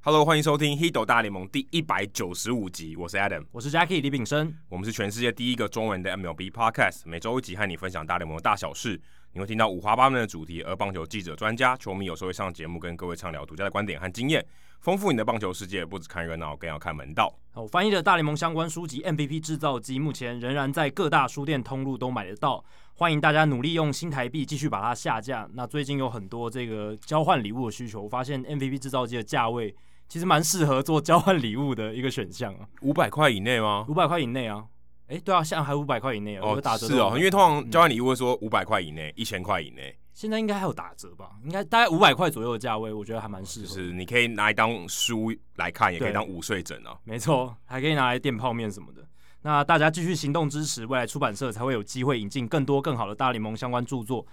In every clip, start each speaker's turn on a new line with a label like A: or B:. A: Hello，欢迎收听《h i d o 大联盟》第一百九十五集，我是 Adam，
B: 我是 Jackie 李炳生。
A: 我们是全世界第一个中文的 MLB Podcast，每周一集和你分享大联盟的大小事。你会听到五花八门的主题，而棒球记者、专家、球迷有时候会上节目，跟各位畅聊独家的观点和经验，丰富你的棒球世界。不只看热闹，更要看门道。
B: 我翻译的大联盟相关书籍《MVP 制造机》目前仍然在各大书店通路都买得到，欢迎大家努力用新台币继续把它下架。那最近有很多这个交换礼物的需求，我发现 MVP 制造机的价位其实蛮适合做交换礼物的一个选项啊，
A: 五百块以内吗？
B: 五百块以内啊。诶，对啊，现在还五百块以内啊，有打折
A: 是哦，因
B: 为
A: 为通常交换礼物会说五百块以内、一千块以内，
B: 现在应该还有打折吧？应该大概五百块左右的价位，我觉得还蛮适
A: 就
B: 合。
A: 是你可以拿来当书来看，也可以
B: 嗯对
A: 当午睡枕啊。
B: 没错，还可以拿来垫泡面什么的。那大家继续行动支持，未来出版社才会有机会引进更多更好的大联盟相关著作。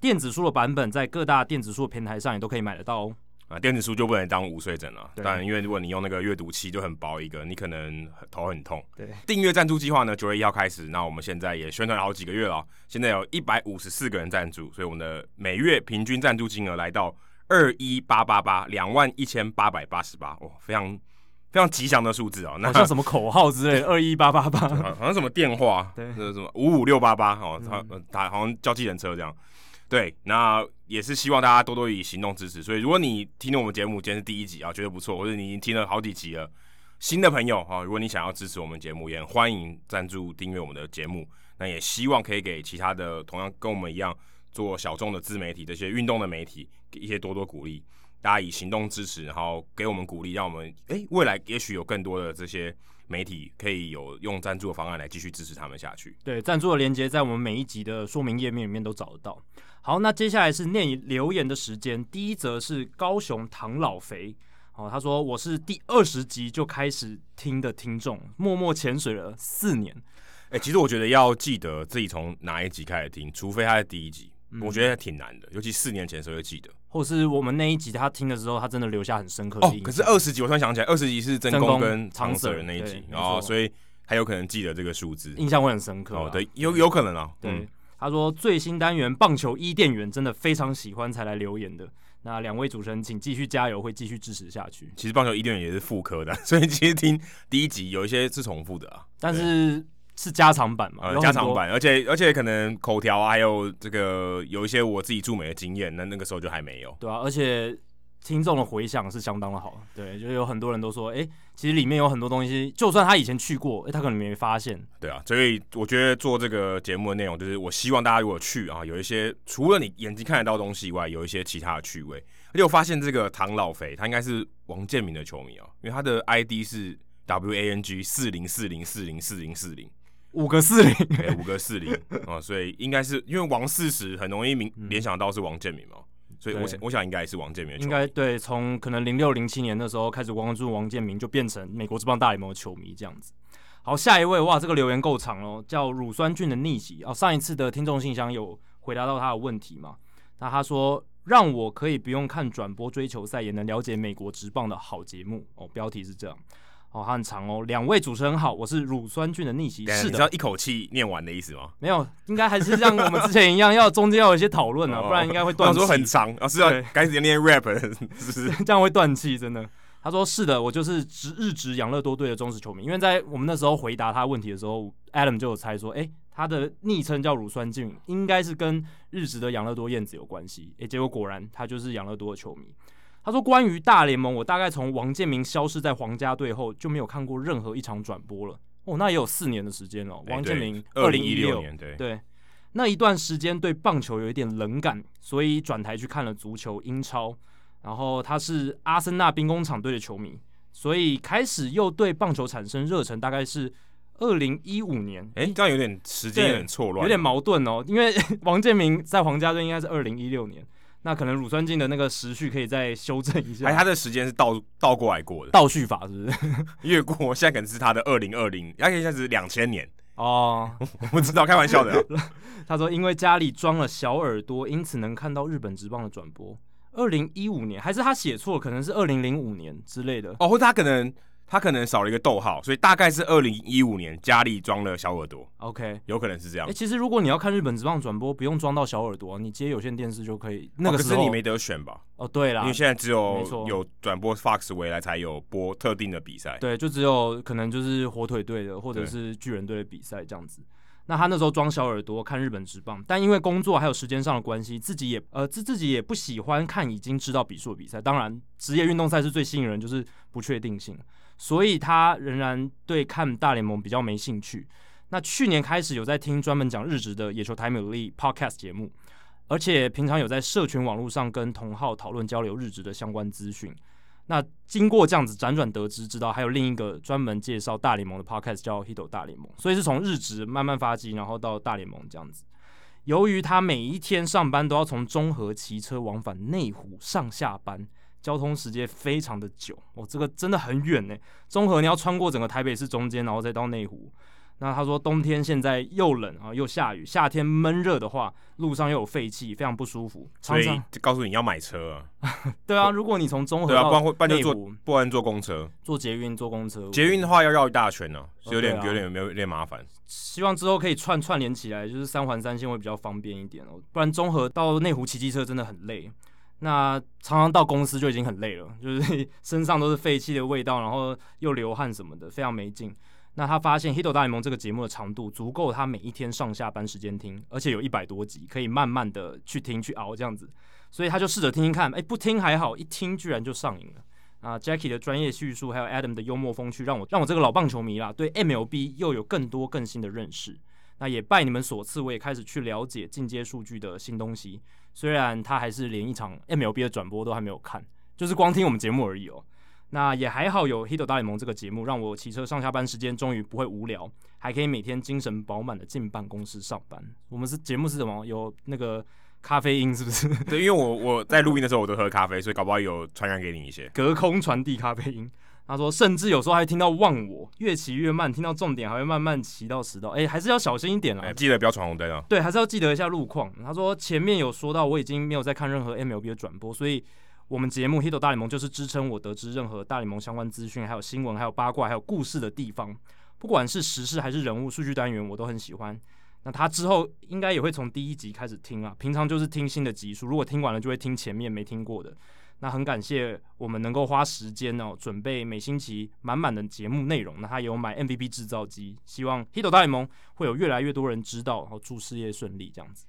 B: 电子书的版本在各大电子书的平台上也都可以买得到哦。
A: 啊，电子书就不能当午睡枕了。
B: 对
A: 当然，因为如果你用那个阅读器就很薄一个，你可能很头很痛。
B: 对，
A: 订阅赞助计划呢，九月一号开始。那我们现在也宣传了好几个月了哦，现在有一百五十四个人赞助，所以我们的每月平均赞助金额来到二一八八八，两万一千八百八十八，哇，非常非常吉祥的数字哦。那
B: 好像什么口号之类的，二一八八八。
A: 好好像什么电话，
B: 对
A: 那个什么五五六八八哦，他呃他好像叫计程车这样。对，那也是希望大家多多以行动支持。所以，如果你听了我们节目，今天是第一集啊，觉得不错，或者你已经听了好几集了，新的朋友啊、哦，如果你想要支持我们节目，也很欢迎赞助订阅我们的节目。那也希望可以给其他的同样跟我们一样做小众的自媒体、这些运动的媒体给一些多多鼓励。大家以行动支持，然后给我们鼓励，让我们诶、未来也许有更多的这些媒体可以有用赞助的方案来继续支持他们下去。
B: 对，赞助的链接在我们每一集的说明页面里面都找得到。好，那接下来是念留言的时间。第一则是高雄唐老肥，哦，他说我是第二十集就开始听的听众，默默潜水了四年。
A: 诶、其实我觉得要记得自己从哪一集开始听，除非他在第一集，
B: 嗯
A: 我觉得挺难的，尤其四年前谁会记得？
B: 或是我们那一集他听的时候，他真的留下很深刻的
A: 哦
B: 印，象。
A: 可是二十集我突然想起来，二十集是真
B: 真
A: 宫
B: 宫
A: 跟
B: 长
A: 长
B: 泽
A: 泽那一
B: 对
A: 集
B: 没
A: 哦，
B: 错
A: 所以他有可能记得这个数字。
B: 印象会很深刻、啊
A: 哦，，对，有有可能啊，
B: 对，
A: 嗯，
B: 他说最新单元棒球伊甸园真的非常喜欢，才来留言的。那两位主持人，请继续加油，会继续支持下去。
A: 其实棒球一定也是副科的，啊 所以其实听第一集有一些是重复的啊，
B: 但
A: 对
B: 是是加长版嘛？
A: 呃，
B: 有很
A: 加
B: 多
A: 长。版，而且而且可能口条啊，还有这个有一些我自己驻美的经验，那那个时候就还没有。
B: 对啊，而且听众的回响是相当的好。对，就是有很多人都说，哎、其实里面有很多东西，就算他以前去过，哎、他可能没发现。
A: 对啊，所以我觉得做这个节目的内容，就是我希望大家如果去啊，有一些除了你眼睛看得到的东西以外，有一些其他的趣味。而且我发现这个唐老肥，他应该是王建民的球迷哦、因为他的 ID 是 WANG 四零四零四零四零四零。
B: 五个四零，
A: 对，五个四 零啊，所以应该是因为王四十很容易明联想到是王建民嘛，所以我
B: 嗯对
A: 想我想应该也是王建民的球迷
B: 应该对，从可能零六零七年那时候开始关注王建民，就变成美国这帮大联盟的球迷这样子。好，下一位哇，这个留言够长哦，叫乳酸菌的逆袭哦。上一次的听众信箱有回答到他的问题嘛？那他说让我可以不用看转播追求赛，也能了解美国职棒的好节目哦。标题是这样哦，它很长哦。两位主持人好，我是乳酸菌的逆袭，
A: 等一下
B: 是
A: 你知
B: 的
A: 道，一口气念完的意思吗？
B: 没有，应该还是像我们之前一样， 要中间要有一些讨论啊，
A: 哦
B: 不然应该会
A: 我
B: 断
A: 想
B: 气。
A: 说很长啊，是啊
B: 对，
A: 该直接念 rap 了是不是？
B: 这样会断气，真的。他说是的，我就是职日职养乐多队的忠实球迷，因为在我们那时候回答他问题的时候，Adam 就有猜说，诶，他的昵称叫乳酸菌，应该是跟日职的养乐多燕子有关系。诶，结果果然他就是养乐多的球迷。他说关于大联盟，我大概从王建民消失在皇家队后就没有看过任何一场转播了。哦，那也有四年的时间了。 王建民
A: 二
B: 二
A: 零
B: 零
A: 一
B: 一
A: 六
B: 六
A: 年对，
B: 对，那一段时间对棒球有一点冷感，所以转台去看了足球英超。然后他是阿森纳兵工厂队的球迷，所以开始又对棒球产生热忱，大概是二零一五年。
A: 哎，这样有点时间有点错乱，
B: 有点矛盾哦，因为王建民在皇家队应该是二零一六年，那可能乳酸菌的那个时序可以再修正一
A: 哎，
B: 下，
A: 他的时间是倒倒过来过的，
B: 倒叙法是不是？
A: 越过现在可能是他的二零二零，而且现在是两千年，
B: 哦，
A: 我不知道，开玩笑 的啊。
B: 他说因为家里装了小耳朵，因此能看到日本职棒的转播。二零一五年还是他写错，可能是二零零五年之类的。
A: 哦，或者他可能他可能少了一个逗号，所以大概是二零一五年家里装了小耳朵，
B: OK，
A: 有可能是这样
B: 哎、。其实如果你要看日本职棒转播，不用装到小耳朵，你接有线电视就可以。那
A: 哦
B: 个
A: 可
B: 时
A: 是
B: 候、
A: 你没得选吧？
B: 哦，对
A: 因
B: 啦
A: 为，现在只
B: 没
A: 有
B: 错
A: 有转播 Fox 回来才有播特定的比赛。
B: 对，就只有可能就是火腿队的或者
A: 对
B: 是巨人队的比赛这样子。那他那时候装小耳朵看日本职棒，但因为工作还有时间上的关系，自己也呃自自己也不喜欢看已经知道比数的比赛。当然，职业运动赛事最吸引人就是不确定性，所以他仍然对看大联盟比较没兴趣。那去年开始有在听专门讲日职的野球台美丽 Podcast 节目，而且平常有在社群网络上跟同号讨论交流日职的相关资讯。那经过这样子辗转得知，知道还有另一个专门介绍大联盟的 podcast 叫《Hito 大联盟》，所以是从日职慢慢发迹，然后到大联盟这样子。由于他每一天上班都要从中和骑车往返内湖上下班，交通时间非常的久，哦，这个真的很远呢。中和你要穿过整个台北市中间，然后再到内湖。那他说，冬天现在又冷啊，又下雨，夏天闷热的话，路上又有废气，非常不舒服。
A: 所
B: 常
A: 以
B: 常
A: 就告诉你要买车啊，
B: 对啊，如果你从中和
A: 对啊，不然
B: 到
A: 会不然就
B: 内
A: 坐
B: 湖，
A: 不然坐公车。
B: 坐捷运、坐公车，
A: 捷运的话要绕一大圈呢，
B: 哦
A: 有点
B: 对啊
A: 有点有点麻烦。
B: 希望之后可以串串联起来，就是三环三线会比较方便一点哦。不然综合到内湖骑机车真的很累，那常常到公司就已经很累了，就是身上都是废气的味道，然后又流汗什么的，非常没劲。那他发现《Hito 大联盟》这个节目的长度足够他每一天上下班时间听，而且有一百多集，可以慢慢的去听去熬这样子，所以他就试着听听看，哎、不听还好，一听居然就上瘾了。啊，Jackie 的专业叙述，还有 Adam 的幽默风趣，让我让我这个老棒球迷啦，对 MLB 又有更多更新的认识。那也拜你们所赐，我也开始去了解进阶数据的新东西。虽然他还是连一场 MLB 的转播都还没有看，就是光听我们节目而已哦。那也还好有《Hito 大联盟》这个节目，让我骑车上下班时间终于不会无聊，还可以每天精神饱满的进办公室上班。我们是节目是什么？有那个咖啡因是不是？
A: 对，因为我我在录音的时候我都喝咖啡，所以搞不好有传染给你一些。
B: 隔空传递咖啡因。他说，甚至有时候还听到忘我，越骑越慢，听到重点还会慢慢骑到迟到。哎、还是要小心一点啦
A: 哎，。记得不要闯红灯啊。
B: 对，还是要记得一下路况。他说前面有说到，我已经没有在看任何 MLB 的转播，所以我们节目《Hito 大联盟》就是支撑我得知任何大联盟相关资讯、还有新闻、还有八卦、还有故事的地方。不管是时事还是人物数据单元，我都很喜欢。那他之后应该也会从第一集开始听啊，平常就是听新的集数，如果听完了就会听前面没听过的。那很感谢我们能够花时间哦，准备每星期满满的节目内容。那他也有买 MVP 制造机，希望《Hito 大联盟》会有越来越多人知道，然后祝事业顺利这样子。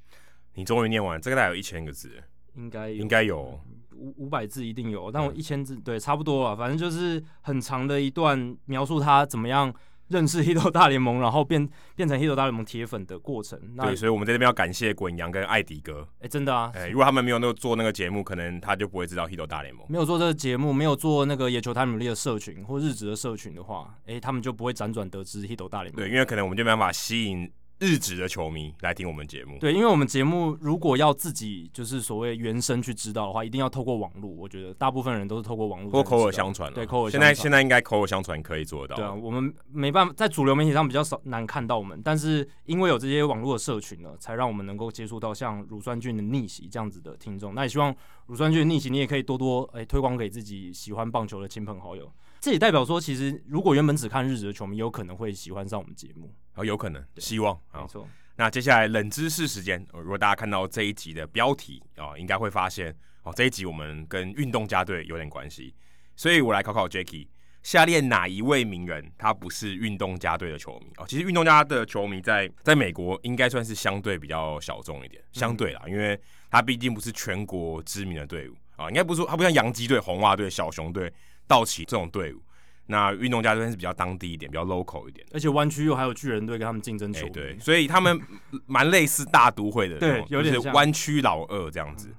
A: 你终于念完，这个大概有一千个字，
B: 应该有
A: 应该嗯有。
B: 五五百字一定有，但我一千字、对差不多啊，反正就是很长的一段描述他怎么样认识 Hito 大联盟，然后变变成 Hito 大联盟铁粉的过程。那
A: 对，所以我们在这边要感谢滚羊跟艾迪哥。
B: 哎、真的啊，
A: 哎，如果他们没有那个做那个节目，可能他就不会知道《h i t 大联盟》。
B: 没有做这个节目，没有做那个野球台努力的社群或日职的社群的话，哎、他们就不会辗转得知 Hito 大联盟
A: 对，。因为可能我们就没办法吸引日职的球迷来听我们节目。
B: 对，因为我们节目如果要自己就是所谓原声去知道的话，一定要透过网络。我觉得大部分人都是透过网络才
A: 或
B: 能知道，
A: 口耳相传、啊，
B: 对口耳
A: 现
B: 相
A: 在
B: 传
A: 现在应该口耳相传可以做得
B: 对啊，
A: 到。
B: 我们没办法在主流媒体上比较少难看到我们，但是因为有这些网络的社群呢，才让我们能够接触到像乳酸菌的逆袭这样子的听众。那也希望乳酸菌的逆袭，你也可以多多诶、推广给自己喜欢棒球的亲朋好友。这也代表说，其实如果原本只看日职的球迷，有可能会喜欢上我们节目。
A: 然后哦有可能，希望
B: 没
A: 好，
B: 错，
A: 那接下来冷知识时间，呃如果大家看到这一集的标题啊、哦应该会发现哦，这一集我们跟运动家队有点关系，所以我来考考 Jacky，下列哪一位名人他不是运动家队的球迷哦？其实运动家的球迷在在美国应该算是相对比较小众一点，相对啦，因为他毕竟不是全国知名的队伍啊、应该不是说他不像洋基队、红袜队、小熊队、道奇这种队伍。那运动家队是比较当地一点，比较 local 一点。
B: 而且湾区又还有巨人队跟他们竞争
A: 哎、
B: 球迷。
A: 对，所以他们蛮类似大都会的那种，
B: 对有点
A: 就是
B: 像嗯
A: 湾区老二这样子。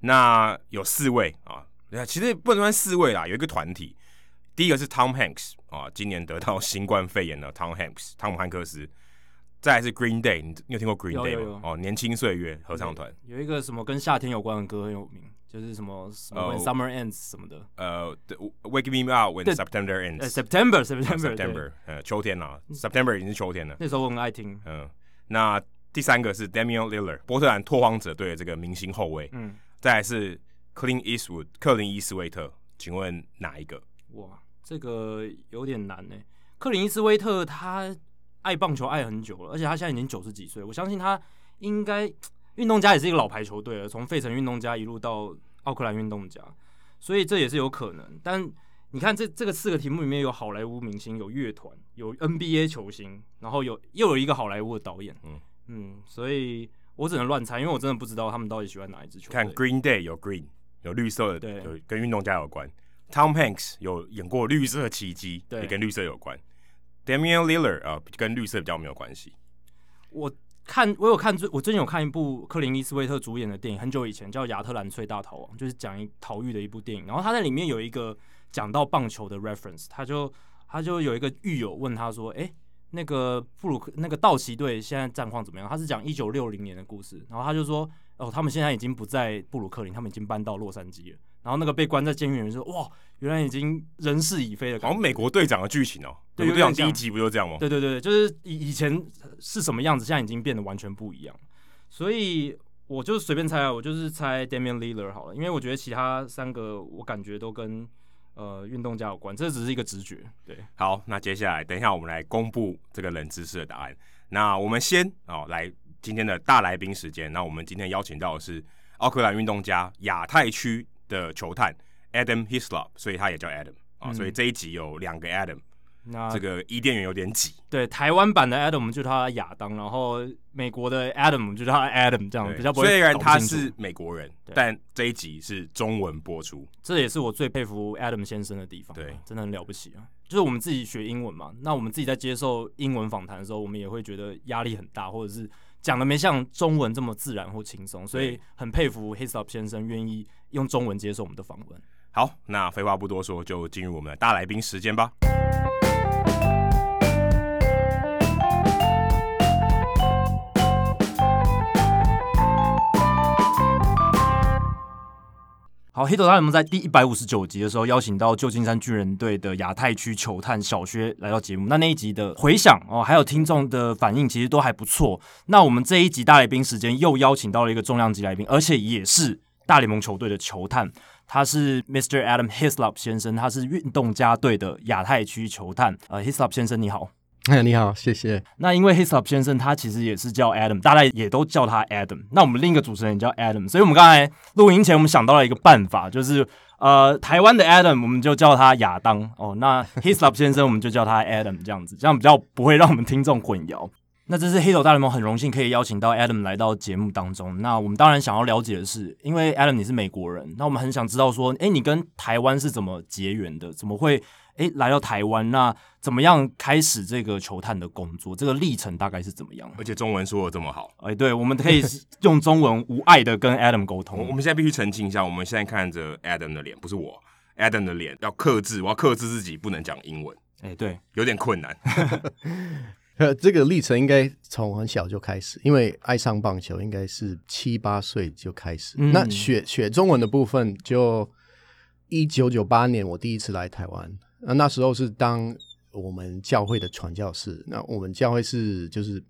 A: 那有四位啊，那其实不能算四位啦，有一个团体。第一个是 Tom Hanks 啊，今年得到新冠肺炎的 Tom Hanks，汤姆汉克斯。再来是 Green Day，你你有听过 Green
B: 有
A: Day 吗？
B: 有有
A: 哦，年轻岁月合唱团。
B: 有一个什么跟夏天有关的歌很有名，就是什么什么
A: 哦
B: When Summer Ends 什么的。
A: 呃对，Wake Me Up When
B: 对
A: September
B: 呃
A: Ends。
B: ，September September 对嗯
A: September，呃，秋天啦，September 已经是秋天了。
B: 那时候我很爱听。
A: 嗯，那第三个是 Damian Lillard，波特兰拓荒者队的这个明星后卫。
B: 嗯，
A: 再来是 Clint Eastwood，克林伊斯威特，请问哪一个？
B: 哇，这个有点难呢、克林伊斯威特他爱棒球爱很久了，而且他现在已经九十几岁，我相信他应该运动家也是一个老牌球队了，从费城运动家一路到奥克兰运动家，所以这也是有可能。但你看这这个四个题目里面有好莱坞明星，有乐团，有 NBA 球星，然后有又有一个好莱坞的导演，嗯
A: 嗯
B: 所以我只能乱猜，因为我真的不知道他们到底喜欢哪一支球队。
A: 看 Green Day 有 green 有绿色的
B: 对，
A: 有跟运动家有关。Tom Hanks 有演过《绿色奇迹》，
B: 对
A: 也跟绿色有关。Damian Lillard 啊、跟绿色比较没有关系。
B: 我看我有看最我最近有看一部克林伊斯威特主演的电影，很久以前叫《亚特兰翠大逃亡》，就是讲一逃狱的一部电影。然后他在里面有一个讲到棒球的 reference，他就他就有一个狱友问他说：“诶，那个布鲁克那个道奇队现在战况怎么样？”他是讲一九六零年的故事，然后他就说：“哦，他们现在已经不在布鲁克林，他们已经搬到洛杉矶了。”然后那个被关在监狱的人说：“哇，原来已经人事已非的
A: 好
B: 感觉。
A: 像美国队长的剧情哦，
B: 对
A: 美国队长
B: 有点像
A: 第一集不就这样吗？
B: 对对对，就是以以前是什么样子，现在已经变得完全不一样。所以我就随便猜啊，我就是猜 Damian l i l l a r 好了，因为我觉得其他三个我感觉都跟呃运动家有关，这只是一个直觉。对，
A: 好，那接下来等一下我们来公布这个冷知识的答案。那我们先哦来今天的大来宾时间，那我们今天邀请到的是奥克兰运动家亚太区的球探 Adam Hislop，所以他也叫 Adam 啊、
B: 嗯啊
A: 所以这一集有两个 Adam，、
B: 那
A: 这个伊甸园有点挤。
B: 对台湾版的 Adam 我们就叫他亚当，然后美国的 Adam 我们就叫他 Adam，这样
A: 对
B: 嗯比较不会搞不清楚。
A: 虽然他是美国人
B: 对，
A: 但这一集是中文播出。
B: 这也是我最佩服 Adam 先生的地方，啊
A: 对
B: 真的很了不起啊！就是我们自己学英文嘛，那我们自己在接受英文访谈的时候，我们也会觉得压力很大，或者是讲的没像中文这么自然或轻松，所以很佩服 Hisop 先生愿意用中文接受我们的访问。
A: 好，那废话不多说，就进入我们的大来宾时间吧。
B: 好，黑头大联盟在第一百五十九集的时候邀请到旧金山巨人队的亚太区球探小薛来到节目。那那一集的回响哦，还有听众的反应，其实都还不错。那我们这一集大来宾时间又邀请到了一个重量级来宾，而且也是大联盟球队的球探，他是 Mr. Adam Hislop 先生，他是运动家队的亚太区球探。呃，Hislop 先生你好。
C: 哎， 你好，谢谢。
B: 那因为 Hislop 先生他其实也是叫 Adam，大家也都叫他 Adam。那我们另一个主持人也叫 Adam，所以我们刚才录音前我们想到了一个办法，就是呃，台湾的 Adam 我们就叫他亚当哦，那 Hislop 先生我们就叫他 Adam 这样子，这样比较不会让我们听众混淆。那这是黑手大联盟很荣幸可以邀请到 Adam 来到节目当中。那我们当然想要了解的是，因为 Adam 你是美国人，那我们很想知道说，诶，你跟台湾是怎么结缘的？怎么会诶来到台湾？那怎么样开始这个球探的工作？这个历程大概是怎么样？
A: 而且中文说的这么好，
B: 诶，对，我们可以用中文无碍的跟 Adam 沟
A: 我我
B: 通。
A: 们现在必须澄清一下，我们现在看着 Adam 的脸，不是我，Adam 的脸要克制，我要克制自己，不能讲英文，
B: 诶，对，
A: 有点困难。
C: 呃，这个历程应该从很小就开始，因为爱上棒球应该是七八岁就开始。
B: 嗯
C: 那学学中文的部分，就一九九八年我第一次来台湾，那那时候是当我们教会的传教士。那我们教会是就是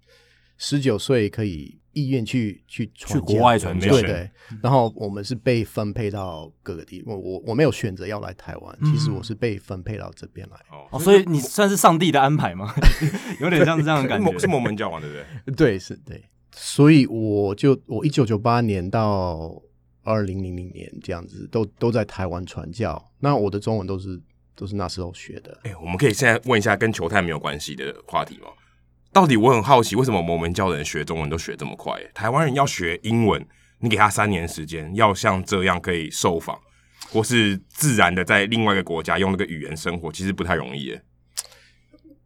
C: 十九岁可以意愿去去传
B: 去国
C: 教
B: 外传教
C: 对
A: 是
C: 对。然后我们是被分配到各个地，我我我没有选择要来台湾，其实
B: 嗯
C: 我是被分配到这边来。
B: 哦，
A: 哦
B: 所以你算是上帝的安排吗？ 有点像是这样的 感
A: 是摩是
B: 觉。
A: 摩门教嘛，对不对？
C: 对，是对，所以我就我一九九八年到二零零零年这样子，都都在台湾传教。那我的中文都是都是那时候学的。
A: 哎、我们可以现在问一下跟球探没有关系的话题吗？到底我很好奇，为什么摩门教的人学中文都学这么快、台湾人要学英文，你给他三年时间，要像这样可以受访，或是自然的在另外一个国家用那个语言生活，其实不太容易、耶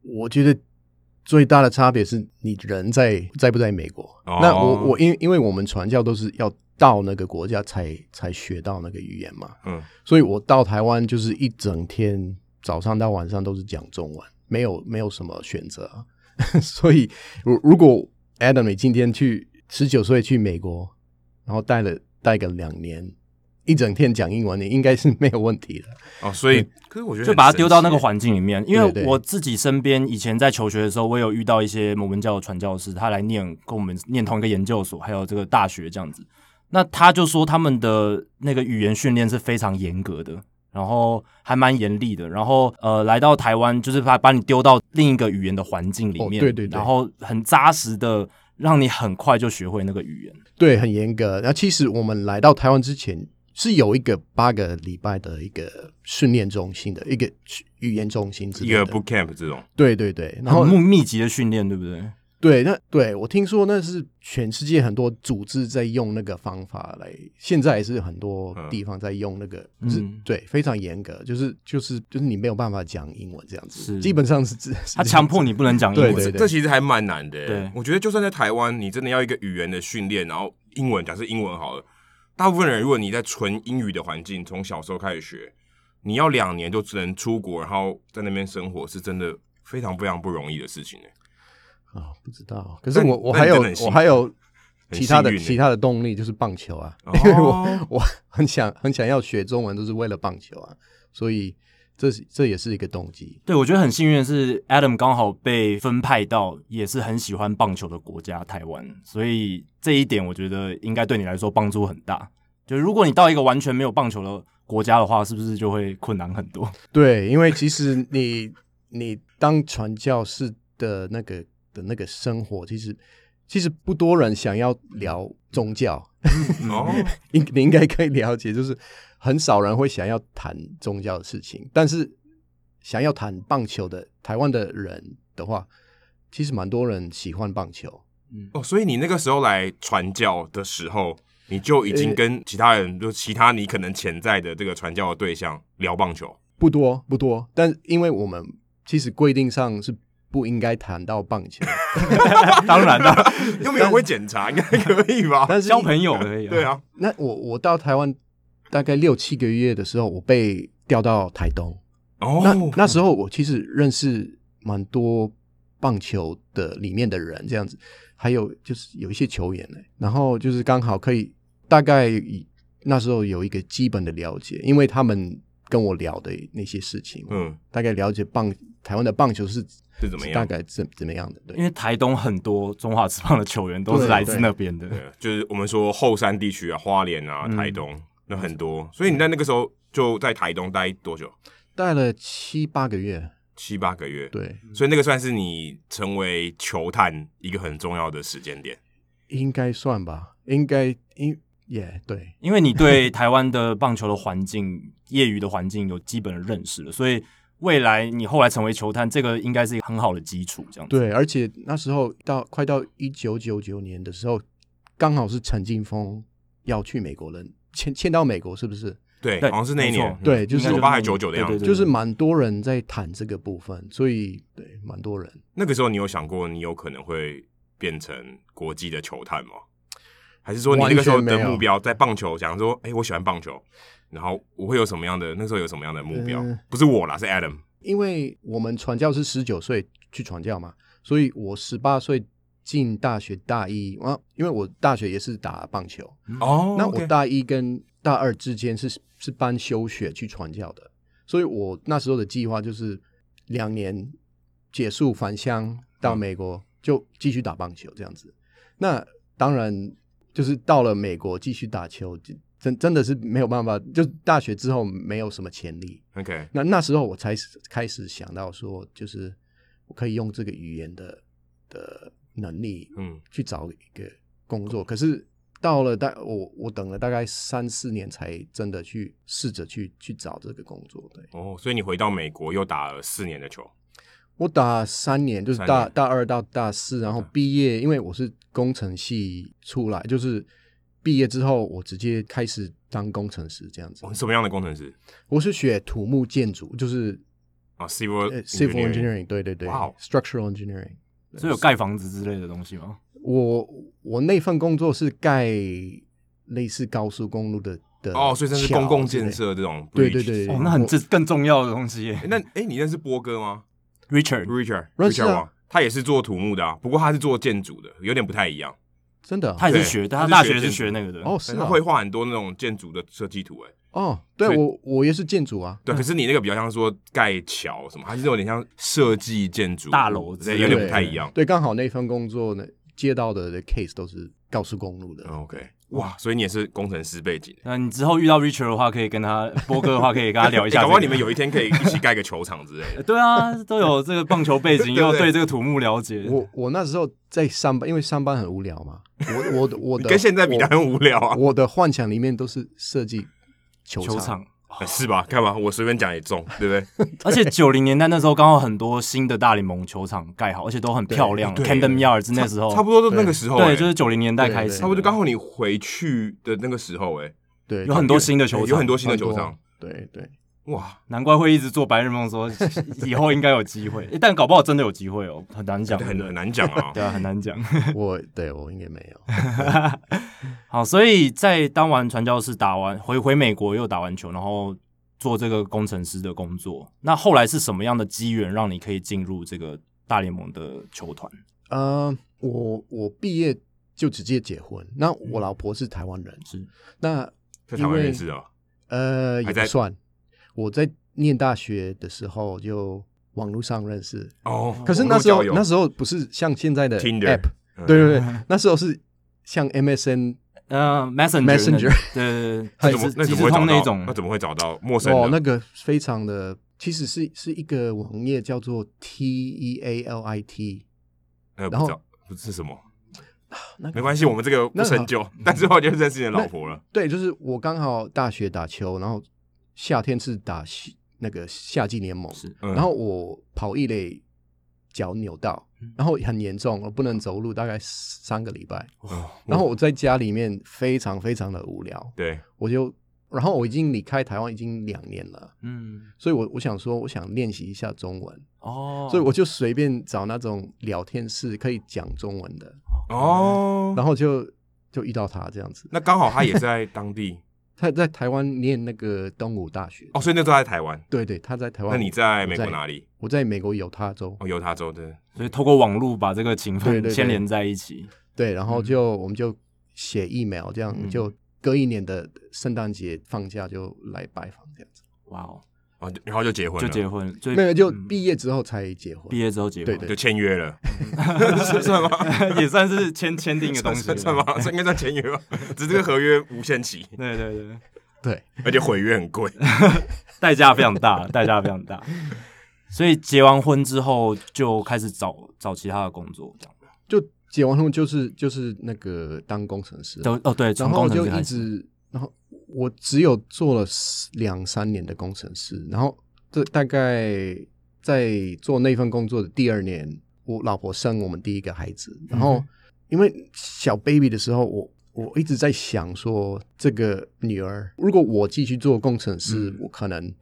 C: 我觉得最大的差别是你人在在不在美国。
A: 哦
C: 那我我因因为我们传教都是要到那个国家才才学到那个语言嘛，
A: 嗯，
C: 所以我到台湾就是一整天，早上到晚上都是讲中文，没有没有什么选择。 所以，如如果 Adam 你今天去十九岁去美国，然后待了待个两年，一整天讲英文，你应该是没有问题的。
A: 哦，所以可是我觉得
B: 就
A: 很
B: 把它丢到那
A: 神奇
B: 个
A: 耶
B: 环境里面。因为
C: 对对
B: 我自己身边以前在求学的时候，我有遇到一些摩门教的传教士，他来念跟我们念同一个研究所，还有这个大学这样子。那他就说他们的那个语言训练是非常严格的，然后还蛮严厉的。然后呃，来到台湾就是把把你丢到另一个语言的环境里面，
C: 哦对对对
B: 然后很扎实的让你很快就学会那个语言。
C: 对，很严格。那其实我们来到台湾之前是有一个八个礼拜的一个训练中心的一个语言中心之
A: 一
C: 类的
A: 个。boot camp 这种，
C: 对对对，然
B: 然后
C: 后
B: 密密集的训练，对不对？
C: 对那对我听说那是全世界很多组织在用那个方法来，现在也是很多
A: 嗯
C: 地方在用那个，
B: 嗯
C: 就是
B: 嗯
C: 对非常严格，就是就是就是你没有办法讲英文这样子，
B: 是
C: 基本上是 是
B: 他强迫你不能讲英文，
C: 对对
A: 这其实还蛮难的欸。
B: 对
A: 我觉得就算在台湾，你真的要一个语言的训练，然后英文，假设英文好了，大部分人如果你在纯英语的环境，从小时候开始学，你要两年就只能出国，然后在那边生活，是真的非常非常不容易的事情欸
C: 啊、不知道。可是我我
A: 那你
C: 还有
A: 真的很幸
C: 我还有
A: 很
C: 其他
A: 幸
C: 的
A: 运欸
C: 其他的动力就是棒球啊，
A: 哦
C: 因为我我很想很想要学中文，都是为了棒球啊，所以这是这也是一个动机。
B: 对，我觉得很幸运的是，Adam 刚好被分派到也是很喜欢棒球的国家台湾，所以这一点我觉得应该对你来说帮助很大。就如果你到一个完全没有棒球的国家的话，是不是就会困难很多？
C: 对，因为其实你你当传教士的那个的那个生活，其实其实不多人想要聊宗教， 嗯
A: 哦，
C: 应你应该可以了解，就是很少人会想要谈宗教的事情，但是想要谈棒球的台湾的人的话，其实蛮多人喜欢棒球。
A: 哦，所以你那个时候来传教的时候，你就已
C: 呃
A: 经跟其他人，就其他你可能潜在的这个传教的对象聊棒 球。
C: 不多不多，但因为我们其实规定上是不应该谈到棒 球，
B: 当然啦，
A: 又没有人会检查，应该可以吧？
C: 但 是
B: 交朋友可以、
A: 对，啊，
C: 那我我到台湾大概六七个月的时候，我被调到台东。那
A: 哦，
C: 那时候我其实认识蛮多棒球的里面的人，这样子，还有就是有一些球员呢、欸然后就是刚好可以大概以那时候有一个基本的了解，因为他们跟我聊的那些事情，
A: 嗯，
C: 大概了解棒台湾的棒球是
A: 是怎么
C: 大
A: 样？
C: 概怎怎么样的，对
B: 因。为台东很多中华职棒的球员都是
C: 对
B: 来自
C: 对
B: 那边的，
A: 对，就是我们说后山地区啊，花莲啊，
B: 嗯
A: 台东、那很多，所以你在那个时候就在台东待多久？
C: 待了七八个月，
A: 七八个月。，
C: 对，
A: 所以那个算是你成为球探一个很重要的时间点。
C: 应该算吧，应该应也、对，
B: 因为你对台湾的棒球的环境、业余的环境有基本的认识了，所以未来你后来成为球探，这个应该是一个很好的基础，这样子。
C: 对，而且那时候到快到一九九九年的时候，刚好是陈金峰要去美国了，迁迁到美国是不是？
A: 对，
B: 对
A: 好像是那一
B: 没
A: 年
B: 错。
C: 对，就是
A: 九八还九九的
B: 对
A: 样
B: 对
A: 子。
B: 对，
C: 就是蛮多人在谈这个部分，所以对蛮多人。
A: 那个时候你有想过你有可能会变成国际的球探吗？还是说你那个时候
C: 完全
A: 的
C: 没有
A: 目标在棒球，想说，哎、我喜欢棒球，然后我会有什么样的那时候有什么样的目标？
C: 嗯
A: 不是我啦，是 Adam。
C: 因为我们传教是十九岁去传教嘛，所以我十八岁进大学大一，啊，因为我大学也是打棒球，
B: 嗯
A: 哦
C: 那我大一跟大二之间是是班休学去传教的，所以我那时候的计划就是两年结束返乡到美国，就继续打棒球这样子。那当然就是到了美国继续打球，就真真的是没有办法，就大学之后没有什么潜力。
A: OK，
C: 那那时候我才是开始想到说，就是我可以用这个语言的的能力，
A: 嗯，
C: 去找一个工作，可是到了大我我等了大概三四年才真的去试着去去找这个工作。对
A: 哦，所以你回到美国又打了四年的球，
C: 我打三年，就是
A: 三
C: 大
A: 年嗯
C: 大二到大四，然后毕业，因为我是工程系出来，就是毕业之后我直接开始当工程师这样子
A: 哦、。你什么样的工程师
C: 我是学土木建筑，就是
A: 啊？Civil
C: 呃 civil
A: engineering
C: engineering，对对对
A: 哇哦
C: ，structural engineering。
B: 所以有盖房子之类的东西吗？
C: 我我那份工作是盖类似高速公路的的
A: 哦，所以这是
C: 桥
A: 公共
C: 之类
A: 建设这种 bridge。
C: 对对对
B: 哦，那很这更重要的东西耶
A: 诶。那哎、诶你认识波哥吗
B: Richard，
A: ？Richard
C: 认识
A: Richard
C: 啊
A: 王，他也是做土木的、啊，不过他是做建筑的，有点不太一样。
C: 真的啊、
B: 他也是
A: 对
B: 学，
A: 他
B: 他
A: 是
B: 大
A: 学
B: 学是
A: 建筑
B: 学那个的。
C: 哦，
A: 但
C: 是
A: 是
C: 啊
A: 他会画很多那种建筑的设计图、诶，
C: 哦，对
A: 所以
C: 我我也是建筑啊，
A: 对，可是你那个比较像说盖桥什么，它是有点像设计建筑
B: 大楼之
A: 对，
B: 类的
A: 有点不太一样。
C: 对，刚好那份工作呢，接到的 case 都是高速公路的。
A: 嗯 OK，哇，所以你也是工程师背景。
B: 那你之后遇到 Richard 的话，可以跟他波哥的话，可以跟他聊一
A: 欸
B: 下、这
A: 搞
B: 个
A: 不好你们有一天可以一起盖个球场之类的
B: 。对啊，都有这个棒球背景，
A: 对不
B: 又
A: 对
B: 对这个土木了解。
C: 我我那时候在上班，因为上班很无聊嘛，我我的我 的
A: 跟现在比当然无聊啊，
C: 我的幻想里面都是设计球
B: 球场，
A: 是吧？干嘛？我随便讲也中，对不对？
B: 而且九零年代那时候刚好很多新的大联盟球场盖好，而且都很漂亮。
A: 对
B: Camden Yards 那时候
A: 差不多都那个时候、欸，
B: 对，就是九零年代开始，
C: 对
A: 差不多就刚好你回去的那个时候、欸，
C: 对，
B: 有很多新的球
A: 哎，
B: 场，
A: 有很多新的球场，，
C: 对对，
A: 哇，
B: 难怪会一直做白日梦，说以后应该有机 会，诶但搞不好真的有机会哦，很难讲，
A: 很很难讲啊。
B: 对啊，很难讲。
C: 我对我应该没有，
B: 好，所以在当完传教士打完回回美国又打完球，然后做这个工程师的工作，那后来是什么样的机缘让你可以进入这个大联盟的球团？
C: 呃，我我毕业就直接结婚，那我老婆是台湾人，
B: 嗯是
C: 那
A: 在台湾认识啊，
C: 呃
A: 还
C: 也
A: 在
C: 不算，我在念大学的时候就网络上认识，
A: 哦，
C: 可是那时候那
A: 时
C: 时候不是像现在的
A: Tinder 嗯
C: app，对对对，那时候是像 MSN
B: 呃，Messenger，
C: Messenger
B: 对对
A: 那
B: 对，
A: 怎么那
B: 即
A: 怎
B: 时
A: 么会
B: 通
A: 找
B: 那
A: 到
B: 种
A: 那，怎么会找到陌生
C: 哦，那
A: 的？
C: 个非常的，其实是是一个网页叫做 T E A L I T，
A: 呃，不
C: 然后
A: 知道不是什么
C: 那。
A: 没关系，我们这个不
C: 那个
A: 深究。但之后就认识你的老婆了。
C: 对，就是我刚好大学打球，然后夏天是打西那个夏季联盟，
B: 是
A: 嗯
C: 然后我跑一垒脚扭到，
A: 嗯
C: 然后很严重，我不能走路大概三个礼拜，
A: 哦
C: 然
A: 嗯
C: 后我在家里面非常非常的无聊，
A: 对，
C: 我就然后我已经离开台湾已经两年了，
B: 嗯，
C: 所以我我想说我想练习一下中文，
B: 哦，
C: 所以我就随便找那种聊天室可以讲中文的。
A: 哦，
C: 然后就就遇到他这样子。
A: 那刚好他也是在当地
C: 他在台湾念那个东吴大学，
A: 哦，所以那时候在台湾。
C: 对对，他在台湾。
A: 那你在美国哪里？
C: 我在美国犹他州，
A: 哦，犹他州的。
B: 所以透过网络把这个情
C: 对
B: 分
C: 对对
B: 牵连在一起，
C: 对，然后
A: 嗯
C: 就、我们就写 email，这样、
B: 嗯
C: 就隔一年的圣诞节放假就来拜访这样子。
B: 哇哦，
A: 哦，就然后就结婚
B: 就
A: 了，
B: 结婚，所以
C: 没有，就
B: 嗯
C: 毕业之后才结婚。
B: 毕业之后结婚，
C: 对
A: 就签约了， 是算吗？
B: 也算是签签订一个东西
A: 算，算吗？ 这应该算签约吧，只是这个合约无限期，
B: 对对对，
C: 对，
A: 而且毁约很贵。
B: 代价非常大， 代价非常大。所以结完婚之后就开始找找其他的工作，这样
C: 就结完婚就是就是那个当工程师，
B: 都哦对，
C: 然
B: 从
C: 后
B: 工程
C: 就
B: 师
C: 一
B: 开始，
C: 直，然后我只有做了十两三年的工程师，然后这大概在做那份工作的第二年，我老婆生我们第一个孩子，然
B: 嗯
C: 后因为小 baby 的时候，我我一直在想说，这个女儿如果我继续做工程师，
B: 嗯
C: 我可能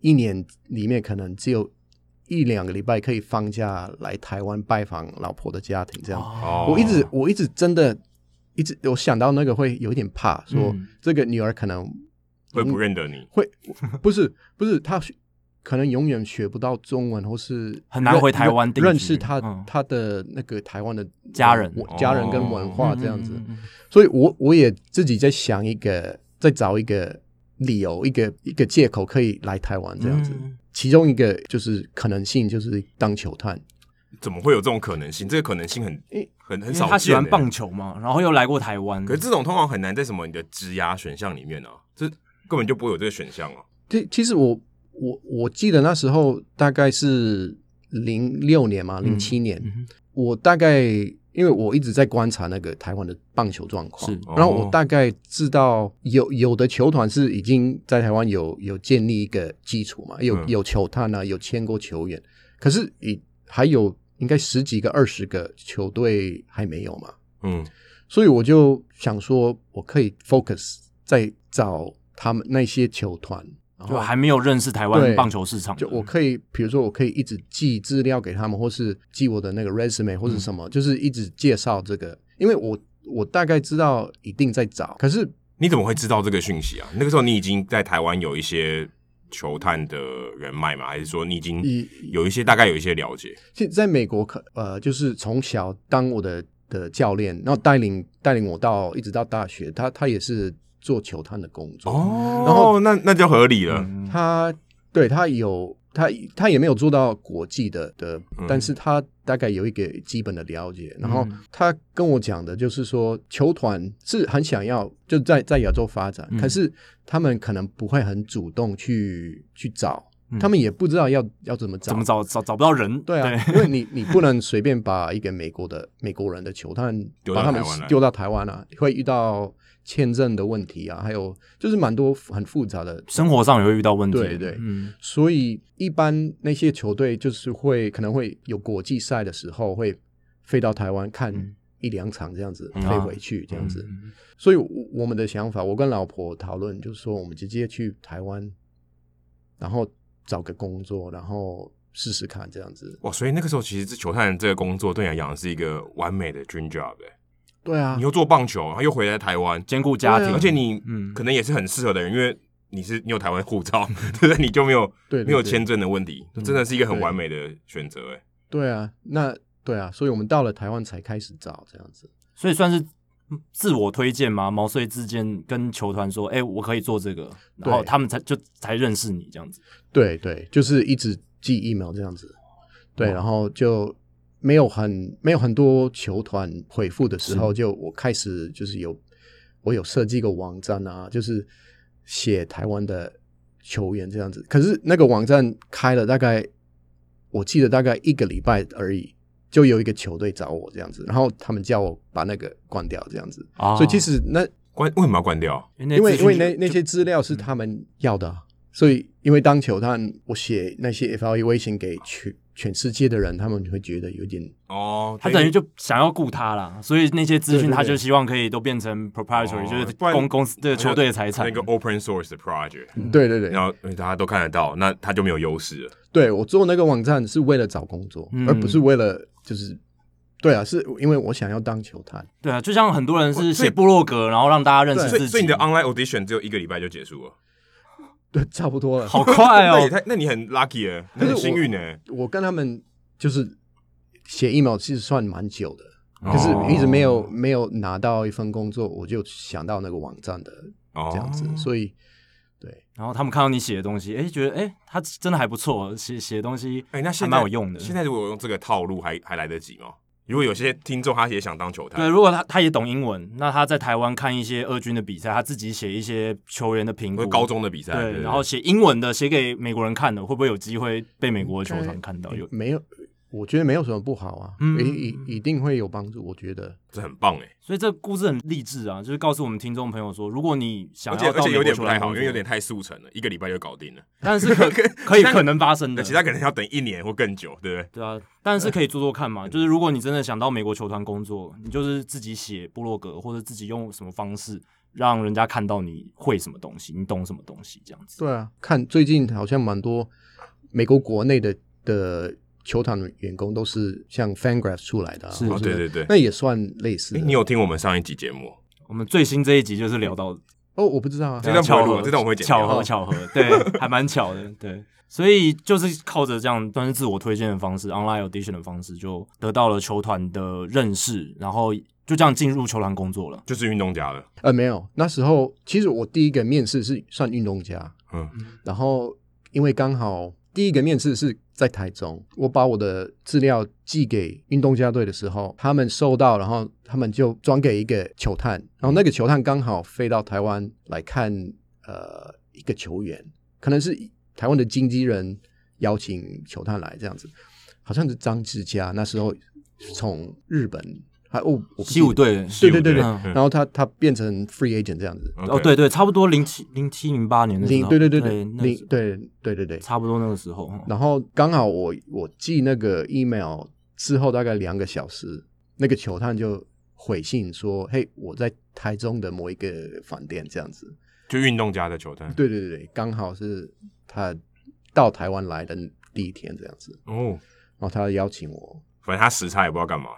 C: 一年里面可能只有。一两个礼拜可以放假来台湾拜访老婆的家庭，这样。
B: 哦
A: 哦
C: 我一直我一直真的一直我想到那个会有一点怕，说
B: 嗯
C: 这个女儿可能
A: 会不认得你，
C: 会 不是不是她学可能永远学不到中文，或是
B: 很难
C: 认
B: 回台湾定居
C: 认认识她
B: 嗯
C: 她的那个台湾的
B: 家人
C: 我家人跟文化
B: 嗯
C: 这样子
B: 嗯。嗯嗯
C: 所以我我也自己在想一个，在找一个理由，一个一个借口可以来台湾这样子
B: 嗯。
C: 其中一个就是可能性，就是当球探。
A: 怎么会有这种可能性？这个可能性很
C: 诶
A: 很很
B: 因
A: 少
B: 为
A: 见。
B: 他喜欢
A: 欸
B: 棒球嘛，然后又来过台湾，
A: 可是这种通常很难在什么你的职涯选项里面啊，这根本就不会有这个选项啊。
C: 其其实我我我记得那时候大概是零六年嘛，零七年，
B: 嗯哼
C: 我大概因为我一直在观察那个台湾的棒球状况，
B: 是
C: 然后
A: 哦
C: 我大概知道有有的球团是已经在台湾有有建立一个基础嘛，有
A: 嗯
C: 有球探啊，有签过球员，可是也还有应该十几个、二十个球队还没有嘛，
A: 嗯，
C: 所以我就想说，我可以 focus 在找他们那些球团。然
B: 就
C: 后
B: 还没有认识台湾
C: 对
B: 棒球市场的，
C: 就我可以，比如说我可以一直寄资料给他们，或是寄我的那个 resume 或是什么，就是一直介绍这个，因为我我大概知道一定在找，可是
A: 你怎么会知道这个讯息啊？那个时候你已经在台湾有一些球探的人脉吗？还是说你已经
C: 以
A: 有一些大概有一些了解？
C: 其实在美国可呃，就是从小当我的的教练，然后带领带领我到一直到大学，他他也是做球探的工作，
A: 哦，
C: 然后
A: 那那就合理了。
B: 嗯
C: 他对他有他他也没有做到国际的的
A: 嗯，
C: 但是他大概有一个基本的了解。然后他跟我讲的就是说，球团是很想要就在在亚洲发展，
B: 嗯
C: 可是他们可能不会很主动去去找
B: 嗯，
C: 他们也不知道要要怎么找
B: 怎么找找找不到人？
C: 对啊，因为你你不能随便把一个美国的美国人的球探
A: 丢到
C: 把他们
A: 台湾来
C: 丢到台湾啊，会遇到签证的问题啊，还有就是蛮多很复杂的。
B: 生活上也会遇到问题。
C: 对对
B: 嗯
C: 所以一般那些球队就是会可能会有国际赛的时候会飞到台湾看
B: 嗯
C: 一两场这样子，
A: 嗯
C: 飞回去这样子。
B: 嗯
C: 所以我我们的想法，我跟老婆讨论，就是说我们直接去台湾，然后找个工作，然后试试看这样子。
A: 哇，所以那个时候其实这球探这个工作对你来讲是一个完美的 dream job 哎、
C: 对啊
A: 你，又做棒球，然后又回来台湾，
B: 兼顾家庭，
A: 而且你
B: 嗯
A: 可能也是很适合的人，因为你是你有台湾护照， 对不对？你就没有
C: 对对
A: 没有
C: 对嗯
A: 签证的问题，这真的是一个很
C: 对
A: 完美的选择哎。
C: 对啊，那对啊，所以我们到了台湾才开始找这样子。
B: 所以算是自我推荐嘛，毛遂自荐跟球团说，哎、我可以做这个，然后
C: 对
B: 他们才就才认识你这样子。
C: 对对，就是一直寄 email 这样子。对，然后就没有很没有很多球团回复的时候，就我开始就是有我有设计一个网站啊，就是写台湾的球员这样子。可是那个网站开了大概，我记得大概一个礼拜而已。就有一个球队找我这样子，然后他们叫我把那个关掉这样子，
B: 哦
C: 所以其实那
A: 关为什么要关掉？
B: 因为
C: 因为
B: 资
C: 因
B: 讯就嗯
C: 为那那些资料是他们要的啊、所以因为当球探，我写那些 evaluation 给全全世界的人，他们会觉得有点
A: 哦，
B: 他等于就想要雇他啦，所以那些资
C: 对
B: 讯
C: 对
B: 他
C: 对
B: 就希望可以都变成 proprietary，、
A: 哦
B: 就是
A: 不然
B: 公公司的球队的财
A: 那
B: 产。
A: 个 open source 的 project，
B: 嗯
C: 对对对
A: 然后嗯大家都看得到，那他就没有优势了。
C: 对，我做那个网站是为了找工作，
B: 嗯
C: 而不是为了就是对啊，是因为我想要当球探。
B: 对啊，就像很多人是
A: 所以
B: 写部落格，然后让大家认识
A: 所
B: 自己。
A: 以，所 以你的啊 online audition 只有一个礼拜就结束了，
C: 对，差不多了。
B: 好快
A: 那也
B: 哦！
A: 太，那你很 lucky 哎，那
C: 可是
A: 很
C: 我
A: 幸运哎。
C: 我跟他们就是写 email 其实算蛮久的， 可是
A: 哦
C: 一直没有没有拿到一份工作，我就想到那个网站的
A: 哦
C: 这样子，所以对
B: 然后他们看到你写的东西，哎，觉得哎，他真的还不错，写写的东西，
A: 哎，那
B: 还
A: 现在
B: 蛮有用的。
A: 现在如果用这个套路，还还来得及吗？如果有些听众他也想当球探
B: 对，，如果他他也懂英文，那他在台湾看一些俄军的比赛，他自己写一些球员的评
A: 或
B: 估，
A: 者高中的比赛，对
B: 对，
A: 对，
B: 然后写英文的，写给美国人看的，会不会有机会被美国的球团看到？有
C: 没有，我觉得没有什么不好啊，
B: 嗯
C: 一一一定会有帮助，我觉得。
A: 这很棒哎，
B: 所以这个故事很励志啊，就是告诉我们听众朋友说，如果你想
A: 而且
B: 要
A: 而
B: 到
A: 且
B: 美
A: 有
B: 国
A: 点
B: 球
A: 不
B: 团
A: 太
B: 工
A: 好，
B: 作
A: 因为有点，太速成了，一个礼拜就搞定了。
B: 但是 可可以可能发生
A: 那
B: 的，
A: 其他可能要等一年或更久，对不对？
B: 对啊，但是可以做做看嘛。就是如果你真的想到美国球团工作，你就是自己写部落格，或者自己用什么方式让人家看到你会什么东西，你懂什么东西这样子。
C: 对啊，看最近好像蛮多美国国内的的球场员工都是像 FanGraphs 出来的、啊，
B: 是
C: 或
A: 哦，
C: 者
A: 对对对。
C: 那也算类似
A: 哎，
C: 的。
A: 你有听我们上一集节目？
B: 我们最新这一集就是聊到
C: 哦，我不知道啊
A: 这。段不会
B: 巧
A: 录
B: 合，
A: 这段我会剪掉
B: 巧合，巧 合，对，还蛮巧的，对。所以就是靠着这样算是自我推荐的方式，online audition 的方式，就得到了球团的认识，然后就这样进入球团工作了。
A: 就是运动家了。
C: 呃，没有，那时候其实我第一个面试是算运动家，
A: 嗯，
C: 然后因为刚好第一个面试是在台中，我把我的资料寄给运动家队的时候，他们收到，然后他们就转给一个球探，然后那个球探刚好飞到台湾来看呃一个球员，可能是台湾的经纪人邀请球探来这样子，好像是张志佳那时候从日本。还哦，我不记
B: 西
C: 得
B: 武队，
C: 对对对对，
B: 嗯
C: 然后他他变成 free agent 这样子，
B: 哦，对对，差不多零七零七零八年的时
C: 零
B: 候，
C: 对对对
B: 对
C: 对，
B: 那
C: 零对对对对，
B: 差不多那个时候，哦
C: 然后刚好我我寄那个 email 之后大概两个小时，那个球探就回信说：“嘿，我在台中的某一个饭店这样子。
A: 就运动家的球探”。
C: 对对对对，刚好是他到台湾来的第一天这样子，
A: 哦，
C: 然后他邀请我。
A: 反正他时差也不知道干嘛，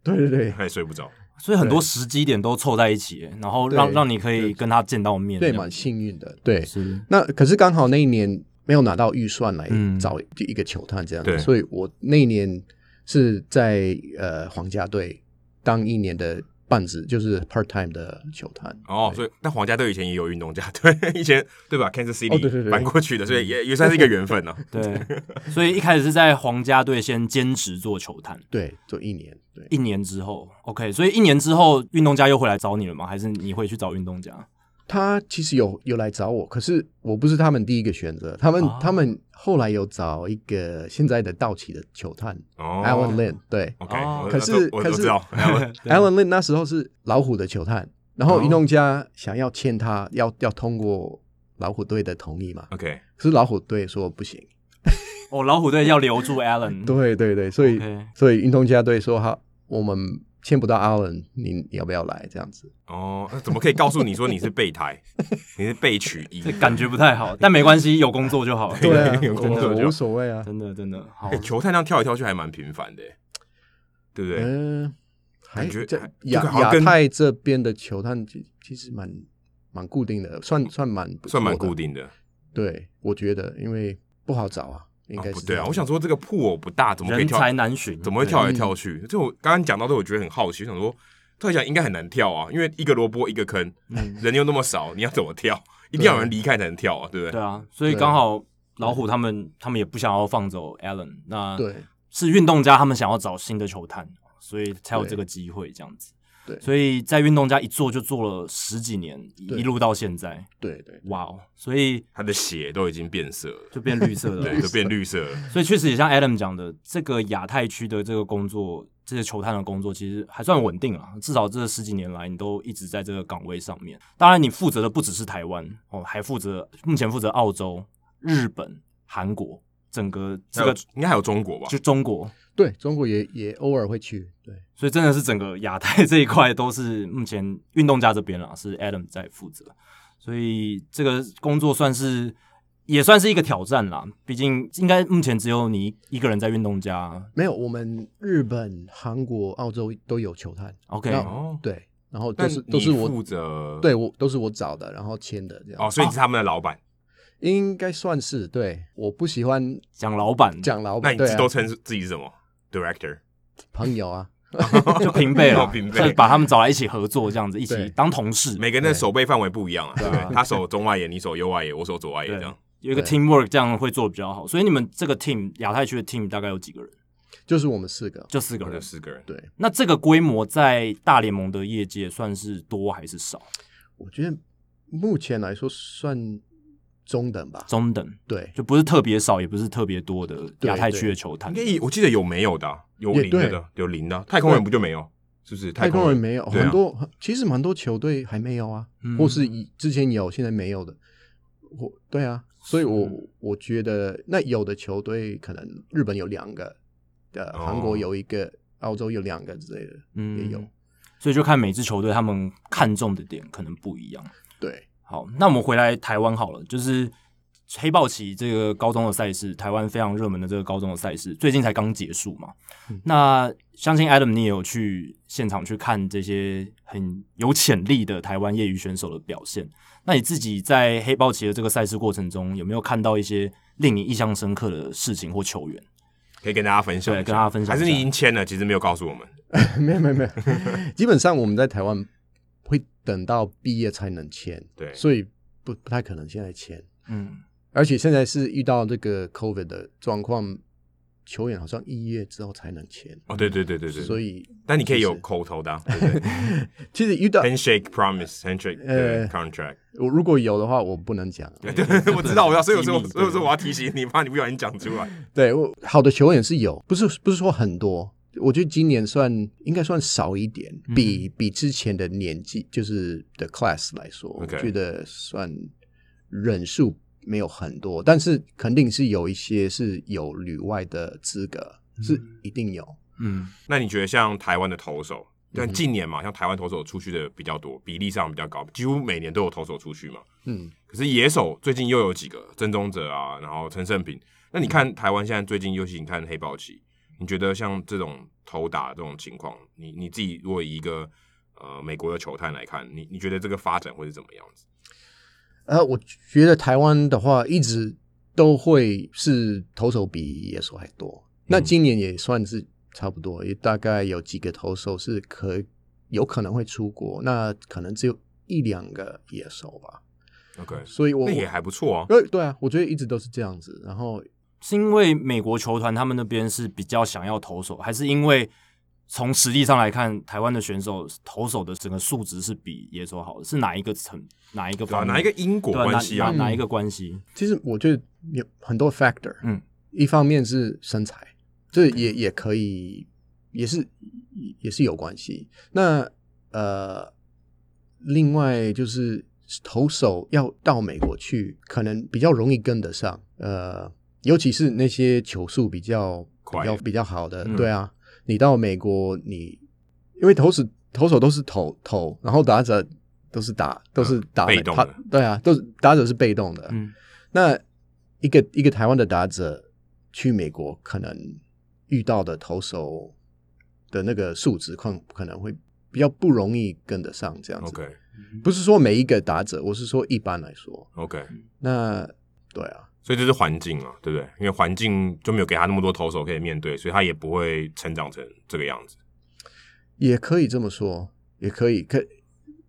C: 对对对
A: 他也睡不着。
B: 所以很多
C: 对
B: 时机点都凑在一起，然后让
C: 对
B: 让你可以跟他见到面，
C: 对，
B: 这样
C: 蛮幸运的。对，
B: 是
C: 那可是刚好那一年没有拿到预算来
B: 嗯
C: 找一个球探这样子，
A: 对
C: 所以我那一年是在呃皇家队当一年的半职，就是 part time 的球探。
A: 哦，所以但皇家队以前也有运动家， 对，以前对吧？Kansas
C: 哦对对
A: City
C: 对
A: 搬过去的，所以也也算是一个缘分 呢、
B: 对，所以一开始是在皇家队先兼职做球探，
C: 对，做一年，对，
B: 一年之后，OK，所以一年之后，运动家又回来找你了吗？还是你会去找运动家？
C: 他其实有有来找我，可是我不是他们第一个选择，他们、
A: 哦
B: 啊
C: 他们后来有找一个现在的道奇的球探、
A: 哦
C: Alan Lin，对
A: OK，
B: 哦
A: 我
C: 可是
A: 我我
C: 可
A: 我
C: 是
A: 知道，
C: ，Alan Lin 那时候是老虎的球探，然
A: 哦
C: 后运动家想要签他，要要通过老虎队的同意嘛，
A: OK，
C: 可是老虎队说不行，
B: 哦，老虎队要留住 Allen，
C: 对对对，所以
B: OK
C: 所以运动家队说好，我们签不到 Alan，你你要不要来这样子？
A: 哦，那怎么可以告诉你说你是备胎， 你是备取一？，
B: 这感觉不太好，但没关系，有工作就好。
C: 对啊
A: 有工作
C: 我
A: 就
C: 我无所谓啊，
B: 真的真的好
A: 哎、，球探这样跳来跳去还蛮频繁的，欸对不对？
C: 嗯，还
A: 感觉
C: 这
A: 还
C: 亚
A: 这个好像
C: 亚
A: 跟
C: 太这边的球探其其实蛮蛮固定的，算算蛮
A: 嗯
C: 不
A: 算蛮
C: 错的
A: 固。定的。
C: 对，我觉得因为不好找啊，应
A: 啊
C: 该
A: 不
C: 是这
A: 对
C: 样、
A: 啊，我想说这个铺偶不大，怎么可以
B: 人
A: 跳？
B: 才难寻，
A: 怎么会跳来跳去？就我刚刚讲到的，我觉得很好奇，想说，突然想应该很难跳啊，因为一个萝卜一个坑，
C: 嗯
A: 人又那么少，你要怎么跳？一定要有人离开才能跳啊，对不
B: 对？
A: 对？
B: 对啊，所以刚好老虎他们他们也不想要放走 Allen，那
A: 啊
C: 对
B: 是运动家他们想要找新的球探，所以才有
C: 对
B: 这个机会这样子。
C: 对
B: 所以在运动家一做就做了十几年，
C: 对
B: 一路到现在，
C: 对对，
B: 哇哦！所以
A: 他的血都已经变色了，
B: 就变绿色 了。
A: 对，都变绿色了。
B: 所以确实也像 Adam 讲的，这个亚太区的这个工作，这些球探的工作其实还算稳定了，至少这十几年来你都一直在这个岗位上面。当然，你负责的不只是台湾哦，还负责目前负责澳洲、日本、韩国，整个这
A: 还有
B: 个
A: 应该还有中国吧？
B: 就中国。
C: 对中国也也偶尔会去，对
B: 所以真的是整个亚太这一块都是目前运动家这边啦，是 Adam 在负责，所以这个工作算是也算是一个挑战啦。毕竟应该目前只有你一个人在运动家
C: 没有，我们日本、韩国、澳洲都有球探，
B: ，OK，
C: 那
A: 哦，
C: 对，然后都
A: 但
C: 是都是
A: 你负
C: 我
A: 责
C: 对我都是我找的，然后签的这样。
A: 嗯哦，所以你是他们的老板，
C: 应该算是对，我不喜欢
B: 讲老板
C: 讲老
A: 那
C: 板，
A: 你
C: 对、
A: 自
C: 啊
A: 都，称自己是什么？Director
C: 朋友 啊，
B: 就平辈
A: 哦
B: 了，
A: 平辈
B: 所以把他们找来一起合作，这样子一起
C: 对
B: 当同事，
A: 每个人的手背范围不一样啊，对不对
B: 对啊？
A: 他手中外野，你手右外野，我手左外野，
B: 对
A: 这样
B: 有一个
C: 对
B: teamwork，这样会做的比较好。所以你们这个 team 亚太区的 team 大概有几个人？
C: 就是我们四个，
B: 就四个
A: 有
B: 人。
A: 四个人。
C: 对。
B: 那这个规模在大联盟的业界算是多还是少？
C: 我觉得目前来说算中等吧。
B: 中等，
C: 对，
B: 就不是特别少，也不是特别多的
C: 对
B: 亚太区的球探
A: 应该。也我记得有没有的啊，有
C: 也
A: 零的
C: 对
A: 的，有零的啊，太空人不就没有？是不是？
C: 太空人没有
A: 对啊
C: 很多，其实蛮多球队还没有啊，
B: 嗯
C: 或是以之前有，现在没有的。我对啊，所以我我觉得那有的球队可能日本有两个，呃，
A: 哦
C: 韩国有一个，澳洲有两个之类的，
B: 嗯
C: 也有。
B: 所以就看每支球队他们看重的点可能不一样。
C: 对，
B: 好，那我们回来台湾好了，就是黑豹旗这个高中的赛事，台湾非常热门的这个高中的赛事，最近才刚结束嘛。那相信 Adam 你也有去现场去看这些很有潜力的台湾业余选手的表现。那你自己在黑豹旗的这个赛事过程中，有没有看到一些令你印象深刻的事情或球员？
A: 可以跟大家分享一下，
B: 对跟大家分享
A: 还
B: 一下
A: 是你已经签了，其实没有告诉我们。
C: 没有没 有没有，基本上我们在台湾会等到毕业才能签，
A: 对
C: 所以不不太可能现在签。
B: 嗯，
C: 而且现在是遇到这个 COVID 的状况，球员好像一月之后才能签，
A: 哦，对对对对对，
C: 所以
A: 但你可以有
C: 就是
A: 口头 的啊，对不对
C: 其实遇到
A: ？Handshake promise, handshake
C: 呃
A: uh, contract。
C: 我如果有的话，我不能讲。啊
A: 对， 我知道，我知道，所以我说，
B: 机密
A: 所以我说我要提醒你，怕你不小心讲出来。
C: 对我好的球员是有，不是不是说很多，我觉得今年算应该算少一点，比比之前的年纪就是的 class 来说
A: OK
C: 我觉得算人数没有很多，但是肯定是有一些是有旅外的资格，是一定有。
B: 嗯，
A: 那你觉得像台湾的投手，但近年嘛，像台湾投手出去的比较多，比例上比较高，几乎每年都有投手出去嘛。
C: 嗯，
A: 可是野手最近又有几个郑宗哲啊，然后陈胜平。那你看台湾现在最近，尤其你看黑豹旗，你觉得像这种投打这种情况，你你自己如果以一个呃美国的球探来看，你你觉得这个发展会是怎么样子？
C: 呃，我觉得台湾的话，一直都会是投手比野手还
A: 嗯
C: 多。那今年也算是差不多，也大概有几个投手是可有可能会出国，那可能只有一两个野手吧。
A: OK，
C: 所以我
A: 那也还不错啊。
C: 呃对啊，我觉得一直都是这样子。然后
D: 是因为美国球团他们那边是比较想要投手，还是因为从实力上来看，台湾的选手投手的整个数值是比野手好的？是哪一个层？哪一个
A: 对啊，
D: 方面？
A: 哪一个因果
D: 对啊
A: 关系啊
D: 哪？哪哪一个关系？
C: 其实我觉得有很多 factor，
D: 嗯，
C: 一方面是身材，这
A: 嗯
C: 也也可以，也是也是有关系。那呃，另外就是投手要到美国去，可能比较容易跟得上，呃，尤其是那些球速比较比
A: 快
C: 较比较好的，
D: 嗯
C: 对啊，你到美国你因为投手投手都是投投，然后打者都是打都是打
A: 啊被
C: 垒
A: 动
C: 他
A: 的
C: 对啊，都是打者是被动的，
D: 嗯，
C: 那一个一个台湾的打者去美国，可能遇到的投手的那个数值可能可能会比较不容易跟得上这样子。
A: OK
C: 不是说每一个打者，我是说一般来说，
A: OK，
C: 那对啊，
A: 所以这是环境啊，对不对？因为环境就没有给他那么多投手可以面对，所以他也不会成长成这个样子。
C: 也可以这么说，也可以。可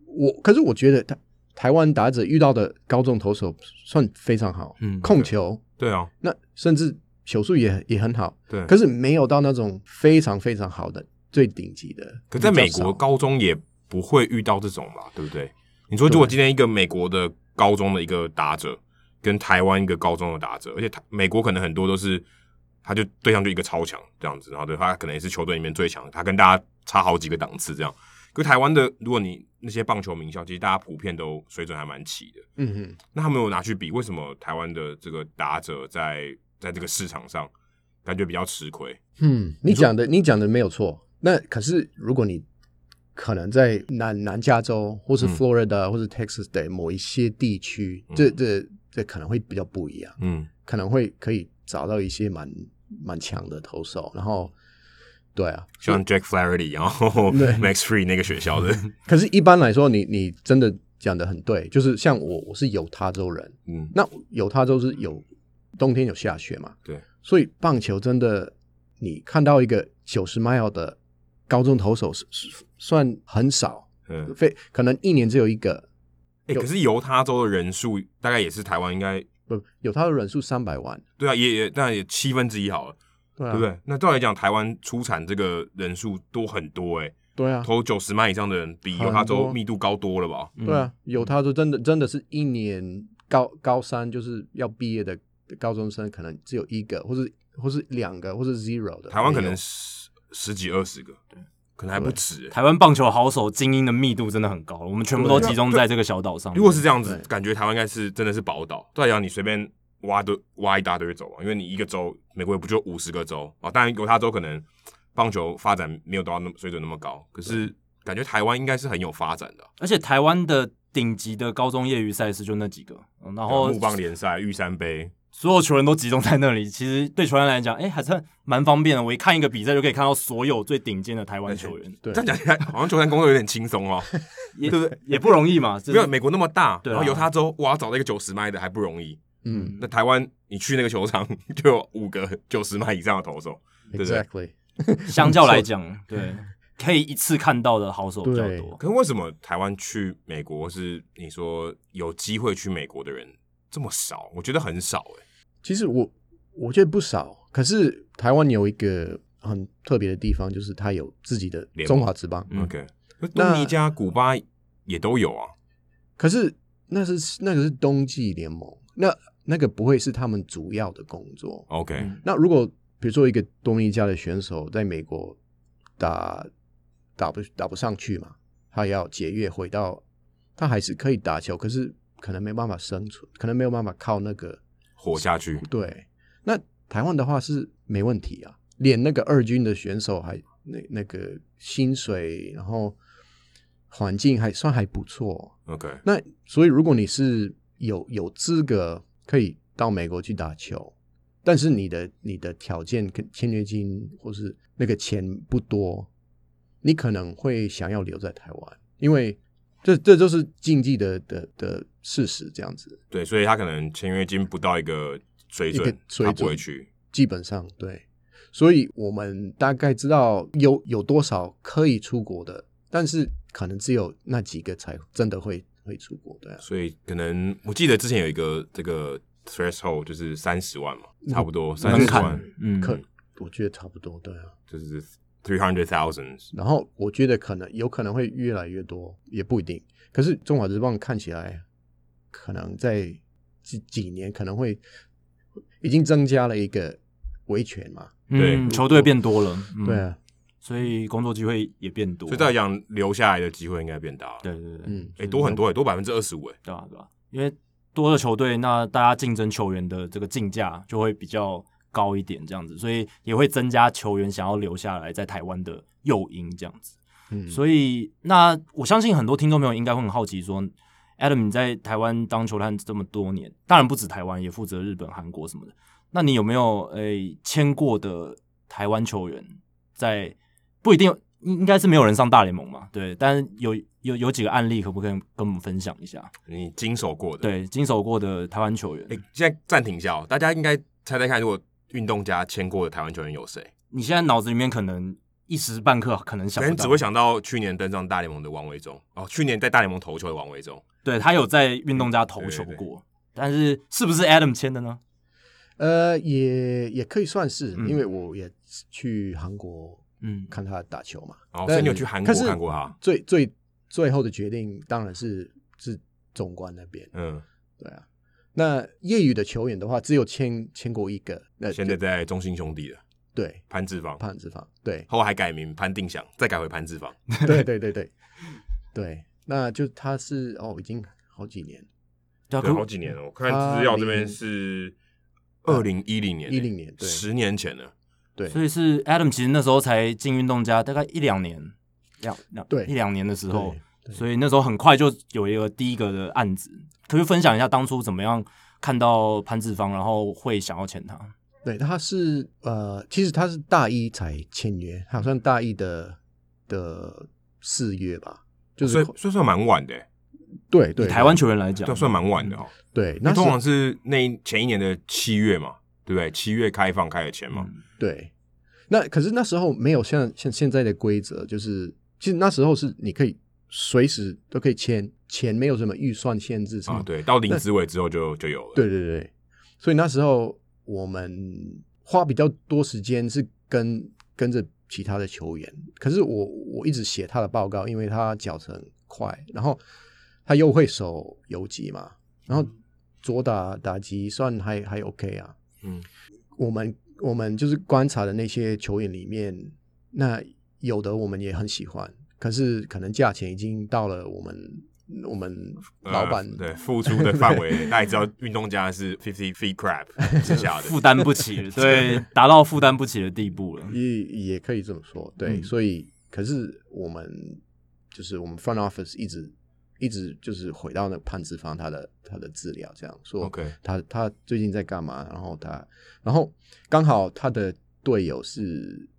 C: 我可是我觉得台台湾打者遇到的高中投手算非常好，
D: 嗯
C: 控球
A: 对啊，
C: 那甚至球速也也很好，
A: 对。
C: 可是没有到那种非常非常好的最顶级的。
A: 可在
C: 比较
A: 美国
C: 少
A: 高中也不会遇到这种吧，对不对？你说如果今天一个美国的高中的一个打者跟台湾一个高中的打者，而且他美国可能很多都是他就对象就一个超强这样子，然后对他可能也是球队里面最强，他跟大家差好几个档次这样。可台湾的，如果你那些棒球名校，其实大家普遍都水准还蛮齐的。
C: 嗯哼。
A: 那他们有拿去比，为什么台湾的这个打者在在这个市场上感觉比较吃亏？
C: 嗯，你讲的你讲的没有错。那可是如果你可能在南南加州，或是
A: 嗯
C: Florida、或是 Texas 的某一些地区，
A: 嗯
C: 这这这可能会比较不一样，
A: 嗯，
C: 可能会可以找到一些蛮蛮强的投手。然后，对啊，
A: 像 Jack Flaherty，然后 Max Free 那个学校 的，
C: 可是一般来说，你你真的讲的很对，就是像我我是犹他州人，
A: 嗯，
C: 那犹他州是有冬天有下雪嘛？
A: 对，
C: 所以棒球真的，你看到一个九十 mile 的高中投手是是算很少，
A: 嗯，
C: 非可能一年只有一个。
A: 哎、可是犹他州的人数大概也是台湾应该
C: 不，有他的人数三百万，
A: 对啊，也也但也七分之一好了，
C: 对啊，
A: 对不？对？那照来讲，台湾出产这个人数多很多哎、
C: 对啊，
A: 投九十迈以上的人比
C: 很
A: 犹他州
C: 多
A: 密度高多了吧？
D: 嗯
C: 对啊，有他州真的真的是一年高高三就是要毕业的高中生，可能只有一个，或是或是两个，或是 zero 的。
A: 台湾可能
C: 没有
A: 十十几二十个，可能还不止、欸。
D: 台湾棒球好手精英的密度真的很高，我们全部都集中在这个小岛上面。
A: 啊如果是这样子
C: 对，
A: 感觉台湾应该是真的是宝岛。照来讲，你随便挖都挖一大堆走啊，因为你一个州，美国也不就五十个州啊。当然犹他州可能棒球发展没有到那么水准那么高，可是感觉台湾应该是很有发展的啊。
D: 而且台湾的顶级的高中业余赛事就那几个，嗯然后
A: 啊木棒联赛、玉山杯，
D: 所有球员都集中在那里，其实对球员来讲，哎、还算蛮方便的。我一看一个比赛就可以看到所有最顶尖的台湾球员，
C: 对
A: 这样讲起来好像球员工作有点轻松哦。
D: 也也不容易 嘛。就是、
A: 没有美国那么大，
D: 对啊
A: 然后犹他州哇找到一个九十迈的还不容易。
C: 嗯
A: 那台湾你去那个球场 就有五个九十迈以上的投手，对不对？
C: ，exactly，
A: 嗯
D: 相较来讲，对，可以一次看到的好手比较
C: 对
D: 多。
A: 可是为什么台湾去美国是你说有机会去美国的人这么少？我觉得很少哎、
C: 其实我我觉得不少，可是台湾有一个很特别的地方，就是它有自己的
A: 联盟
C: 中华职棒。
D: 嗯
A: OK，那东尼加、古巴也都有啊。
C: 可是那是那个是冬季联盟，那那个不会是他们主要的工作。
A: OK，、
D: 嗯
C: 那如果比如说一个东尼加的选手在美国打打不打不上去嘛，他要解约回到，他还是可以打球，可是可能没办法生存，可能没有办法靠那个
A: 活下去。
C: 对，那台湾的话是没问题啊，连那个二军的选手还那那个薪水，然后环境还算还不错。
A: OK，
C: 那所以如果你是有有资格可以到美国去打球，但是你的你的条件跟签约金或是那个钱不多，你可能会想要留在台湾，因为这这就是竞技的的的事实，这样子。
A: 对，所以他可能签约金不到一个水
C: 一
A: 准
C: 个，水
A: 他不会
C: 准
A: 去。
C: 基本上对，所以我们大概知道有有多少可以出国的但是可能只有那几个才真的会会出国，对啊，
A: 所以可能我记得之前有一个这个 threshold 就是三十万嘛，差不多三
B: 门
A: 十
B: 槛
A: 万，
B: 嗯，
C: 可我觉得差不多，对啊。
A: 就是 three hundred thousand。
C: 然后我觉得可能有可能会越来越多，也不一定。可是中华之棒看起来，可能在几几年可能会已经增加了一个维权嘛，
A: 对
B: 嗯，球队变多了，嗯
C: 对，啊，
B: 所以工作机会也变多，
A: 所以大家讲留下来的机会应该变大了。
B: 对对对，
C: 嗯
A: 哎、多很多、欸，多百分之二十五，哎，
B: 对吧、对吧、因为多了球队，那大家竞争球员的这个竞价就会比较高一点，这样子，所以也会增加球员想要留下来在台湾的诱因，这样子。
C: 嗯，
B: 所以，那我相信很多听众朋友应该会很好奇说，Adam 你在台湾当球探这么多年，当然不止台湾，也负责日本、韩国什么的。那你有没有诶签、过的台湾球员在？不一定，应应该是没有人上大联盟嘛？对，但是有有有几个案例，可不可以跟我们分享一下？
A: 你经手过的。
B: 对，经手过的台湾球员，
A: 哎、现在暂停一下哦，大家应该猜猜看，如果运动家签过的台湾球员有谁？
B: 你现在脑子里面可能一时半刻可能
A: 可
B: 想不
A: 能
B: 到，
A: 只会想到去年登上大联盟的王维忠，哦，去年在大联盟投球的王维忠，
B: 对他有在运动家投球过，
A: 对对
B: 但是是不是 Adam 签的呢？
C: 呃，也也可以算是，
B: 嗯
C: 因为我也去韩国
B: 嗯，
C: 看他打球嘛。
A: 然后
C: 但
A: 所以你有去韩国
C: 可是
A: 看过他？
C: 最最最后的决定当然是是总管那边，
A: 嗯，
C: 对啊。那业余的球员的话，只有签签过一个，那
A: 现在在中兴兄弟的
C: 对
A: 潘志芳，
C: 胖子方， 对
A: 后来还改名潘定祥，再改回潘志芳。
C: 对对对对对，那就他是哦，已经好几年，
B: 对啊，
A: 对，
B: 可
A: 好几年了。我看资料这边是二零一零年欸，
C: 10年对
A: 十年前了。
C: 对
B: 所以是 Adam 其实那时候才进运动家，大概一两年，两两
C: 对
B: 一两年的时候
C: 对，对
B: 所以那时候很快就有一个第一个的案子，可不可以分享一下当初怎么样看到潘志芳，然后会想要签他？
C: 对，他是呃，其实他是大一才签约，好像大一的的四月吧，就
A: 所
C: 是
A: 以所以算蛮晚的欸，
C: 对
B: 以
C: 对
B: 台湾球员来
A: 对，
B: 讲，
A: 算蛮晚的哦。
C: 对，
A: 那
C: 嗯那
A: 通
C: 是
A: 常是那一前一年的七月嘛，对不对？七月开放开的前嘛，
B: 嗯
C: 对，那可是那时候没有像像现在的规则，就是其实那时候是你可以随时都可以签，钱没有什么预算限制什么。
A: 啊，对，到林志伟之后就就有了。
C: 嗯对对对，所以那时候我们花比较多时间是跟跟着其他的球员，可是我我一直写他的报告，因为他脚程快，然后他又会守游击嘛，然后左打打击算还还 OK 啊，
A: 嗯，
C: 我们我们就是观察的那些球员里面，那有的我们也很喜欢，可是可能价钱已经到了我们我们
A: 呃
C: 老板、
A: 对付出的范围， 大家也知道，运动家是 fifty feet crab 之下的
B: 负担不 起，对，达到负担不起的地步了。
C: 也也可以这么说，对，
B: 嗯
C: 所以可是我们就是我们 front office 一直一直就是回到那个潘志芳他的他的资料，这样说
A: OK
C: 他他最近在干嘛？然后他然后刚好他的队友是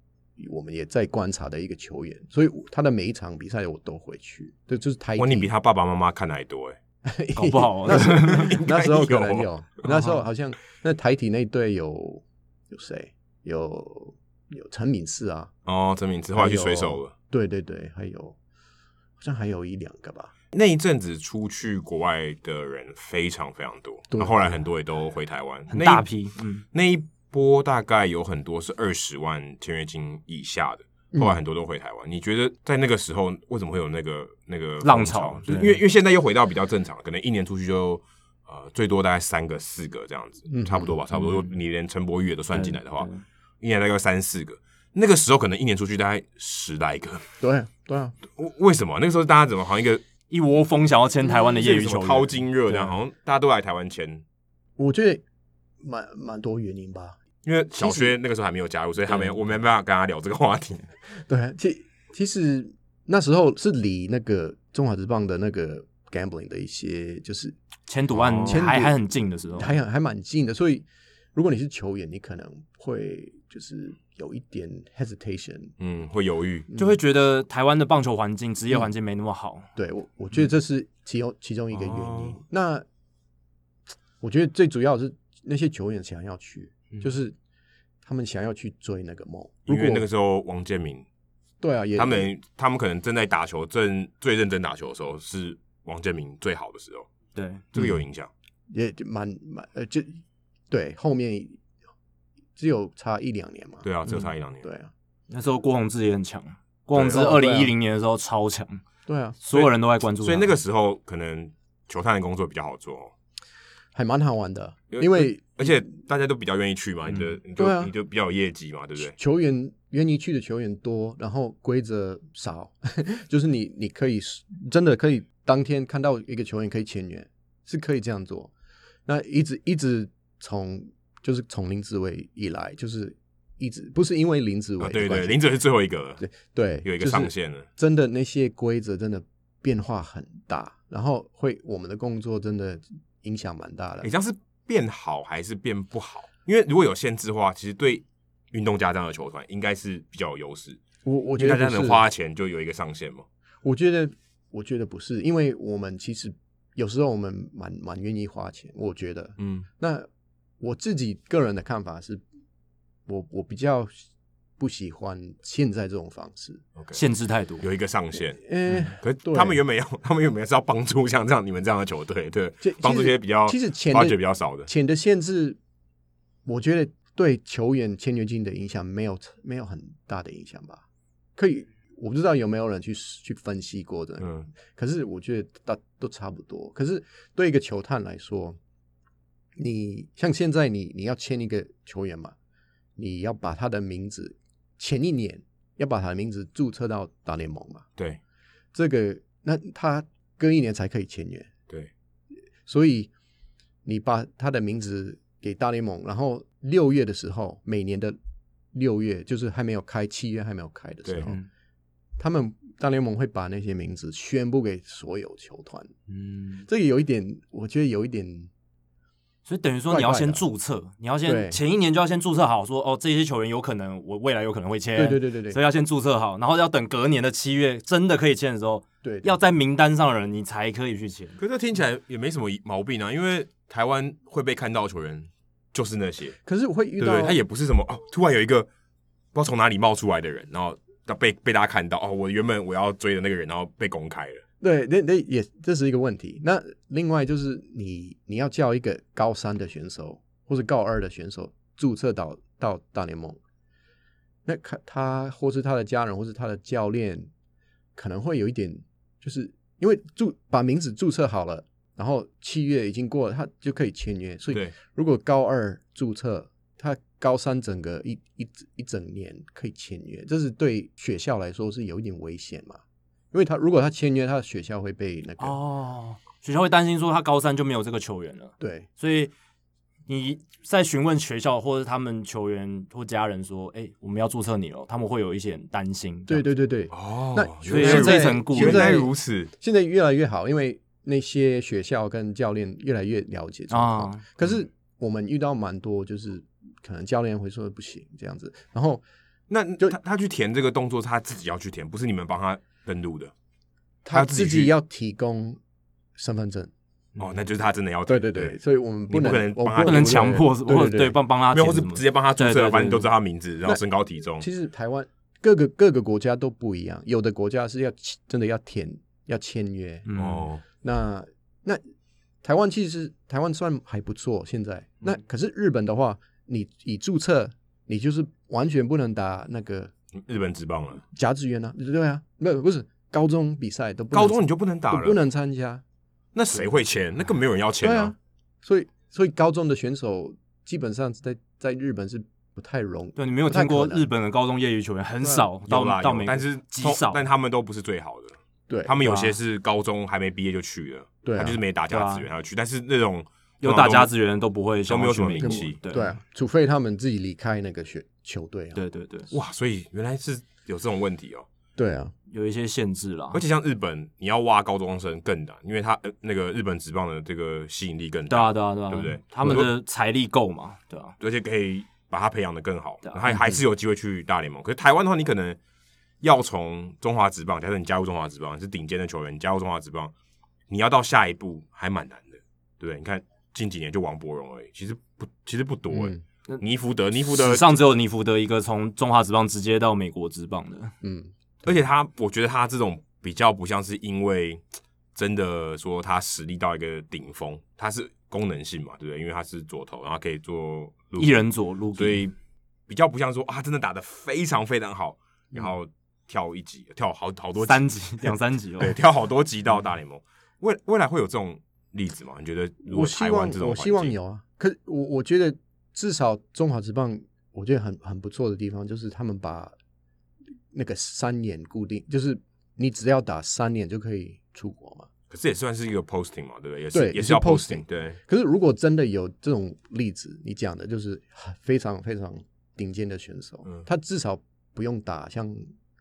C: 我们也在观察的一个球员，所以我他的每一场比赛我都会去，对，就是他
A: 哇，你比他爸爸妈妈看的还多哎。
B: 搞不好
C: 那时候
A: 应该
C: 那时候可能
A: 有啊
C: 有，那时候好像那台体那队有有谁有有陈敏世啊。
A: 哦，陈敏之
C: 哎
A: 后来去水手了。
C: 对对对，还有好像还有一两个吧。
A: 那一阵子出去国外的人非常非常多，
C: 对
A: 那后来很多也都回台湾，
B: 很
A: 那一
B: 大批，嗯，
A: 那一波大概有很多是二十万签约金以下的，
C: 嗯
A: 后来很多都回台湾。你觉得在那个时候为什么会有那个那个
B: 浪
A: 潮
B: 潮？
A: 就是
B: 对
A: 因为因为现在又回到比较正常，可能一年出去就呃最多大概三个四个这样子，
C: 嗯
A: 差不多吧，差不多。如果你连陈柏宇也都算进来的话
B: 对，对
A: 一年大概三四个。那个时候可能一年出去大概十来个，
C: 对啊对啊，
A: 为为什么？那个时候大家怎么好像一个
B: 一窝蜂想要签台湾的业余球员，
A: 淘金热这样，
B: 对
A: 好像大家都来台湾签，
C: 我觉得蛮蛮多原因吧。
A: 因为小薛那个时候还没有加入，所以他没有我没办法跟他聊这个话题。
C: 对啊，其其实那时候是离那个中华职棒的那个 gambling 的一些就是
B: 签赌案
A: 哦
C: 签赌
B: 还还很近的时候，
C: 还很还蛮近的，所以如果你是球员，你可能会就是有一点 hesitation。
A: 嗯，会犹豫。
B: 就会觉得台湾的棒球环境、职业环境没那么好。
C: 对我，我觉得这是其中其中一个原因。
A: 嗯哦
C: 那我觉得最主要是那些球员想要去，就是他们想要去追那个梦。
A: 嗯因
C: 如果
A: 为那个时候王建民
C: 对啊，也
A: 他们他们可能正在打球，正最认真打球的时候是王建民最好的时候，
D: 对，
A: 这个
C: 嗯
A: 有影响。
C: 也蛮蛮呃，就对后面只有差一两年嘛，
A: 对啊，只有差一两年。
C: 对啊，
D: 那时候郭宏志也很强，郭宏志
C: 对
D: 二
C: 哦对
D: 零
C: 啊
D: 一零年的时候超强，
C: 对啊，
D: 所有人都在关注他，
A: 所以那个时候可能球探的工作比较好做、哦，
C: 还蛮好玩的，
A: 因为
C: 因为
A: 而且大家都比较愿意去嘛，你的
D: 嗯
A: 你就、
C: 嗯对啊
A: 你就比较有业绩嘛，对不对？
C: 球员愿意去的球员多，然后规则少， 就是你你可以真的可以当天看到一个球员可以签约，是可以这样做。那一直一直从就是从林志伟以来，就是一直不是因为林志伟
A: 啊，
C: 的
A: 对
C: 关
A: 对，
C: 系、
A: 林哲是最后一个了，
C: 对
A: 有一个
C: 就是
A: 上限了。
C: 真的那些规则真的变化很大，然后会我们的工作真的影响蛮大的
A: 你。像是变好还是变不好？因为如果有限制的话，其实对运动家这样的球团应该是比较有优势，
C: 我我
A: 我
C: 觉得
A: 大家
C: 不是
A: 能花钱就有一个上限嘛。
C: 我觉得，我觉得不是，因为我们其实有时候我们蛮蛮愿意花钱。我觉得，
A: 嗯，
C: 那我自己个人的看法是，我我比较不喜欢现在这种方式。
D: 限制太多，
A: 有一个上限。
C: 诶、
A: 可是
C: 对
A: 他们原本要， 他们原本是要帮助像这样你们这样的球队，对
C: 这，
A: 帮助
C: 其
A: 一
C: 实
A: 些比较
C: 其实钱
A: 发
C: 的
A: 掘比较少的。
C: 钱的限制，我觉得对球员签约金的影响没有没有很大的影响吧。可以，我不知道有没有人去去分析过的，
A: 嗯，
C: 可是我觉得大都差不多。可是对一个球探来说，你像现在你你要签一个球员嘛，你要把他的名字前一年要把他的名字注册到大联盟嘛，
A: 对
C: 这个那他隔一年才可以签约，
A: 对，
C: 所以你把他的名字给大联盟，然后六月的时候，每年的六月就是还没有开，七月还没有开的时
A: 对
C: 候
D: 嗯，
C: 他们大联盟会把那些名字宣布给所有球团。
D: 嗯，
C: 这个有一点，我觉得有一点，
D: 所以等于说你要
C: 怪怪
D: 先
C: 的啊
D: 注册，你要
C: 对
D: 先前一年就要先注册好，说哦这些球员有可能我未来有可能会签，
A: 哎
C: 对对对对
D: 所
C: 对，
D: 以要先注册好，然后要等隔年的七月真的可以签的时候，
C: 对
D: 要在名单上的人你才可以去签。
A: 可是这听起来也没什么毛病啊，因为台湾会被看到的球员就是那些，
C: 可是我会遇
A: 对不
C: 到，
A: 对？他也不是什么哦，突然有一个不知道从哪里冒出来的人，然后被被大家看到哦，我原本我要追的那个人，然后被公开了。
C: 对，那那也这是一个问题。那另外就是你你要叫一个高三的选手或者高二的选手注册到到大联盟，那他他或是他的家人或是他的教练可能会有一点，就是因为注把名字注册好了，然后七月已经过了，他就可以签约。所以
A: 对，
C: 如果高二注册，他高三整个一一一整年可以签约，这是对学校来说是有一点危险嘛？因为他如果他签约，他的学校会被那个、
D: 哦，学校会担心说他高三就没有这个球员了，
C: 对
D: 所以你在询问学校或者他们球员或家人说，哎、我们要注册你哦，他们会有一些担心。
C: 对对对对。
A: 哦
C: 那
A: 原来
D: 所以
A: 如
D: 这一层顾虑
A: 原
C: 现
A: 来
C: 在
A: 如此，
C: 现在越来越好，因为那些学校跟教练越来越了解状况。
D: 啊
C: 可是我们遇到蛮多，就是可能教练会说不行这样子，然后
A: 那他他去填这个动作，他自己要去填，不是你们帮他登录的他
C: 他
A: 自己
C: 自
A: 去
C: 己要提供身份证。
A: 哦，那就是他真的要
C: 对
A: 填
C: 对对，所以我们不
A: 你不
C: 能
A: 可能
C: 我
A: 帮他
D: 不能强迫是，
C: 对
D: 或
C: 对
D: 者对帮帮他
A: 没有，
D: 填
A: 或是
D: 什么
A: 直接帮他注
D: 对对
A: 册，
D: 对
A: 反正你都
D: 对
A: 知道他名字，然后身高体重。
C: 其实台湾各个各个国家都不一样，有的国家是要真的要填要签约，
D: 嗯
A: 哦，
C: 那那台湾其实台湾算还不错，现
A: 嗯
C: 在那可是日本的话，你已注册，你就是完全不能打那个
A: 日本职棒了，
C: 甲子园啊，对啊，没有不是高中比赛都不能
A: 高中你就不能打
C: 都不
A: 了，
C: 能参加，
A: 那谁会签？那个没有人要签
C: 对啊，所以所以高中的选手基本上在在日本是不太容
D: 对你没有
C: 不太
D: 听过
C: 可能
D: 日本的高中业余球员很
C: 对啊
D: 少到
A: 有啦
D: 到
A: 有
D: 美国，
A: 但是
D: 极
A: 通
D: 少，
A: 但他们都不是最好的。
C: 对
A: 他们有些
D: 哇
A: 是高中还没毕业就去了，
C: 对啊
A: 他就是没打家资
D: 对
A: 源他就去，但是那种
D: 有打家资源都不会想
A: 都没有
D: 要去
A: 什么
D: 美
A: 名
D: 国
A: 气
D: 对
C: 对啊，除非他们自己离开那个学球队啊，
D: 对对对，
A: 哇，所以原来是有这种问题哦。
C: 对啊，
D: 有一些限制啦
B: 啊
A: 而。且像日本，你要挖高中生更难，因为他呃那个日本职棒的这个吸引力更
D: 对啊
A: 大，
D: 对啊对啊，
A: 对不对
D: 他们的财力够嘛？对啊，
A: 而且可以把他培养的更好，
D: 对啊
A: 还还是有机会去大联盟。可是台湾的话，你可能要从中华职棒，假设你加入中华职棒你是顶尖的球员，你加入中华职棒，你要到下一步还蛮难的，对不对？你看近几年就王柏荣而已，其实不其实不多哎、
C: 嗯
A: 尼福德，尼福德
D: 史上只有尼福德一个从中华职棒直接到美国职棒的，
C: 嗯，
A: 而且他，我觉得他这种比较不像是因为真的说他实力到一个顶峰，他是功能性嘛，对不对？因为他是左投，然后可以做路
B: 一人左路，
A: 所
C: 嗯
A: 以比较不像说啊，真的打得非常非常好，
C: 嗯
A: 然后跳一级，跳好好多级
B: 三级两三级哦。
A: 对，跳好多级到大联盟。未未来会有这种例子吗？你觉得如
C: 嗯我
A: 果
C: 希
A: 台湾
C: 望
A: 这种
C: 我
A: 环
C: 希望
A: 境
C: 有啊，可我我觉得至少中华职棒，我觉得很很不错的地方就是他们把那个三年固定，就是你只要打三年就可以出国嘛。
A: 可是也算是一个 posting 嘛，对不对？也
C: 对
A: 是
C: 也
A: 是
C: 是
A: 要
C: posting
A: 对，
C: 可是如果真的有这种例子，你讲的就是非常非常顶尖的选手，
A: 嗯
C: 他至少不用打像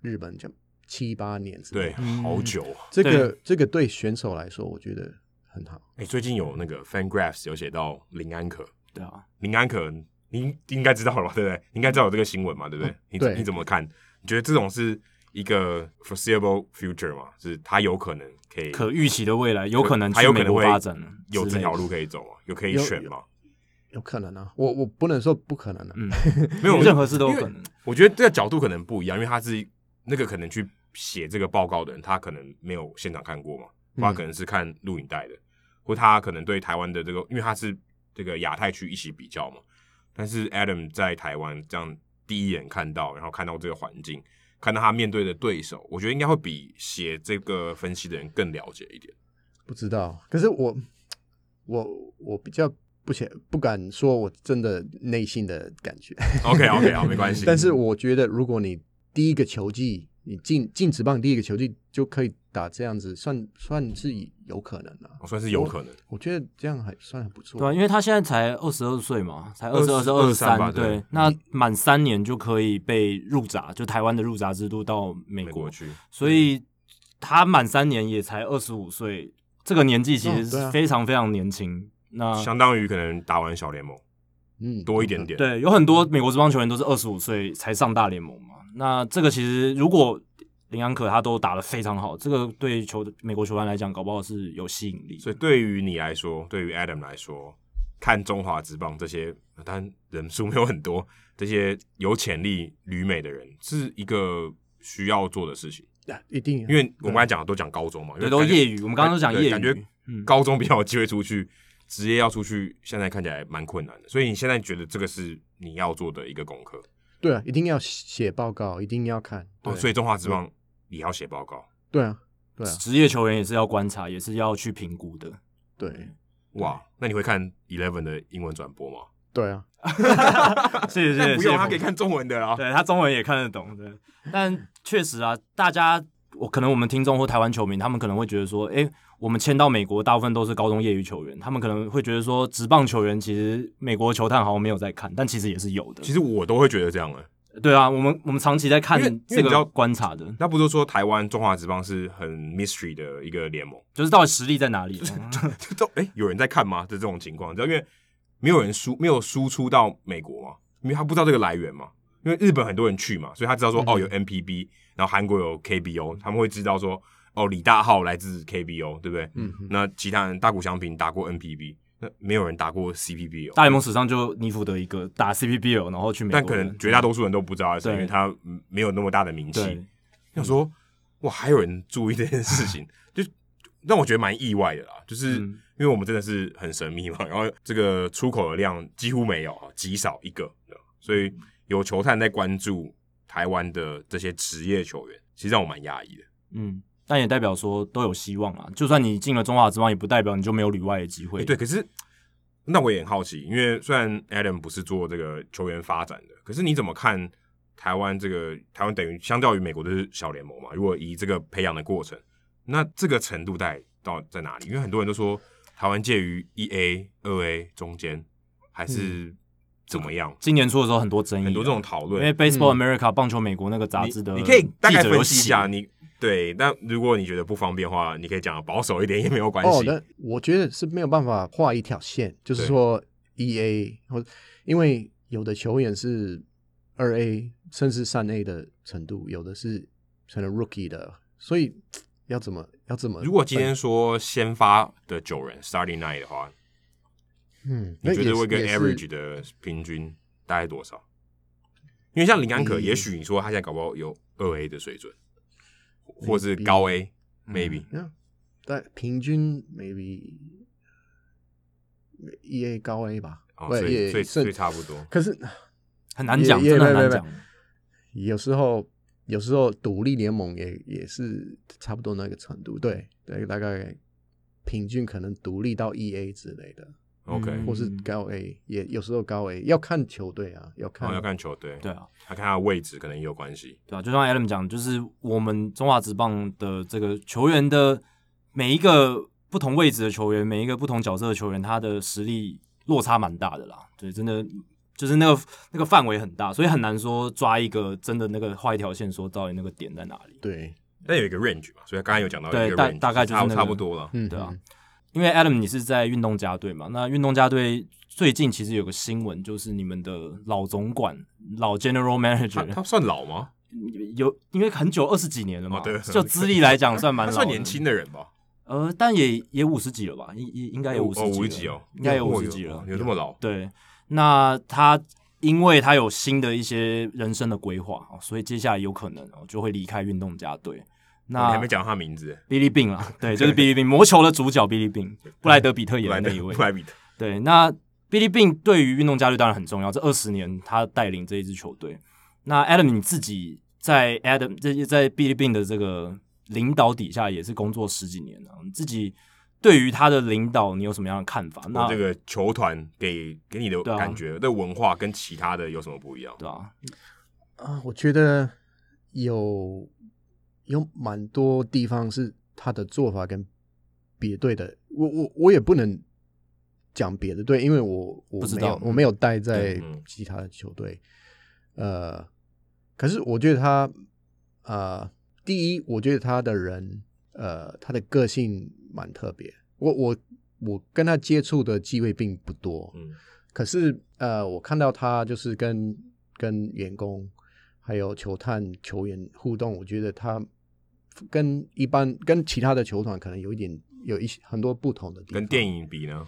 C: 日本这样七八年之
A: 对，
C: 类的，
A: 好久啊。
C: 这个这个对选手来说，我觉得很好。
A: 哎、最近有那个 FanGraphs 有写到林安可，
B: 对啊，
A: 林安可，您应该知道了吧？对不对？你应该知道有这个新闻嘛，对不对？你
C: 嗯对
A: 你怎么看？你觉得这种是一个 foreseeable future 嘛？是他有可能可以
B: 可预期的未来有可能
A: 他
B: 去
A: 有可
B: 美
A: 能
B: 国
A: 会
B: 发展了啊
A: 有
B: 之
A: 这
B: 类
A: 条
B: 的
A: 路可以走嘛？有可以
C: 有
A: 选嘛？
C: 有可能啊，我我不能说不可能啊，
B: 嗯，
A: 没有
B: 任何事都有
A: 因为
B: 可能。啊
A: 我觉得这个角度可能不一样，因为他是那个可能去写这个报告的人，他可能没有现场看过嘛，或
B: 嗯
A: 他可能是看录影带的，或他可能对台湾的这个，因为他是这个亚太区一起比较嘛。但是 Adam 在台湾这样第一眼看到，然后看到这个环境，看到他面对的对手，我觉得应该会比写这个分析的人更了解一点。
C: 不知道。可是我我我比较不想不敢说我真的内心的感觉，
A: OK OK 好，没关系。
C: 但是我觉得如果你第一个球季，你进进职棒第一个球季就可以打这样子，算算是有可能了、
A: 我算是有可能，
C: 我觉得这样还算很不错。
B: 对啊，因为他现在才二十二岁嘛，才二十二、
A: 22
B: 二
A: 23吧
B: 三，
A: 对
B: 对，那满三年就可以被入闸，就台湾的入闸制度到美
A: 美
B: 国
A: 国
B: 去，
A: 去
B: 所以他满三年也才二十五岁，这个年纪其实
C: 哦对啊
B: 是非常非常年轻。那
A: 相当于可能打完小联盟
C: 嗯，
A: 多一点点。
B: 对，有很多美国职棒球员都是二十五岁才上大联盟嘛。那这个其实如果林安可他都打得非常好，这个对球美国球员来讲，搞不好是有吸引力。
A: 所以对于你来说，对于 Adam 来说，看中华职棒这些，呃当然人数没有很多， 这些有潜力旅美的人，是一个需要做的事情。
C: 啊一定啊，
A: 因为我们刚才讲的都讲高中嘛，因为
B: 嗯对，都
A: 感觉
B: 业余，我们刚刚都讲
A: 对
B: 业余，
A: 感觉
B: 嗯
A: 高中比较有机会出去，职业要出去，现在看起来蛮困难的。所以你现在觉得这个是你要做的一个功课，
C: 对啊，一定要写报告，一定要看。对
A: 哦、所以中华职棒也要写报告。
C: 对啊，对啊，
B: 职业球员也是要观察，也是要去评估 的。
C: 对
A: 哇，那你会看 Eleven 的英文转播吗？
C: 对啊，
B: 谢谢谢
A: 但
B: 谢，
A: 不
B: 谢
A: 用，
B: 谢
A: 他
B: 彭
A: 可以看中文的哦啦。
B: 对他中文也看得懂，对。但确实啊，大家我可能我们听众或台湾球迷，他们可能会觉得说，诶，我们签到美国大部分都是高中业余球员，他们可能会觉得说，职棒球员其实美国球探好像没有在看，但其实也是有的。
A: 其实我都会觉得这样欸的、
B: 对啊，我们我们长期在看
A: 因为因为
B: 这
A: 你知道
B: 个观察的，
A: 那不是说台湾中华职棒是很 mystery 的一个联盟？
B: 就是到底实力在 哪里。
A: 这都哎、有人在看吗？的这种情况，你知道，因为没有人输，没有输出到美国嘛，因为他不知道这个来源嘛。因为日本很多人去嘛，所以他知道
B: 嗯
A: 说、哦有 MPB，然后韩国有 KBO，他们会知道说哦李大浩来自 KBO，对不对？
C: 嗯哼，
A: 那其他人大谷翔平打过 NPB，那没有人打过 CPB
B: 大
A: 哦。
B: 联盟史上就尼福德一个打 CPBL，然后去美国
A: 但
B: 的，
A: 可能绝大多数人都不知道他是，
B: 嗯对
A: 因为他嗯没有那么大的名气
B: 对。
A: 想说，哇，还有人注意这件事情，就就让我觉得蛮意外的啦。就是
B: 嗯
A: 因为我们真的是很神秘嘛，然后这个出口的量几乎没有啊，极少一个，所以有球探在关注台湾的这些职业球员，其实让我蛮压抑的。
B: 嗯，但也代表说都有希望啊。就算你进了中华职棒，也不代表你就没有旅外的机会。
A: 欸对，可是那我也很好奇，因为虽然 Adam 不是做这个球员发展的，可是你怎么看台湾这个台湾等于相较于美国都是小联盟嘛？如果以这个培养的过程，那这个程度在到在哪里？因为很多人都说台湾介于一 A、二 A 中间，还是怎么样？
B: 今年初的时候很多争议啊、
A: 很多这种讨
B: 嗯因
A: 论，嗯
B: 为 Baseball America、棒球美国那个杂志的
A: 你，你可以大概
B: 记者有
A: 分析一下
B: 写。
A: 你。对，那如果你觉得不方便的话，你可以讲得保守一点也没有关系。
C: 哦，那我觉得是没有办法画一条线，就是说 E A 或因为有的球员是二 A 甚至三 A 的程度，有的是可能 Rookie 的，所以要怎么要怎
B: 呃
C: 么？
A: 如果今天说先发的九人 starting nine 的话，
C: 嗯，
A: 你觉得
C: 我
A: 会跟 average 的平均大概多少？因为像林安可，
C: 嗯
A: 也许你说他现在搞不好有二 A 的水准，或是高 A
B: 嗯
A: maybe，
C: Yeah，但平均 maybe 一 A 高 A 吧，
A: 哦，
C: 不
A: 所以
C: 也
A: 所以所以
C: 甚
A: 差不多。
C: 可是
B: 很难讲，
C: 也也
B: 真的很难
C: 没
B: 讲。
C: 有时候有时候独立联盟也也是差不多那个程度，对对，大概平均可能独立到一 A 之类的，
A: OK，
B: 嗯
C: 或是高 A，也有时候高 A 要看球队啊，要
A: 然
C: 看
B: 哦
A: 后要看球队，
B: 对啊，
A: 还看他的位置可能也有关系。
B: 对啊，就像 Adam 讲，就是我们中华职棒的这个球员的每一个不同位置的球员，每一个不同角色的球员，他的实力落差蛮大的啦。对，真的就是那个那个范围很大，所以很难说抓一个真的那个画一条线，说到底那个点在哪里。
C: 对，
A: 但有一个 range 嘛，所以刚才有讲到
B: 对
A: 一个
B: 大
A: range，
B: 大概就是
A: 差不
B: 那个
A: 差不多了。
C: 嗯，
B: 对啊，因为 Adam 你是在运动家队嘛，那运动家队最近其实有个新闻，就是你们的老总管老 General
A: 他
B: Manager
A: 他算老吗？
B: 有，因为很久二十几年了嘛，
A: 哦对
B: 就资历来讲算蛮
A: 他
B: 老，
A: 算年轻，的人吧？
B: 呃，但也也五十几了吧，应应应该有
A: 哦
B: 五十
A: 哦五十
B: 几
A: 几
B: 了
A: 哦，
B: 应该有五十
A: 哦
B: 几了，
A: 有这么老？
B: 对，那他因为他有新的一些人生的规划，哦所以接下来有可能哦就会离开运动家队。
A: 哦你还
B: 那
A: 没讲他名字，
B: 比利宾啊，对，就是比利宾魔球的主角比利宾，布莱德比特
A: 布
B: 演
A: 莱
B: 的
A: 德
B: 那一位
A: 布。莱比特。
B: 对，那比利宾对于运动家队当然很重要，这二十年他带领这一支球队。那 Adam 你自己在 Adam 这在比利宾的这个领导底下也是工作十几年了，你自己对于他的领导你有什么样的看法？那
A: 那这个球团给给你的
B: 对啊
A: 感觉，的文化跟其他的有什么不一样？
B: 对啊，
C: 啊，我觉得有有蛮多地方是他的做法跟别队的，我我我也不能讲别的队，因为我我
B: 不知
C: 没有
B: 道
C: 我没有待在
A: 对嗯
C: 其他的球队，呃，可是我觉得他呃，第一，我觉得他的人呃，他的个性蛮特别，我我我跟他接触的机会并不多，
A: 嗯，
C: 可是呃，我看到他就是跟跟员工还有球探球员互动，我觉得他跟一般跟其他的球团可能有一点有一些很多不同的地方。
A: 跟电影比呢？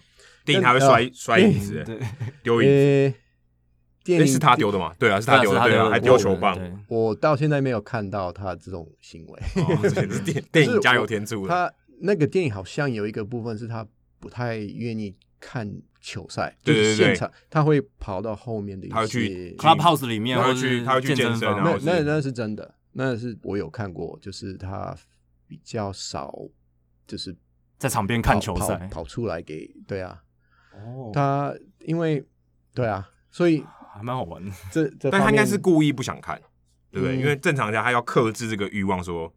C: 跟
A: 电影他会
C: 呃
A: 摔摔
C: 电
A: 椅子，欸
B: 嗯对，
A: 丢椅子，
C: 呃，电
A: 诶
C: 影
A: 是他丢的吗？对啊，是
B: 对
A: 他
B: 啊
A: 丢
B: 是
A: 的，
B: 他
A: 对
B: 丢
A: 啊，
B: 的
A: 还丢球棒。
B: 对
A: 哦，
C: 我到现在没有看到他这种行为。
A: 这是电电影加油添醋了。
C: 他那个电影好像有一个部分是他不太愿意看球赛，
A: 对
C: 就
A: 对
C: 是
A: 对
C: 现场他会跑到后面的一
A: 他会
C: 些
A: 去
B: Clubhouse 里面
A: 他
B: 或
A: 会
B: 者
A: 去他会去健
B: 身
A: 身啊然
B: 房，
C: 那
A: 后
C: 那
A: 是
C: 那是真的，那是我有看过，就是他比较少，就是
B: 在场边
C: 跑
B: 看球赛
C: 跑，跑出来给对啊，
B: 哦，
C: 他因为对啊，所以
B: 还蛮好玩的。
C: 这这
A: 但他
C: 方
A: 应
C: 面
A: 该是故意不想看，对不对？
C: 嗯
A: 因为正常人他要克制这个欲望，说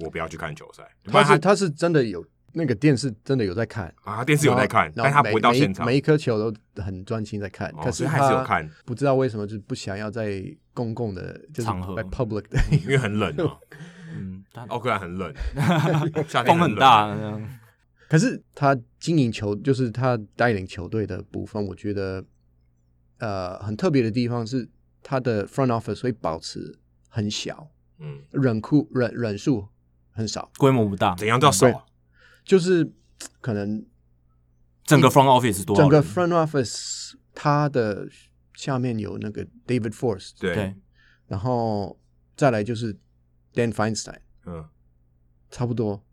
A: 我不要去看球赛，不
C: 他
A: 然他
C: 是他是真的有那个电视真的有在看，
A: 啊，他电视有在看，
C: 然后
A: 但他不会到
C: 每每
A: 现
C: 一
A: 场，
C: 每一颗球都很专心在看，
A: 哦
C: 可
A: 所
C: 是
A: 以还是有看，
C: 不知道为什么就是不想要在公共的就是
B: 场合
C: 在 public 的，
A: 因为很冷 啊，
B: 嗯，但
A: 奥克兰很冷， 夏天
B: 风很
A: 冷
B: 大，这样
C: 可是他经营球，就是他带领球队的部分，我觉得，呃，很特别的地方是他的 front office 会保持很小，
A: 嗯，
C: 人库人人数很少，
B: 规模不大，
A: 怎
C: 嗯
A: 样都要少啊，
C: 就是可能
B: 整个 front office 多少
C: 整
B: 人，
C: 个 front office 他的下面有那个 David Force，
A: 对
B: 对，
C: 然后再来就是 Dan Feinstein，
A: 嗯，
C: 差不多。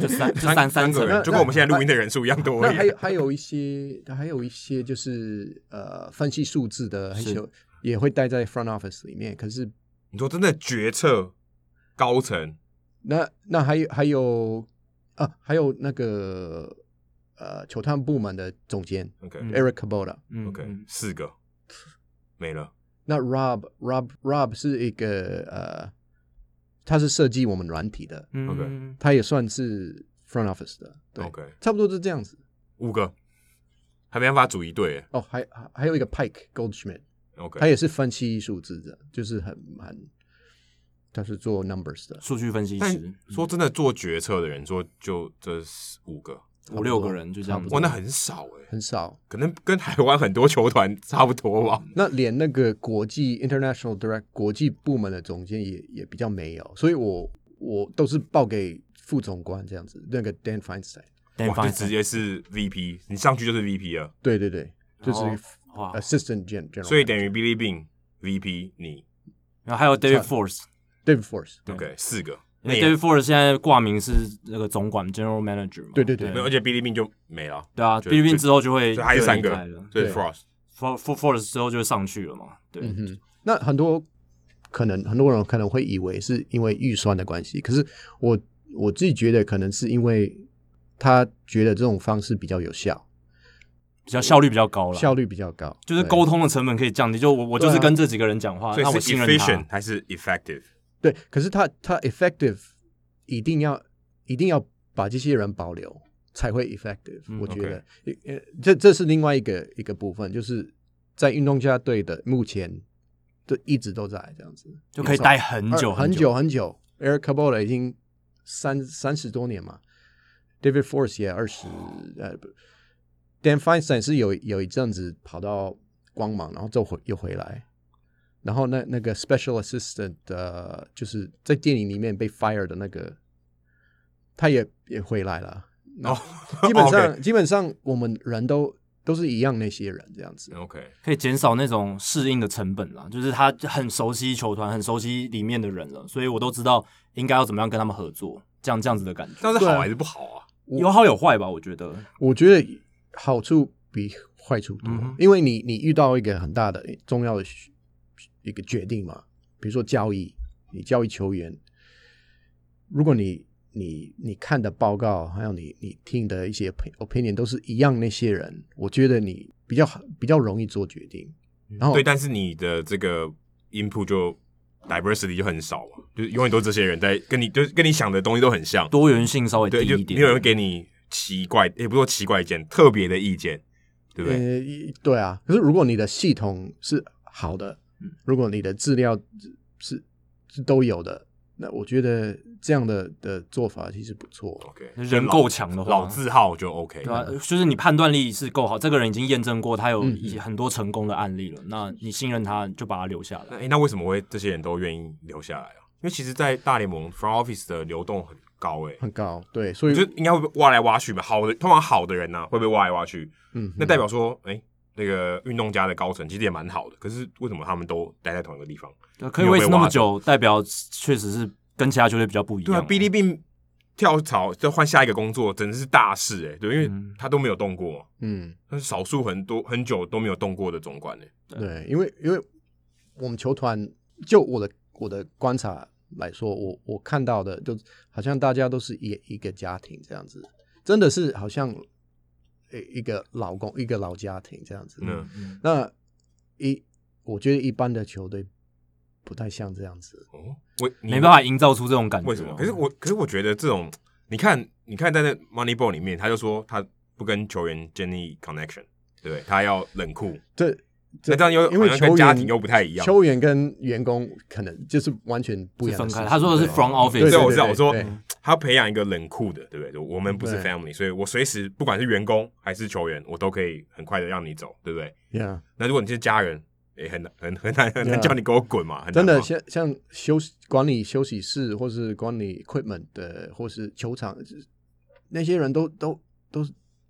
B: 就三就三
A: 三
B: 层
A: 个人，
C: 那
A: 就跟我们现在录音的人数一样多而
C: 那还
A: 已
C: 有。还有一些，还有一些就是呃，分析数字的，还
B: 是
C: 有也会待在 front office 里面。可是
A: 你说真的，决策高层
C: 那那还有还有啊，还有那个呃，球探部门的总监、
A: ，OK
B: 嗯
C: Eric Kubota，
B: 嗯
A: OK，
B: 嗯
A: 四个没了，
C: 那 Rob Rob Rob 是一个呃，他是设计我们软体的，
B: 嗯
A: OK
B: 嗯
C: 他也算是 front office 的，对
A: OK
C: 差不多是这样子。
A: 五个还没办法组一队耶
C: 哦，还还还有一个 Pike Goldschmidt，
A: ，OK，
C: 他也是分析数字的，就是很很，他是做 numbers 的，
B: 数据分析
A: 但
B: 师
A: 说真的，做决策的人说就这是五个，
B: 五六个人就这样子
A: 哇，那很少哎，
C: 很少。
A: 可能跟台湾很多球团差不多吧。
C: 那连那个国际 international direct 国际部门的总监也也比较没有，所以我我都是报给副总管这样子，那个 Dan Feinstein。
B: ，Dan
A: 哇，就
B: Feinstein
A: 直接是 VP，你上去就是 VP 了，
C: 对对对，就是
B: 然后哇，
C: assistant gen general，
A: 哦所以等于 Billy Bean VP 你
B: 然后还有 David Force，
C: David Force。
A: OK 四个
B: 因
A: 那
B: 为
A: 也
B: David Ford 现在挂名是那个总管 General Manager 嘛，
C: 对对对
A: 没有，而且 Billy Bean 就没了，
B: 对啊，
A: 就
B: 菲律宾
A: 就
B: 之后就会
A: 就还是三个
B: 就离开了
A: 所以
C: 对
A: Frost
B: ，Ford Ford Ford 之后就上去了嘛，对，
C: 嗯哼，那很多可能很多人可能会以为是因为预算的关系，可是我我自己觉得可能是因为他觉得这种方式比较有效，
B: 比较效率比较高了，
C: 效率比较高，
B: 就是
C: 对
B: 沟通的成本可以降低。就我我就是
C: 对啊
B: 跟这几个人讲话，
A: 所以
B: 那我
A: 是
B: 信任
A: efficient
B: 他。
A: 还是 effective？
C: 对。可是他他 effective 一定要一定要把这些人保留才会 effective，、
B: 嗯
C: 我觉得呃呃这这是另外一个一个部分，就是在运动家队的目前都一直都在这样子，
B: 就可以待很久
C: 二很。很久。Eric Cabola 已经三三十多年嘛，David Force 也二十呃不，Dan Feinstein 是有有一阵子跑到光芒，然后就回又回来，然后那那个 Special Assistant 呃就是在电影里面被 fire 的那个，他也也回来 了。
A: 哦，
C: 基本上
A: OK
C: 基本上我们人都都是一样那些人这样子。
A: 哦 OK，
B: 可以减少那种适应的成本啦，就是他很熟悉球团，很熟悉里面的人了，所以我都知道应该要怎么样跟他们合作，这样这样子的感觉，
A: 但是好还是不好啊？
B: 有好有坏吧，我觉得。
C: 我觉得好处比坏处多，
B: 嗯哼
C: 因为你你遇到一个很大的重要的需一个决定嘛，比如说交易，你交易球员，如果你你你看的报告，还有你你听的一些 opi- opinion 都是一样，那些人，我觉得你比较比较容易做决定。然后
A: 对，但是你的这个 input 就 diversity 就很少嘛，就是永远都这些人在跟你，就是跟你想的东西都很像，
B: 多元性稍微低
A: 对，就
B: 一点，
A: 没有人给你奇怪，也不是说奇怪意见，特别的意见，对不对？
C: 呃，一对啊。可是如果你的系统是好的，
A: 嗯
C: 如果你的资料是是都有的，那我觉得这样的的做法其实不错。
A: OK，
B: 人够强的话
A: 老字号就 OK，
B: 对啊，就是你判断力是够好，这个人已经验证过，他有
C: 嗯
B: 一很多成功的案例了，那你信任他，就把他留下
A: 那
B: 来。
A: 诶那为什么会这些人都愿意留下来啊？因为其实，在大联盟 front office 的流动很高诶、
C: 很高，对，所以
A: 就应该会被挖来挖去吧。好的，通常好的人呢、会被挖来挖去，
C: 嗯，
A: 那代表说，诶，那个运动家的高层其实也蛮好的，可是为什么他们都待在同一个地方？
B: 对，可以维持那么久，代表确实是跟其他球队比较不一
A: 对
B: 样
A: 啊
B: 啊。
A: ，B D 病跳槽再换下一个工作，真的是大事诶、对，因为
B: 嗯
A: 他都没有动过嘛，
C: 嗯，
A: 他是少数很多很久都没有动过的总管诶、
C: 对，因为因为我们球团，就我的我的观察来说，我我看到的就好像大家都是一一个家庭这样子，真的是好像一一个老公一个老家庭这样子。
A: 嗯，
B: 嗯
C: 那一我觉得一般的球队不太像这样子，
A: 哦，我
B: 没办法营造出这种感觉。啊嗯
A: 为什么？可是我，可是我觉得这种，你看，你看在那 Moneyball 里面，他就说他不跟球员建立 connection，对不对？他要冷酷，
C: 这
A: 那这样又
C: 因为
A: 好像
C: 球
A: 跟家
C: 员
A: 庭又不太一样。
C: 球员跟员工可能就是完全不一
B: 是
C: 样的
B: 分
C: 事
B: 开
C: 情。
B: 的，他说的是
C: 对
B: front
A: 对，
C: 对
B: office，
A: 我知道，我说
C: 对
A: 他要培养一个冷酷的，对不对？我们不是
C: 对
A: family，所以我随时不管是员工还是球员，我都可以很快的让你走，对不对？
C: ，yeah。
A: 那如果你是家人，也很难，很很难很难
C: Yeah
A: 叫你给我滚嘛，很难
C: 啊真的
A: 嘛
C: 像像休息管理休息室，或是管理 equipment 的，或是球场，那些人都都都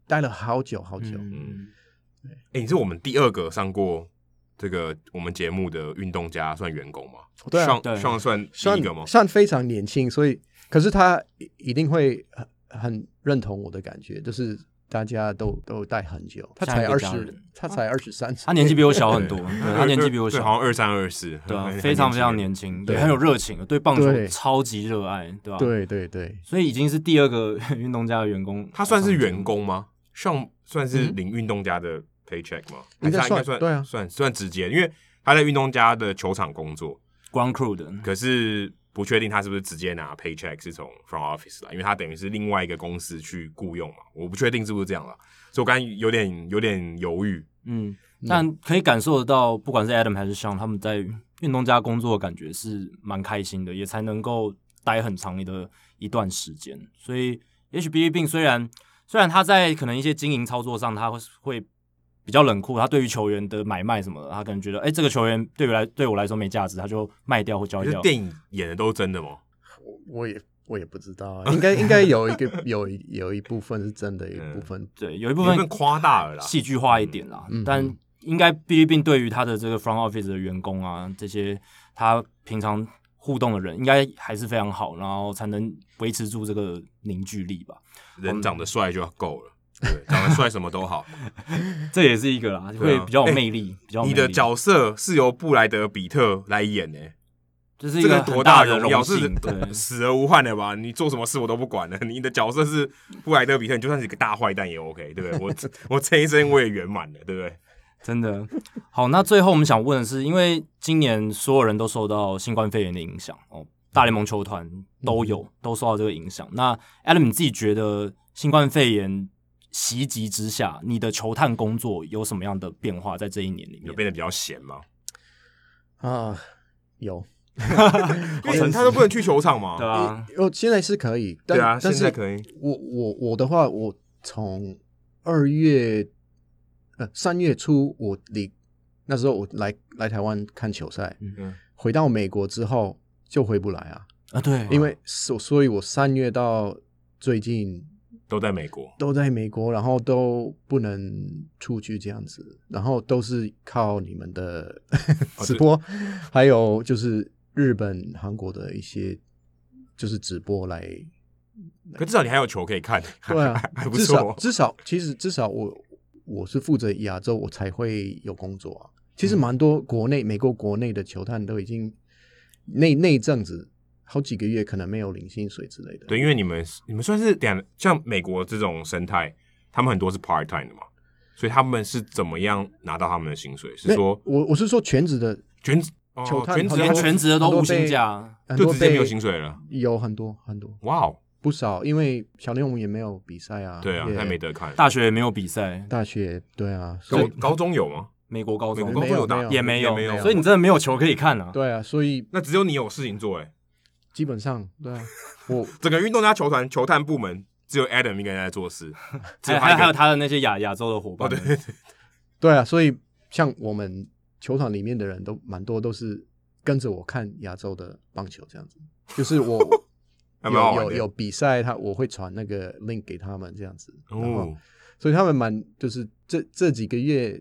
C: 待了好久好久。
B: 嗯，
A: 哎、你是我们第二个上过这个我们节目的运动家，算员工吗？
C: 对啊
A: 上
B: 对
A: 上算第
C: 算
A: 一个吗？
C: 算非常年轻，所以可是他一一定会很很认同我的感觉，就是大家都都待很久，他
B: 像一
C: 才
B: 个
C: 二
B: 家
C: 十
B: 人，
C: 他才二十三岁，
B: 他年纪比我小很多，对他年纪比我
A: 对，
B: 小，
A: 好像二三二四，
B: 对啊
A: 很，
B: 非常非常。
A: 很
B: 年轻，
C: 对
B: 也很有热情，对棒球
C: 对
B: 超级热爱，对吧？，
C: 对对对，
B: 所以已经是第二个 运动家的员工，
A: 他算是员，工吗？上算是领运动家的 paycheck 吗？
C: 应该
A: 还是他应该
C: 算
A: 算
C: 对啊
A: 算算直接，因为他在运动家的球场工作，
B: ground crew 的，
A: 可是不确定他是不是直接拿 paycheck 是从 front office 来，因为他等于是另外一个公司去雇佣嘛，我不确定是不是这样了，所以我刚才有点有点犹豫。
B: 嗯，但可以感受得到，不管是 Adam 还是 Sean，他们在运动家工作的感觉是蛮开心的，也才能够待很长的一段时间。所以，也许 Billy Bean 虽然虽然他在可能一些经营操作上，他会会比较冷酷，他对于球员的买卖什么的，他可能觉得，哎、这个球员对我来对我来说没价值，他就卖掉或交
A: 可
B: 易
A: 是
B: 掉。
A: 电影演的都是真的吗？
C: 我我也我也不知道 啊，应该应该有一个 有一有一部分是真
A: 嗯
C: 的，有一部分
B: 对，有一部
A: 有
B: 分
A: 点夸大了啦。
B: 戏剧化一点啦，
C: 嗯
B: 但应该 Billy Bean 对于他的这个 front office 的员工啊，这些他平常互动的人，应该还是非常好，然后才能维持住这个凝聚力吧。
A: 人长得帅就够了，对，长得帅什么都 好。
B: 这也是一个啦，
A: 对啊
B: 会比较有魅力，比较有
A: 你
B: 魅
A: 的
B: 力
A: 角色是由布莱德比特来演欸呢、
B: 就是一
A: 这
B: 个很
A: 多
B: 大
A: 大
B: 的
A: 荣耀，
B: 荣
A: 是。
B: 幸，对
A: 死而无憾的吧？你做什么事我都不管了。你的角色是布莱德比特，你就算是一个大坏蛋也 OK，对不对？我我这一生我也圆满了，对不对？
B: 真的好。那最后我们想问的是，因为今年所有人都受到新冠肺炎的影响哦，大联盟球团都有、都受到这个影响。那 Adam 你自己觉得新冠肺炎袭击之下，你的球探工作有什么样的变化在这一年里
A: 有
B: 面？
A: 变得比较闲吗？
C: 啊，有，
A: 因为他都不能去球场嘛。
B: 对啊，
C: 哦，现在是可以，但
A: 对啊，现
C: 但是
A: 在可以。
C: 我我我的话，我从二月呃三月初我离那时候我来来台湾看球赛，
A: 嗯，
C: 回到美国之后就回不来啊，
B: 啊，对，
C: 因为所所以，我三月到最近
A: 都在美国。
C: 都在美国，然后都不能出去这样子，然后都是靠你们的 直播，还有就是日本、韩国的一些就是直播来。
A: 可至少你还有球可以看，
C: 对啊
A: 还，不
C: 至少
A: 错。哦
C: 至少其实至少我我是负责亚洲，我才会有工作啊。其
A: 嗯
C: 实蛮多国内美国国内的球探都已经那那一阵子好几个月可能没有领薪水之类的。
A: 对，因为你们你们算是两像美国这种生态，他们很多是 part time 的嘛，所以他们是怎么样拿到他们的薪水？是
C: 那
A: 说
C: 我我是说全职的
A: 全职哦
C: 球探
A: 全职
C: 很
B: 连
C: 多
B: 全职的都
C: 很多
B: 无薪
C: 被
B: 假，
C: 很
A: 就
C: 多
A: 直接没有
C: 被
A: 薪水了？
C: 有很多很多
A: 哇哦，
C: 不少，因为小联盟也没有比赛啊。
A: 对啊，
C: 也
A: 那没得看。
B: 大学也没有比赛，
C: 大学对啊，所
A: 高
C: 以
A: 高中有吗？
B: 美国高
A: 美国
B: 中
A: 高中
C: 没有
A: 打
C: 没有
B: 也没有
A: 没有，
B: 所以你真的没有球可以看啊。
C: 对啊，所以
A: 那只有你有事情做哎、
C: 基本上对啊，我
A: 整个运动家球团球探部门只有 Adam 一个人在做 事，只
B: 还
A: 有
B: 还
A: 他一
B: 还
A: 个。
B: 有他的那些亚亚洲的伙伴
A: 哦，对
B: 们，
A: 对对，
C: 对啊，所以像我们球场里面的人都蛮多都是跟着我看亚洲的棒球这样子，就是我
A: 还
C: 有
A: 蛮好玩
C: 有
A: 的
C: 有比赛，他我会传那个 link 给他们这样子，然后
A: 哦，
C: 所以他们蛮就是这这几个月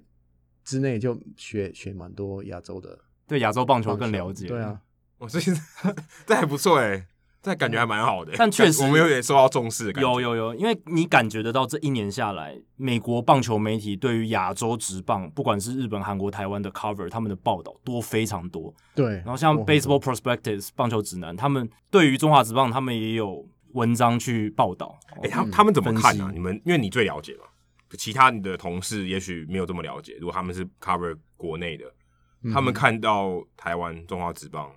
C: 之内就学学蛮多亚洲的
B: 对亚洲棒球
C: 棒
B: 更了解。
C: 对啊，，
A: 我最近 这还不错哎、这感觉还蛮好的、欸
B: 但确实
A: 我们有点受到重视的感觉。
B: 有有有，因为你感觉得到这一年下来，美国棒球媒体对于亚洲职棒，不管是日本、韩国、台湾的 cover，他们的报道多非常多。
A: 嗯
C: 对，
B: 然后像
C: 我
B: Baseball Prospectus 棒球指南，他们对于中华职棒，他们也有文章去报道。
A: 哎、他他们怎么看呢、
B: 分
A: 啊？
B: 析
A: 你们因为你最了解嘛，其他你的同事也许没有这么了解。如果他们是 cover 国内的，
C: 嗯
A: 他们看到台湾中华职棒，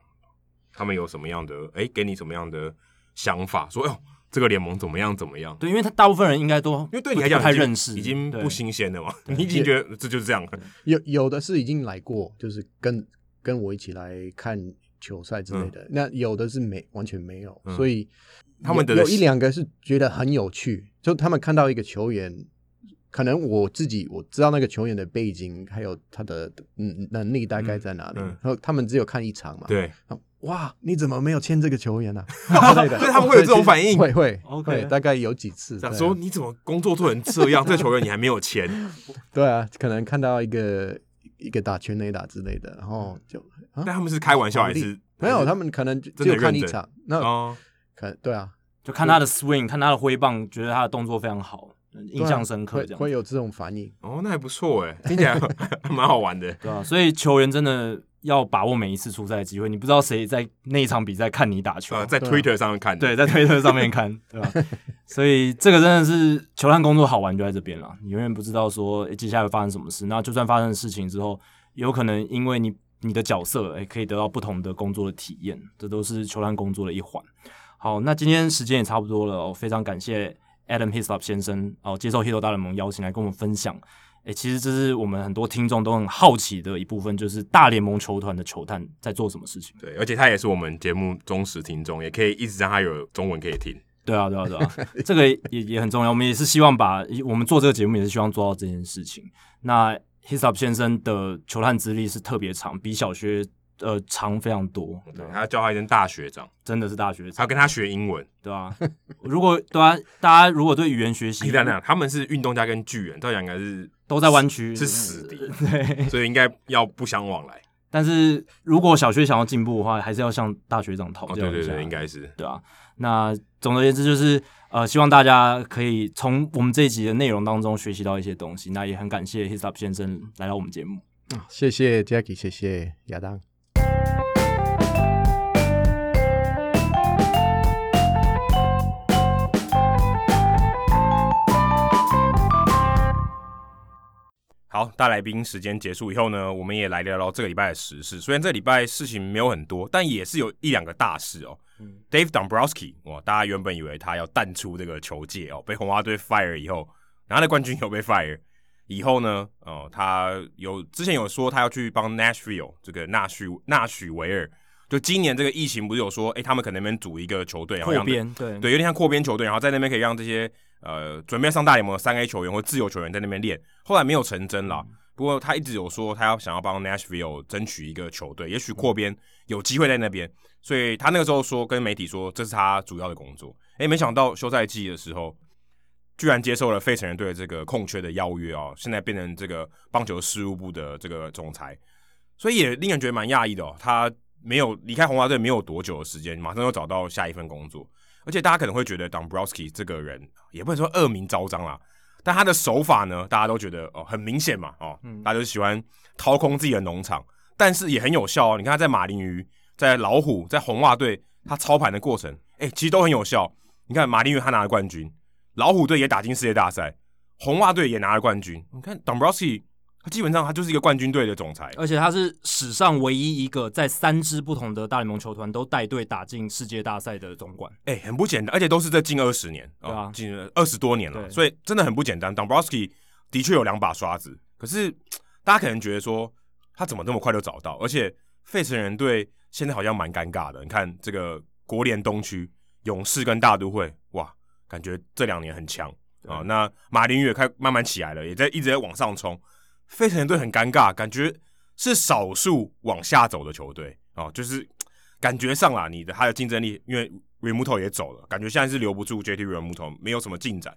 A: 他们有什么样的哎、给你什么样的想法？说哎呦，这个联盟怎么样怎么样？
B: 对，因为他大部分人应该都因
A: 因为对你来讲
B: 太
A: 已经
B: 认识，
A: 已经
B: 对
A: 不新鲜了 嘛，你已经觉得这就是这样了。
C: 有有的是已经来过，就是跟跟我一起来看球赛之类的。那有的是没完全没有，
A: 嗯
C: 所以
A: 他们的
C: 有有一两个是觉得很有趣，就他们看到一个球员，可能我自己我知道那个球员的背景，还有他的嗯能力大概在哪里，
A: 嗯嗯
C: 然后他们只有看一场嘛，
A: 对，
C: 然后。哇，你怎么没有签这个 球员呢、啊？之类的，
A: 所以他们会有这种反应
C: 会会
B: OK
C: 会大概有几次。
A: 想
C: 对啊
A: 说你怎么工作做成这 样？这球员你还没有签，
C: 对啊，可能看到一个一个打全垒打之类的，然
A: 嗯
C: 后就
A: 但他们是开玩笑还是
C: 没有，他们可能就
A: 真的
C: 只有看
A: 认
C: 一
A: 真
C: 场，那、
A: 哦，
C: 可对啊，
B: 就看他的 swing，看他的挥棒，觉得他的动作非常好，印
C: 对啊
B: 象深刻
C: 会
B: 这样子
C: 会有这种反应。
A: 哦，那还不错哎，听 起来还蛮好玩的。呃
B: 对啊，所以球员真的要把握每一次出赛的机会，你不知道谁在那一场比赛看你打球，
A: 呃，在
C: 对啊
A: Twitter 上面看的，
B: 对，在推特上面看，对吧、所以这个真的是球探工作好玩就在这边了，你永远不知道说、诶接下来会发生什么事。那就算发生事情之后，有可能因为你你的角色，诶、可以得到不同的工作的体验，这都是球探工作的一环。好，那今天时间也差不多了，哦、非常感谢 Adam Hislop 先生哦接受 Hito 大联盟邀请来跟我们分享。诶、其实这是我们很多听众都很好奇的一部分，就是大联盟球团的球探在做什么事情。
A: 对，而且他也是我们节目忠实听众，也可以一直让他有中文可以听。
B: 对啊，对啊，对啊， 这个也也很重要。我们也是希望把我们做这个节目，也是希望做到这件事情。那 Hisop 先生的球探资历是特别长，比小学呃长非常多，
A: 对，他叫他一声大学长，
B: 真的是大学
A: 他
B: 长，
A: 跟他学英文。
B: 对啊。如果对啊，大家如果对语言学习
A: 你想想，他们是运动家跟巨人，到底两个是
B: 都在湾区
A: 是死敌，
B: 对
A: 所以应该要不相往来。
D: 但是如果小学想要进步的话，还是要向大学长讨
A: 哦，
D: 教
A: 对
D: 一
A: 对
D: 下。
A: 对，应该是
D: 对啊。那总而言之，就是呃，希望大家可以从我们这一集的内容当中学习到一些东西。那也很感谢 Hisup 先生来到我们节目。
C: 谢谢 Jackie，谢谢亚当。
A: 好，大来宾时间结束以后呢，我们也来聊聊这个礼拜的时事。虽然这礼拜事情没有很多，但也是有一两个大事哦。Dave
B: 嗯
A: Dombrowski，哇，大家原本以为他要淡出这个球界哦，被红袜队 fire 以后，然后他的冠军有被 fire 以后呢，哦，他有之前有说他要去帮 Nashville 这个纳许纳许维尔，就今年这个疫情不是有说，哎、他们可能那边组一个球队，然后
B: 扩
A: 让
B: 编，对
A: 对，有点像扩编球队，然后在那边可以让这些呃准备上大联盟的三 A 球员或自由球员在那边练。后来没有成真啦，不过他一直有说他要想要帮 Nashville 争取一个球队，也许扩编有机会在那边，所以他那个时候说跟媒体说这是他主要的工作。诶，没想到休赛季的时候。居然接受了费城人队这个空缺的邀约哦，现在变成这个棒球事务部的这个总裁，所以也令人觉得蛮讶异的哦。他没有离开红袜队没有多久的时间，马上又找到下一份工作，而且大家可能会觉得 Dombrowski 这个人也不能说恶名昭彰啦，但他的手法呢，大家都觉得哦很明显嘛，哦，大家就喜欢掏空自己的农场，但是也很有效哦。你看他在马林鱼、在老虎、在红袜队，他操盘的过程，哎、其实都很有效。你看马林鱼他拿了冠军，老虎队也打进世界大赛，红袜队也拿了冠军。你看 Dombrowski，他基本上他就是一个冠军队的总裁，
B: 而且他是史上唯一一个在三支不同的大联盟球团都带队打进世界大赛的总管。
A: 哎、很不简单，而且都是这近二十年哦
B: 对啊
A: 近二十多年了，
B: 对
A: 所以真的很不简单。Dombrowski 的确有两把刷子，可是嘖大家可能觉得说他怎么这么快就找到，而且费城人队现在好像蛮尴尬的。你看这个国联东区，勇士跟大都会，哇，感觉这两年很强啊、那马林鱼也开慢慢起来了，也在一直在往上冲。费城人队很尴尬，感觉是少数往下走的球队啊、哦，就是嘖感觉上啦，你的他的竞争力，因为 Remuto 也走了，感觉现在是留不住 JT Remuto，没有什么进展，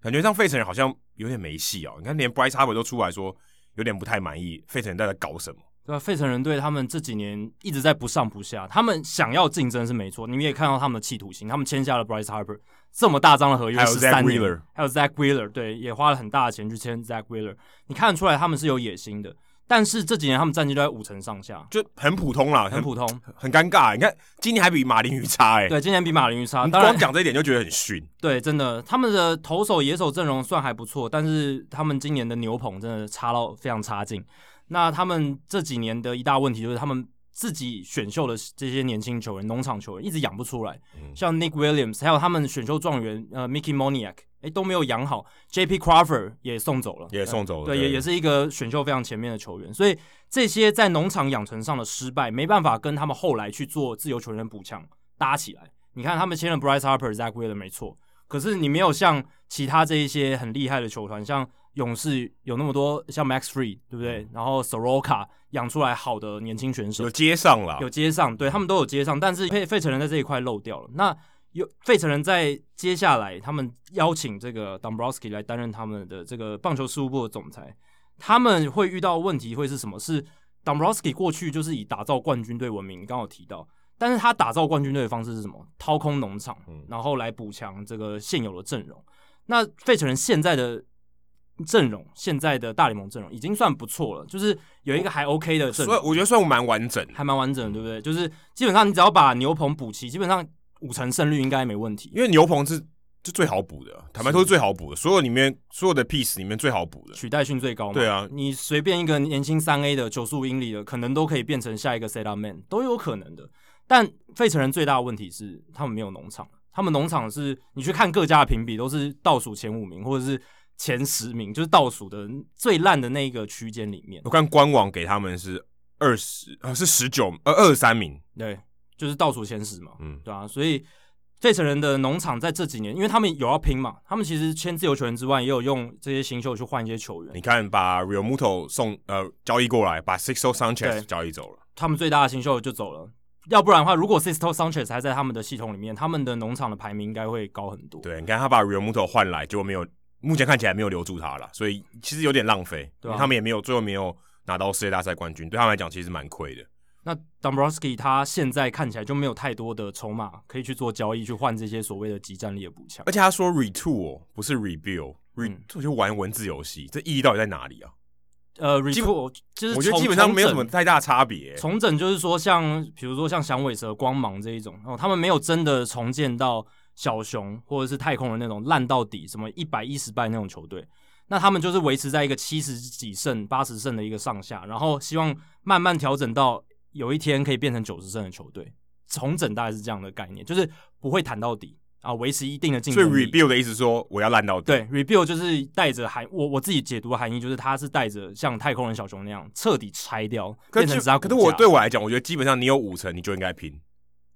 A: 感觉上费城人好像有点没戏哦。你看，连 Bryce Harper 都出来说有点不太满意，费城人到底在搞什么？
B: 对啊，费城人队他们这几年一直在不上不下，他们想要竞争是没错，你们也看到他们的企图心，他们签下了 Bryce Harper 这么大张的合约
A: 还，有
B: 十
A: Zach
B: 三年
A: Wheeler，
B: 还有 Zach Wheeler，对，也花了很大的钱去签 Zach Wheeler，你看得出来他们是有野心的，但是这几年他们战绩都在五成上下，
A: 就很普通啦，
B: 很 普通。
A: 很尴尬。啊你看，今年还比马林鱼差哎、欸，
B: 对，今年比马林鱼差，
A: 你
B: 当然
A: 光讲这一点就觉得很逊。
B: 对，真的，他们的投手、野手阵容算还不错，但是他们今年的牛棚真的差到非常差劲。那他们这几年的一大问题就是他们自己选秀的这些年轻球员、农场球员一直养不出来，
A: 嗯
B: 像 Nick Williams，还有他们选秀状元呃 Mickey Moniak，哎都没有养好，JP Crawford 也送走了，
A: 也送走了
B: 对，
A: 对
B: 也也是一个选秀非常前面的球员，所以这些在农场养成上的失败，没办法跟他们后来去做自由球员的补强搭起来。你看他们签了 Bryce Harper、Zach Wheeler 没错，可是你没有像其他这一些很厉害的球团，像勇士有那么多像 Max Free，对不
A: 嗯
B: 对？然后 Soroka 养出来好的年轻选手
A: 有，接上啦，
B: 有接上，对他们都有接上，但是费费城人在这一块漏掉了。那有费城人在接下来，他们邀请这个 Dombrowski 来担任他们的这个棒球事务部的总裁，他们会遇到问题会是什么？是 Dombrowski 过去就是以打造冠军队闻名，你刚好提到，但是他打造冠军队的方式是什么？掏空农场
A: 嗯，
B: 然后来补强这个现有的阵容。那费城人现在的阵容，现在的大联盟阵容已经算不错了，就是有一个还 OK 的阵
A: 所
B: 容
A: 以。我觉得算蛮完整的。
B: 还蛮完整的，对不对？就是基本上你只要把牛棚补齐，基本上五成胜率应该没问题。
A: 因为牛棚是就最好补的，坦白说是最好补的，所有里面所有的 piece 里面最好补的。
B: 取代性最高嘛，
A: 对啊
B: 你随便一个年轻三 A 的九十五英里的，可能都可以变成下一个 set up man，都有可能的。但费城人最大的问题是，他们没有农场，他们农场是你去看各家的评比都是倒数前五名或者是前十名，就是倒数的最烂的那个区间里面
A: 我，看官网给他们是二十，呃，是十九，呃，二十三名。
B: 对，就是倒数前十嘛，
A: 嗯，
B: 对啊，所以费城人的农场在这几年，因为他们有要拼嘛，他们其实签自由球员之外，也有用这些新秀去换一些球员
A: 你。看，把 Real Muto 送呃交易过来，把 Sixto
B: 对
A: Sanchez 交易走了，
B: 他们最大的新秀就走了，要不然的话，如果 Sisto Sanchez 还在他们的系统里面，他们的农场的排名应该会高很多。
A: 对，你看他把 Real Muto 换来，结果没有，目前看起来没有留住他了，所以其实有点浪费，
B: 对
A: 因
B: 啊
A: 为他们也没有最后没有拿到世界大赛冠军，对他们来讲其实蛮亏的。
B: 那 Dombrowski 他现在看起来就没有太多的筹码可以去做交易，去换这些所谓的集战力的补强
A: 而。且他说 retool 不是 rebuild。re
B: 嗯
A: 就就玩文字游戏，这意义到底在哪里啊？
B: 呃 r e
A: 基
B: t
A: 本
B: o 就是
A: 我觉得
B: 重
A: 基本上没有什么
B: 重整
A: 太大差别、
B: 重整就是说像，比如说像响尾蛇、光芒这一种，哦，他们没有真的重建到小熊或者是太空人那种烂到底，什么一百一十败那种球队。那他们就是维持在一个七十几胜、八十胜的一个上下，然后希望慢慢调整到有一天可以变成九十胜的球队。重整大概是这样的概念，就是不会谈到底啊，维持一定的竞
A: 所
B: 争
A: 以
B: 力。
A: rebuild 的意思说我要烂到底，
B: 对 rebuild 就是带着含我我自己解读的含义，就是它是带着像太空人小熊那样彻底拆掉，
A: 可
B: 变成
A: 是
B: 只它
A: 可是
B: 骨
A: 我
B: 架
A: 对我来讲，我觉得基本上你有五成，你就应该拼，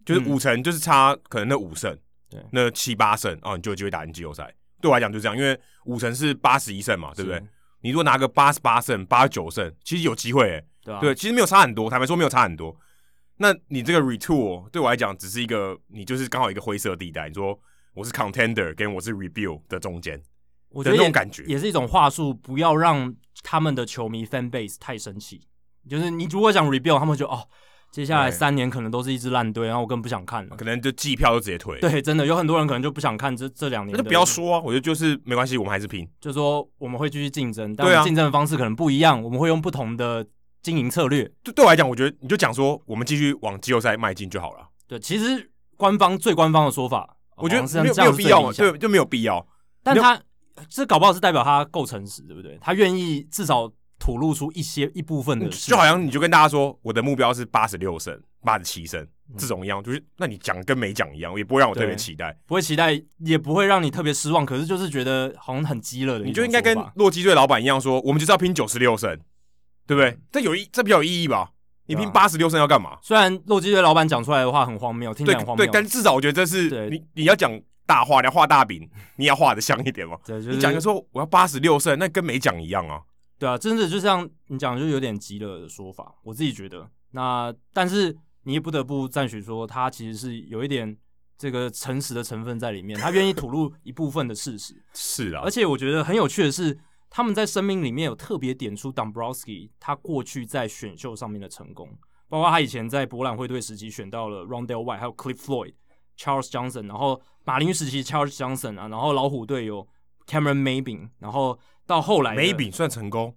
A: 就是
B: 嗯
A: 五成就是差可能那五胜，
B: 对
A: 那七八胜哦，你就有机会打进季后赛。对我来讲就这样，因为五成是八十一胜嘛，对不对
B: 是？
A: 你如果拿个八十八胜、八十九胜，其实有机会、欸，
B: 对啊
A: 对，其实没有差很多，坦白说没有差很多。那你这个 retool 对我来讲只是一个，你就是刚好一个灰色地带。你说我是 contender 跟我是 rebuild 的中间，
B: 我
A: 的
B: 觉
A: 那
B: 得
A: 种
B: 也
A: 感觉
B: 也是一种话术，不要让他们的球迷 fan base 太生气。就是你如果想 rebuild，他们就哦，接下来
A: 对
B: 三年可能都是一支烂队，然后我根本不想看了。
A: 可能就季票就直接退。，
B: 嗯对，真的有很多人可能就不想看这这两年
A: 那
B: 的。
A: 就不要，说啊，我觉得就是没关系，我们还是拼。
B: 就说我们会继续竞争，但
A: 对
B: 我
A: 啊
B: 们竞争的方式可能不一样，我们会用不同的经营策略。
A: 对对我来讲，我觉得你就讲说，我们继续往季后赛迈进就好了。
B: 对，其实官方最官方的说法，
A: 我觉
B: 哦好
A: 得
B: 像是
A: 没有
B: 这
A: 没
B: 样
A: 有
B: 是
A: 必
B: 最
A: 要
B: 理
A: 嘛，
B: 想
A: 对，就没有必要。
B: 但
A: 没有
B: 他这搞不好是代表他够诚实，对不对？他愿意至少吐露出一些一部分的事
A: 嗯
B: 情，
A: 就好像你就跟大家说，我的目标是八十六胜、八十七胜这种一样，就是那你讲跟没讲一样，也不会让我特别
B: 嗯对
A: 期待。
B: 不会期待，也不会让你特别失望，可是就是觉得好像很激了的一
A: 你
B: 种说法。
A: 就应该跟洛基队老板一样说，我们就是要拼九十六胜，对不对？这有意，这比较有意义吧？你拼
B: 嗯对啊
A: 八十六胜要干嘛？
B: 虽然洛基队老板讲出来的话很荒谬，听起
A: 对
B: 来很荒谬，
A: 对，但至少我觉得这是
B: 对
A: 你你要讲大话，你要画大 饼，你也要画的像一点嘛。
B: 对，就
A: 你
B: 是
A: 讲一个说我要八十六胜，那跟没讲一样啊。
B: 对啊，真的就像你讲，就有点激了的说法，我自己觉得。那但是你也不得不赞许说，他其实是有一点这个诚实的成分在里面，他愿意吐露一部分的事实。
A: 是啊
B: 而，且我觉得很有趣的是，他们在声明里面有特别点出 Dombrowski 他过去在选秀上面的成功，包括他以前在博览会队时期选到了 Rondell White，还有 Cliff Floyd、Charles Johnson，然后马林鱼时期 Charles Johnson 啊，然后老虎队有 Cameron Maybin，然后到后来的
A: 梅饼算成功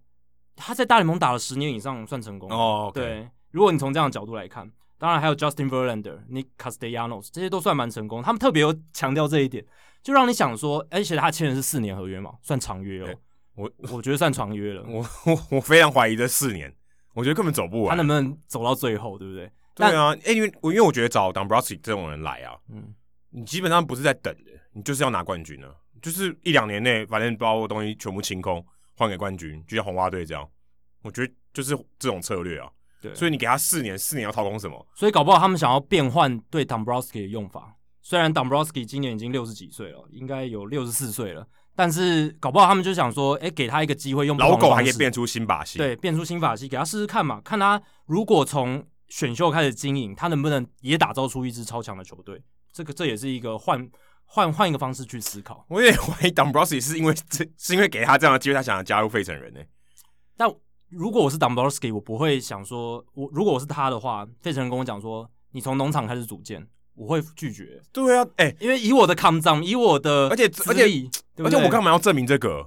B: 他在大联盟打了十年以上算成功
A: 哦，OK
B: 对，如果你从这样的角度来看，当然还有 Justin Verlander、Nick Castellanos 这些都算蛮成功。他们特别有强调这一点，就让你想说，而且他签的是四年合约嘛，算长约哦
A: 对。哎我
B: 我觉得算长约 了，
A: 我我我非常怀疑这四年，我觉得根本走不
B: 他
A: 完。
B: 能不能走到最后，对不对？
A: 对
B: 但
A: 啊，哎、因为我因为我觉得找 Dombrowski 这种人来啊，
B: 嗯，
A: 你基本上不是在等的，你就是要拿冠军了、就是一两年内，反正把我东西全部清空，换给冠军，就像红袜队这样。我觉得就是这种策略啊。
B: 对
A: 所以你给他四年，四年要掏空什 么？
B: 所以搞不好他们想要变换对 Dombrowski 的用法。虽然 Dombrowski 今年已经六十几岁了，应该有六十四岁了，但是搞不好他们就想说，哎、给他一个机会，用不同
A: 老
B: 的
A: 狗还
B: 方
A: 可以
B: 式
A: 变出新把戏。，
B: 对，变出新法系，给他试试看嘛，看他如果从选秀开始经营，他能不能也打造出一支超强的球队？这个这也是一个换换换一个方式去思考。
A: 我也怀疑 Dombrowski 是因为这是因为给他这样的机会，他想要加入费城人呢、
B: 但如果我是 Dombrowski，我不会想说，我如果我是他的话，费城人跟我讲说，你从农场开始组建，我会拒绝，
A: 对啊，哎、
B: 因为以我的 com 账，以我的
A: 而且
B: 资
A: 而且
B: 历对不
A: 而且我
B: 对
A: 干嘛要证明这个？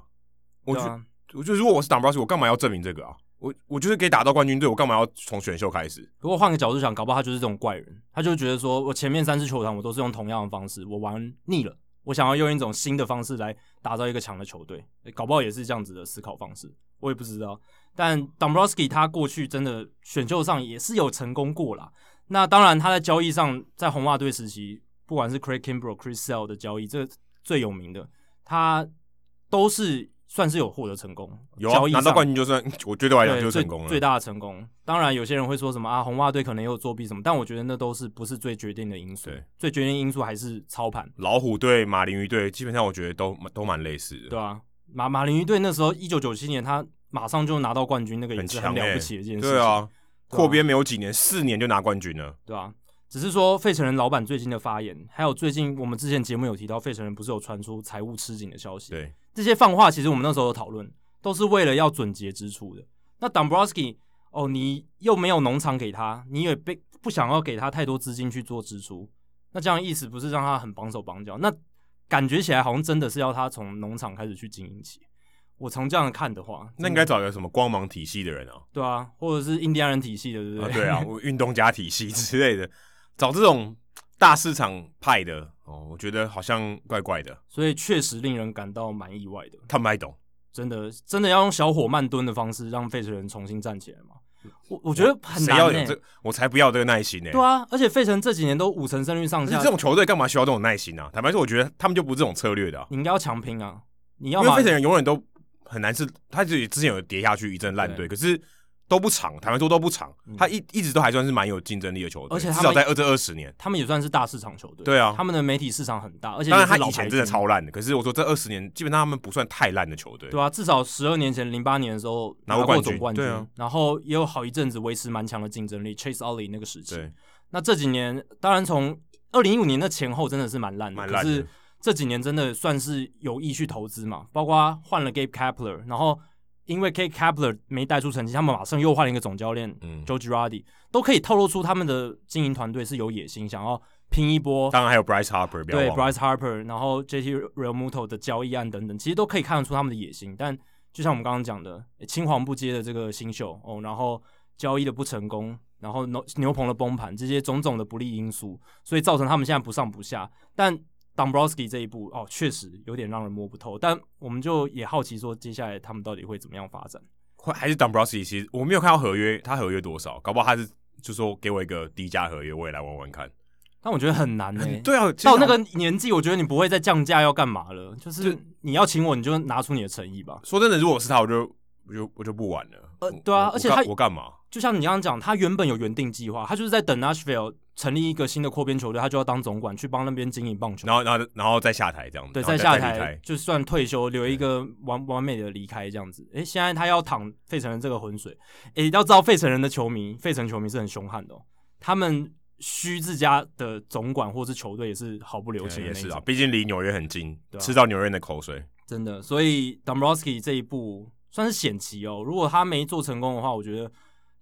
A: 我
B: 对
A: 觉、
B: 啊
A: 我觉得如果我是 Dombrowski，我干嘛要证明这个啊？我我就是可以打到冠军队，我干嘛要从选秀开始？
B: 如果换个角度想，搞不好他就是这种怪人，他就觉得说我前面三支球团我都是用同样的方式，我玩腻了，我想要用一种新的方式来打造一个强的球队，诶搞不好也是这样子的思考方式，我也不知道。但 Dombrowski 他过去真的选秀上也是有成功过啦。那当然他在交易上，在红袜队时期，不管是 Craig Kimbrel、Chris Sale 的交易，这最有名的，他都是算是有获得成功，
A: 有啊
B: 交，易
A: 拿到
B: 上
A: 冠军就算，我觉得对我来讲
B: 对
A: 就是
B: 最
A: 成功了。
B: 最大的成功。当然，有些人会说什么啊，红袜队可能也有作弊什么，但我觉得那都是不是最决定的因素
A: 对。
B: 最决定因素还是操盘，
A: 老虎队、马林鱼队，基本上我觉得都都蛮类似的。
B: 对吧、啊马马林鱼队那时候一九九七年，他马上就拿到冠军，那个也
A: 很
B: 是
A: 强
B: 很了
A: 欸
B: 不起的一件事情，
A: 对啊，
B: 对啊
A: 扩编没有几年，四年就拿冠军了。
B: 对吧、啊只是说费城人老板最近的发言，还有最近我们之前节目有提到，费城人不是有传出财务吃紧的消息？
A: 对，
B: 这些放话其实我们那时候有讨论，都是为了要准节支出的。那 Dombrowski 哦，你又没有农场给他，你也被不想要给他太多资金去做支出，那这样意思不是让他很绑手绑脚？那感觉起来好像真的是要他从农场开始去经营起。我从这样看的话，啊
A: 那应该找一个什么光芒体系的人啊，
B: 对啊，或者是印第安人体系的，对不
A: 啊
B: 对？
A: 对啊，我运动家体系之类的，找这种大市场派的哦，我觉得好像怪怪的，
B: 所以确实令人感到蛮意外的。
A: 看不太懂。
B: 真的真的要用小火慢蹲的方式让费城人重新站起来吗？我我觉得很
A: 谁
B: 难、
A: 要
B: 欸。
A: 有这？我才不要这个耐心呢、
B: 对啊，而且费城这几年都五成胜率上
A: 可
B: 下
A: 是，这种球队干嘛需要这种耐心啊？坦白说，我觉得他们就不是这种策略的啊、
B: 你应该要强拼啊！你要
A: 因为
B: 么
A: 费城人永远都很难是，他自己之前有跌下去一阵烂队，可是都不长，坦白说都不长，
B: 嗯
A: 他一一直都还算是蛮有竞争力的球队，
B: 而且
A: 至
B: 他们
A: 少在二这二十年。
B: 他们也算是大市场球队，
A: 对啊
B: 他们的媒体市场很大，而且
A: 当然，他
B: 也是
A: 以
B: 老牌
A: 前真的
B: 军
A: 超烂的，可是我说这二十年基本上他们不算太烂的球队。
B: 对啊，至少十二年前零八年的时候
A: 拿
B: 过
A: 过冠军
B: 总冠
A: 对啊
B: 然后也有好一阵子维持蛮强的竞争力，Chase Ollie 那个时期。
A: 对，
B: 那这几年当然从二零一五年的前后真的是蛮烂的，
A: 蛮
B: 可
A: 烂的
B: 是这几年真的算是有意去投资嘛，包括换了 Gabe Kapler，然后因为 Gabe Kapler 没带出成绩，他们马上又换了一个总教练、
A: 嗯
B: Joe Girardi，都可以透露出他们的经营团队是有野心，想要拼一波。
A: 当然还有 Bryce Harper，不要
B: 对
A: 忘了
B: Bryce Harper，然后 JT Realmuto 的交易案等等，其实都可以看得出他们的野心。但就像我们刚刚讲的，诶青黄不接的这个新秀哦，然后交易的不成功，然后牛牛棚的崩盘，这些种种的不利因素，所以造成他们现在不上不下。但 Dombrowski 这一步哦，确实有点让人摸不透。但我们就也好奇说，接下来他们到底会怎么样发展？
A: 或还是 Dombrowski。其实我没有看到合约，他合约多少，搞不好他是就说给我一个低价合约，我也来玩玩看。
B: 但我觉得很难欸呢、
A: 对啊，
B: 到哦那个年纪，我觉得你不会再降价要干嘛了。就是你要请我，你就拿出你的诚意吧。
A: 说真的，如果是他，我就我就我就不玩了。
B: 呃
A: 我
B: 对啊
A: 我
B: 而且
A: 我干
B: 他
A: 我干嘛？
B: 就像你刚刚讲，他原本有原定计划，他就是在等 Nashville 成立一个新的扩编球队，他就要当总管去帮那边经营棒球。
A: 然后然后然后再下台这样子，
B: 对，
A: 然后再
B: 再下
A: 再离
B: 台
A: 开
B: 就算退休，留一个完完美的离开这样子。诶，现在他要淌费城人这个浑水。诶，要知道费城人的球迷，费城球迷是很凶悍的、哦，他们虚自家的总管或是球队也是毫不留情
A: 对
B: 的
A: 也
B: 那
A: 是
B: 种
A: 啊，，毕竟离纽约很近，
B: 对啊
A: 吃到纽约人的口水。
B: 真的。所以 Dombrowski 这一步算是险棋哦，如果他没做成功的话，我觉得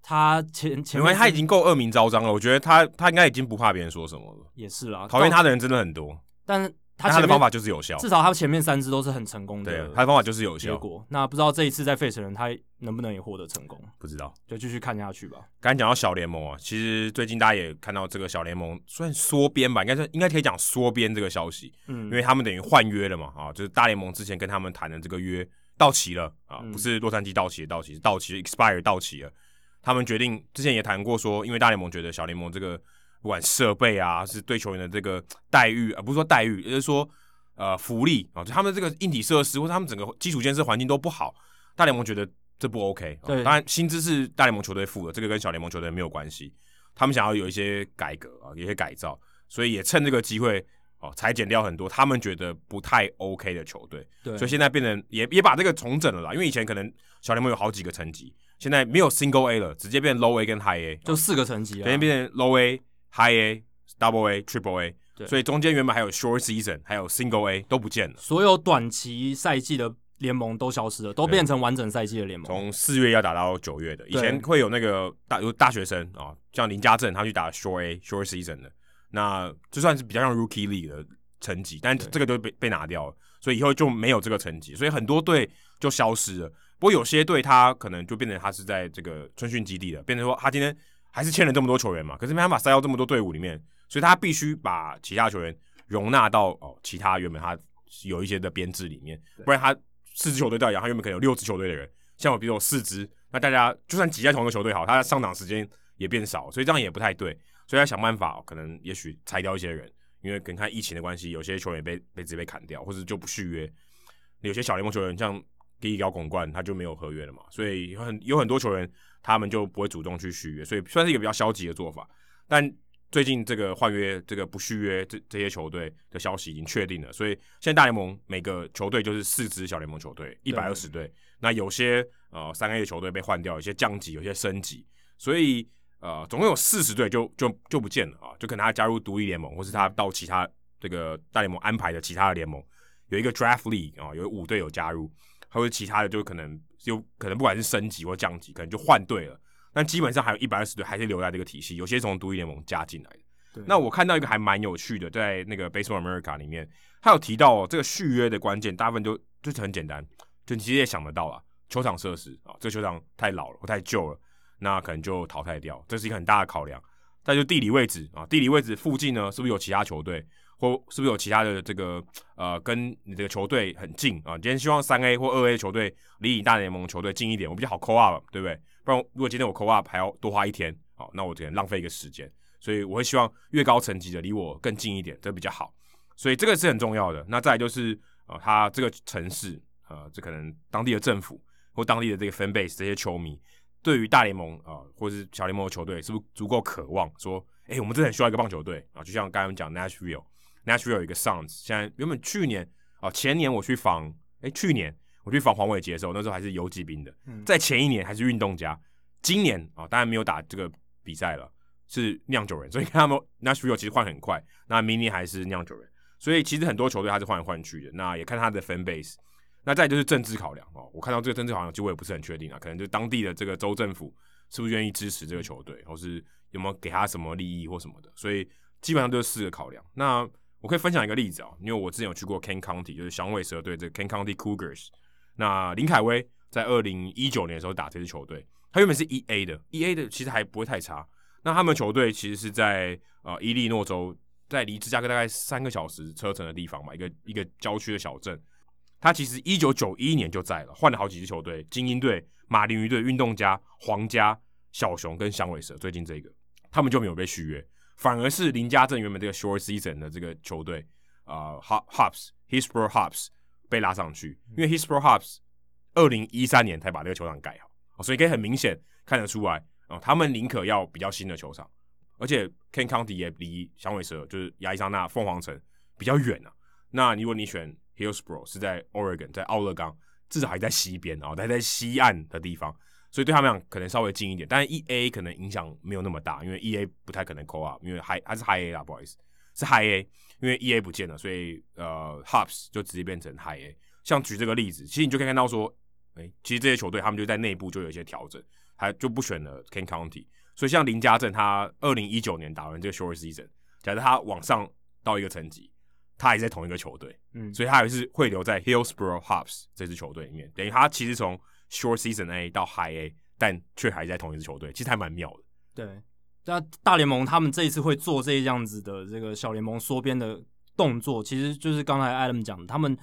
B: 他前前
A: 因为
B: 面
A: 他已经够恶名昭彰了，我觉得他他应该已经不怕别人说什么了。
B: 也是啦，
A: 讨厌
B: 啊到，
A: 他的人真的很多，
B: 但是他
A: 但他
B: 前
A: 的
B: 面
A: 方法就是有效。
B: 至少他前面三支都是很成功
A: 对啊
B: 的，
A: 他的方法就是有
B: 结
A: 效。
B: 果。那不知道这一次在费城人他能不能也获得成功，
A: 不知道，
B: 就继续看下去吧。
A: 刚才讲到小联盟啊，其实最近大家也看到这个小联盟算缩编吧，应该算应该可以讲缩编这个消息，
B: 嗯
A: 因，为他们等于换约了嘛啊，就是大联盟之前跟他们谈的这个约到期了啊，
B: 嗯
A: 不是洛杉矶到期的到期，是到期 expire 到期了。他们决定之前也谈过说，因为大联盟觉得小联盟这个不管设备啊，是对球员的这个待遇，啊、不是说待遇，而是说呃福利啊，就他们这个硬体设施或者他们整个基础建设环境都不好，大联盟觉得这不 OK、啊。
B: 对
A: 当然薪资是大联盟球队付的，这个跟小联盟球队没有关系。他们想要有一些改革啊，有一些改造，所以也趁这个机会哦，裁减掉很多他们觉得不太 OK 的球队，
B: 对，
A: 所以现在变成也也把这个重整了啦。因为以前可能小联盟有好几个层级，现在没有 Single A 了，直接变 Low A 跟 High A，
B: 就四个层级
A: 直
B: 啊，
A: 接变成 Low A、High A、Double A、Triple A，
B: 对
A: 所以中间原本还有 Short Season，还有 Single A 都不见了。
B: 所有短期赛季的联盟都消失了，都变成完整赛季的联盟。
A: 从四月要打到九月的，以前会有那个大有大学生啊、像林家正他去打 Short A、Short Season 的，那就算是比较像 Rookie League 的成绩，但
B: 对
A: 这个就被被拿掉了，所以以后就没有这个成绩，所以很多队就消失了。不过有些队他可能就变成他是在这个春训基地的，变成说他今天还是欠了这么多球员嘛，可是没办法塞到这么多队伍里面，所以他必须把其他球员容纳到哦其他原本他有一些的编制里面，不然他四支球队到养，他原本可能有六支球队的人，像我比如有四支，那大家就算挤在同一个球队好，他上场时间也变少，所以这样也不太对，所以要想办法，哦可能也许裁掉一些人，因为可能看疫情的关系，有些球员被被直接被砍掉，或者就不续约，有些小联盟球员像。第一高拱冠他就没有合约了嘛，所以有很有很多球员他们就不会主动去续约，所以算是一个比较消极的做法。但最近这个换约、这个不续约这这些球队的消息已经确定了，所以现在大联盟每个球队就是四支小联盟球队，一百二十队。那有些呃三 A 的球队被换掉，有些降级，有些升级，所以呃总共有四十队就就就不见了啊，就可能他加入独立联盟，或是他到其他这个大联盟安排的其他的联盟，有一个 Draft League 啊、有五队有加入，还有其他的就可能有可能不管是升级或降级，可能就换队了。但基本上还有一百二十队还是留在这个体系，有些从独立联盟加进来的。
E: 对
A: 那我看到一个还蛮有趣的，在那个 Baseball America 里面，他有提到、哦、这个续约的关键，大部分就就是很简单，就你其实也想得到啊，球场设施啊、这个球场太老了或太旧了，那可能就淘汰掉，这是一个很大的考量。再就地理位置啊，地理位置附近呢，是不是有其他球队，或是不是有其他的这个呃，跟你这个球队很近啊？今天希望三 A 或二 A 球队离你大联盟球队近一点，我比较好 call up，对不对？不然如果今天我 call up 还要多花一天，好，那我只能浪费一个时间。所以我会希望越高层级的离我更近一点，这比较好。所以这个是很重要的。那再来就是呃，他这个城市呃，这可能当地的政府或当地的这个 fan base 这些球迷，对于大联盟啊、呃或者是小联盟的球队，是不是足够渴望说，哎、我们真的很需要一个棒球队啊？就像刚才我们讲 Nashville，Nashville 有一个 Suns，现在原本去年啊、前年我去访，哎、去年我去访黄伟杰的时候，那时候还是游击兵的，
E: 嗯
A: 在前一年还是运动家，今年啊、当然没有打这个比赛了。是酿酒人，所以 看他们 Nashville 其实换很快，那明年还是酿酒人，所以其实很多球队他是换来换去的，那也看他的 fan base。那再来就是政治考量哦，我看到这个政治考量，其实我也不是很确定啊，可能就当地的这个州政府是不是愿意支持这个球队，或是有没有给他什么利益或什么的，所以基本上就是四个考量。那我可以分享一个例子啊、因为我之前有去过 Ken County，就是响尾蛇队这个 Ken County Cougars，那林凯威在二零一九年的时候打这支球队，他原本是 E A 的，E A 的其实还不会太差，那他们球队其实是在呃伊利诺州，在离芝加哥大概三个小时车程的地方嘛，一个一个郊区的小镇。他其实一九九一年就在了，换了好几支球队：精英队、马林鱼队、运动家、皇家、小熊跟响尾蛇。最近这个他们就没有被续约，反而是林家镇原本这个 short season 的这个球队啊、h o p s Hisbro Hops 被拉上去，因为 Hisbro Hops 二零一三年才把这个球场盖好。哦所以可以很明显看得出来，哦，他们宁可要比较新的球场，而且 Ken County 也离响尾蛇就是亚利桑那凤凰城比较远啊。那如果你选 Hillsboro 是在 Oregon，在奥勒冈，至少还在西边啊，哦还在西岸的地方，所以对他们俩可能稍微近一点。但是 E A 可能影响没有那么大，因为 E A 不太可能 call up，因为还还是 High A 啦，不好意思，是 High A，因为 E A 不见了，所以呃 Hops 就直接变成 High A。像举这个例子，其实你就可以看到说，哎、其实这些球队他们就在内部就有一些调整，还就不选了 Ken County。所以像林家正，他二零一九年打完这个 short season，假设他往上到一个层级，他还在同一个球队，
E: 嗯
A: 所以他还是会留在 Hillsboro Hops 这支球队里面。等于他其实从 short season A 到 high A，但却还在同一支球队，其实还蛮妙的。
E: 对，
B: 那大联盟他们这一次会做这样子的这个小联盟缩编的动作，其实就是刚才 Adam 讲的，他们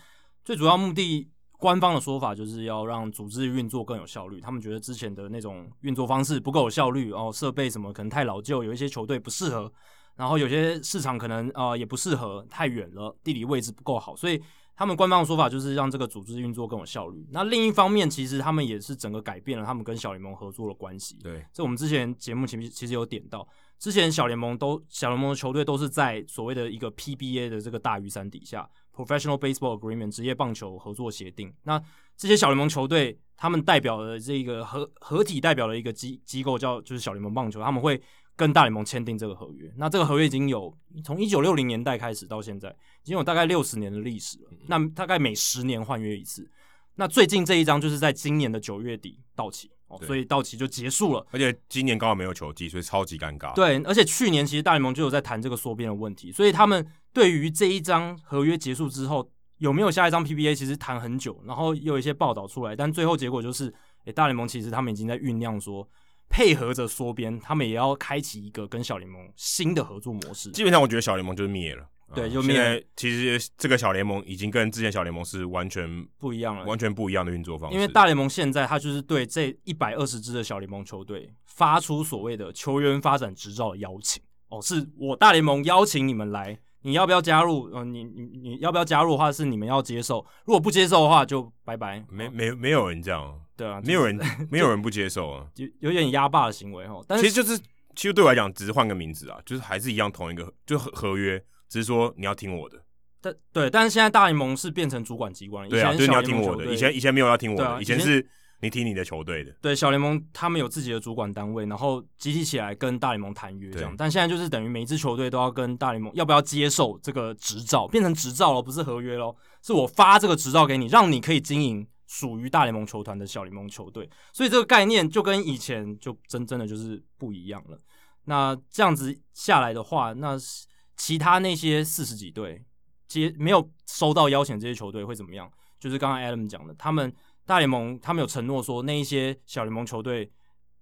B: 最主要目的，官方的说法就是要让组织运作更有效率。他们觉得之前的那种运作方式不够有效率，哦，设备什么可能太老旧，有一些球队不适合，然后有些市场可能呃也不适合，太远了，地理位置不够好，所以。他们官方的说法就是让这个组织运作更有效率。那另一方面，其实他们也是整个改变了他们跟小联盟合作的关系。
A: 对，
B: 这我们之前节目其实其实有点到，之前小联盟都小联盟的球队都是在所谓的一个 PBA 的这个大雨伞底下，Professional Baseball Agreement 职业棒球合作协定。那这些小联盟球队，他们代表的这个合合体代表的一个机机构叫就是小联盟棒球，他们会跟大联盟签订这个合约。那这个合约已经有从一九六零年代开始到现在，已经有大概六十年的历史了。那大概每十年换约一次。那最近这一张就是在今年的九月底到期，哦，
A: 对
B: 所以到期就结束了。
A: 而且今年刚好没有球季，所以超级尴尬。，
B: 对，而且去年其实大联盟就有在谈这个缩编的问题，所以他们对于这一张合约结束之后有没有下一张 PBA，其实谈很久，然后也有一些报道出来，但最后结果就是，诶、大联盟其实他们已经在酝酿说，配合着缩编，他们也要开启一个跟小联盟新的合作模式。
A: 基本上我觉得小联盟就是灭了。
B: 对
A: 啊
B: 就灭了。
A: 现在其实这个小联盟已经跟之前小联盟是完全
B: 不一样了
A: 完全不一样的运作方式。
B: 因为大联盟现在它就是对这一百二十支的小联盟球队发出所谓的球员发展执照的邀请哦，是我大联盟邀请你们来，你要不要加入？嗯、你你你要不要加入的话是你们要接受，如果不接受的话就拜拜。
A: 没
B: 哦
A: 没没有人这样，
B: 对啊，
A: 没有人没有人不接受 啊。
B: 有有点压霸的行为哦，但
A: 其
B: 是
A: 实就是，其实对我来讲，只是换个名字啊，就是还是一样同一个，就合合约，只是说你要听我的，
B: 但对，但是现在大联盟是变成主管机关了，
A: 对啊，
B: 以
A: 就
B: 前
A: 是你要
B: 小联
A: 听
B: 盟
A: 我
B: 球
A: 的，
B: 队
A: 以前以前没有要听我
B: 对啊
A: 的，以前
B: 以前
A: 是你听你的球队的，
B: 对小联盟，他们有自己的主管单位，然后集体起来跟大联盟谈约这样
A: 对。
B: 但现在就是等于每一支球队都要跟大联盟要不要接受这个执照，变成执照了，不是合约喽，是我发这个执照给你，让你可以经营属于大联盟球团的小联盟球队，所以这个概念就跟以前就真真的就是不一样了。那这样子下来的话，那是其他那些四十几队接没有收到邀请这些球队会怎么样？就是刚刚 Adam 讲的，他们大联盟他们有承诺说，那一些小联盟球队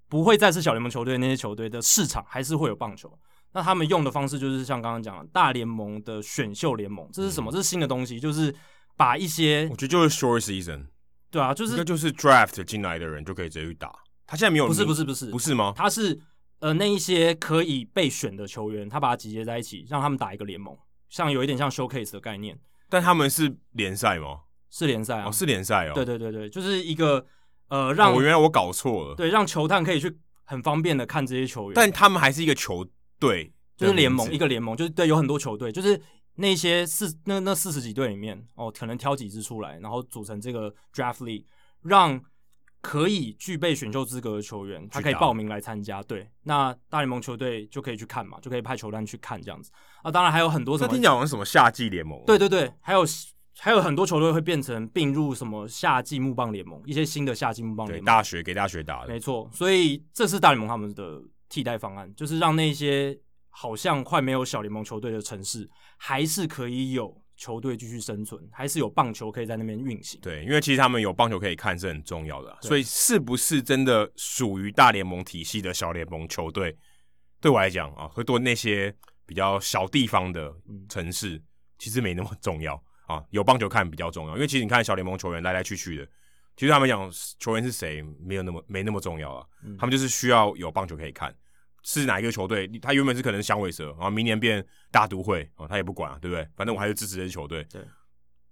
B: 不会再是小联盟球队，那些球队的市场还是会有棒球。那他们用的方式就是像刚刚讲的大联盟的选秀联盟，这是什么？这是新的东西，就是把一些
A: 我觉得就是 short season，
B: 对啊，嗯就
A: 就是是就是 draft 进来的人就可以直接去打。他现在没有
B: 不是
A: 名
B: 不是不是
A: 不是吗？
B: 他是呃那一些可以被选的球员，他把它集结在一起，让他们打一个联盟，像有一点像 showcase 的概念，
A: 但他们是联赛吗？
B: 是联赛啊，
A: 哦，是联赛哦。
B: 对对对对，就是一个呃
A: 哦，
B: 让、
A: 我原来我搞错了。
B: 对让球探可以去很方便的看这些球员，
A: 但他们还是一个球队
B: 就
A: 的名字，
B: 是联盟一个联盟，就是对有很多球队，就是那些四那那四十几队里面哦，可能挑几支出来，然后组成这个 draft league，让可以具备选秀资格的球员，他可以
A: 打
B: 报名来参加。对，那大联盟球队就可以去看嘛，就可以派球探去看这样子。啊，当然还有很多什
A: 这
B: 么
A: 听起来好像什么夏季联盟。
B: 对对对，还有还有很多球队会变成并入什么夏季木棒联盟，一些新的夏季木棒
A: 哦对，
B: 联盟。
A: 大学给大学打的
B: 没。错，所以这是大联盟他们的替代方案，就是让那些好像快没有小联盟球队的城市，还是可以有球队继续生存，还是有棒球可以在那边运行。
A: 对，因为其实他们有棒球可以看是很重要的啊、
B: 对
A: 所以是不是真的属于大联盟体系的小联盟球队，对我来讲啊，会对那些比较小地方的城市、其实没那么重要啊，有棒球看比较重要。因为其实你看小联盟球员来来去去的，其实他们讲球员是谁没有那么没那么重要啊，
B: 嗯
A: 他们就是需要有棒球可以看。是哪一个球队？他原本是可能响尾蛇，然后明年变大都会啊，他也不管啊，对不对？反正我还是支持这支球队。
B: 对，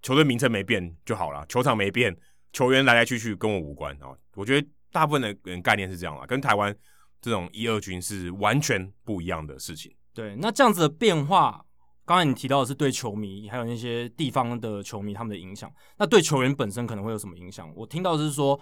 A: 球队名称没变就好了，球场没变，球员来来去去跟我无关啊。我觉得大部分的人概念是这样啊，跟台湾这种一二军是完全不一样的事情。
B: 对，那这样子的变化，刚才你提到的是对球迷，还有那些地方的球迷他们的影响。那对球员本身可能会有什么影响？我听到的是说，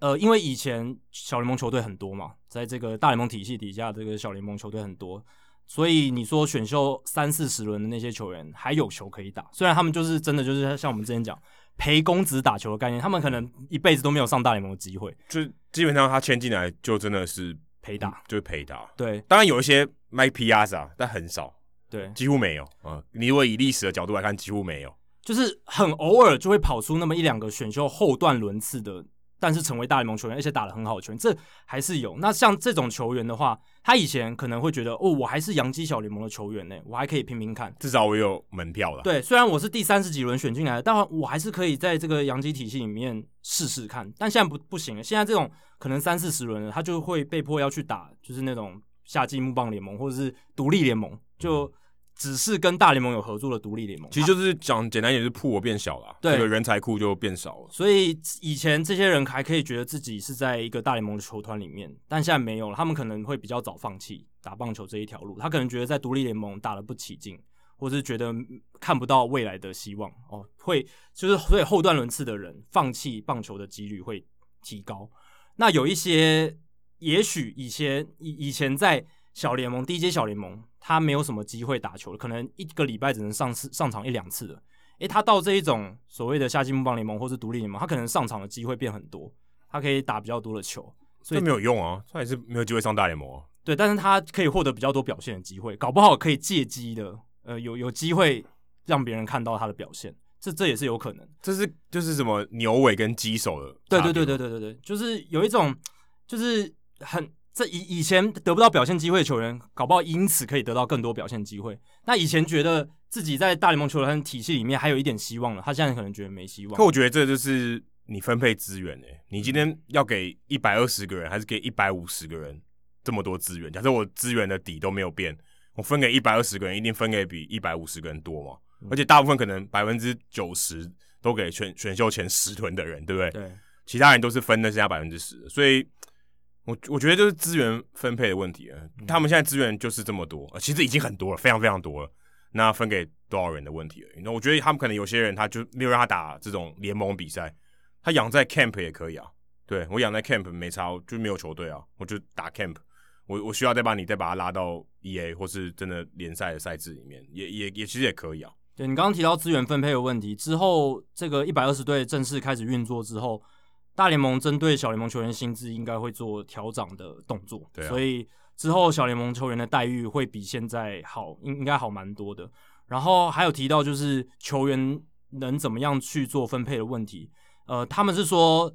B: 呃，因为以前小联盟球队很多嘛，在这个大联盟体系底下，这个小联盟球队很多，所以你说选秀三四十轮的那些球员还有球可以打，虽然他们就是真的就是像我们之前讲陪公子打球的概念，他们可能一辈子都没有上大联盟的机会
A: 就基本上他签进来就真的是嗯
B: 陪打。
A: 就是陪打。
B: 对
A: 当然有一些 Mike Piazza，但啊很少，
B: 对，
A: 几乎没有啊、你如果以历史的角度来看，几乎没有。
B: 就是很偶尔就会跑出那么一两个选秀后段轮次的，但是成为大联盟球员，而且打得很好的球员，这还是有。那像这种球员的话，他以前可能会觉得，哦，我还是洋基小联盟的球员呢，我还可以拼拼看。
A: 至少我有门票了。，
B: 对，虽然我是第三十几轮选进来的，但我还是可以在这个洋基体系里面试试看。但现在不不行了，现在这种可能三四十轮了，他就会被迫要去打，就是那种夏季木棒联盟或者是独立联盟，就只是跟大联盟有合作的独立联盟。
A: 嗯其实就是讲简单一点，就是铺我变小了，
B: 对
A: 这个人才库就变少了。
B: 所以以前这些人还可以觉得自己是在一个大联盟的球团里面，但现在没有了，他们可能会比较早放弃打棒球这一条路。他可能觉得在独立联盟打得不起劲，或是觉得看不到未来的希望哦，会就是所以后段轮次的人放弃棒球的几率会提高。那有一些也许以前以以前在小联盟、低阶小联盟，他没有什么机会打球，可能一个礼拜只能上次上场一两次的。诶，他到这一种所谓的夏季木棒联盟或是独立联盟，他可能上场的机会变很多，他可以打比较多的球，所
A: 这
B: 以
A: 没有用啊，他也是没有机会上大联盟、啊。
B: 对，但是他可以获得比较多表现的机会，搞不好可以借机的，呃，有有机会让别人看到他的表现，这这也是有可能。
A: 这是就是什么牛尾跟鸡手的
B: 对
A: 差别
B: 对对对
A: 吗
B: 对对对，就是有一种，就是很这以以前得不到表现机会的球员，搞不好因此可以得到更多表现机会。那以前觉得自己在大联盟球员体系里面还有一点希望了，他现在可能觉得没希望
A: 可。我觉得这就是你分配资源诶、你今天要给一百二十个人，还是给一百五十个人这么多资源？假设我资源的底都没有变，我分给一百二十个人，一定分给比一百五十个人多嘛？
B: 嗯
A: 而且大部分可能百分之九十都给选选秀前十轮的人，对不对？
B: 对，
A: 其他人都是分那剩下百分之十，所以我我觉得就是资源分配的问题了。
B: 嗯
A: 他们现在资源就是这么多，呃其实已经很多了，非常非常多了。那分给多少人的问题而已。那我觉得他们可能有些人他就没有让他打这种联盟比赛，他养在 camp 也可以啊。对我养在 camp 没差，我就没有球队啊，我就打 camp。我我需要再把你再把他拉到 E A 或是真的联赛的赛制里面，也也也其实也可以啊。
B: 对你刚刚提到资源分配的问题，之后这个一百二十队正式开始运作之后，大联盟针对小联盟球员薪资应该会做调整的动作，
A: 对啊
B: 所以之后小联盟球员的待遇会比现在好，应应该好蛮多的。然后还有提到就是球员能怎么样去做分配的问题，呃，他们是说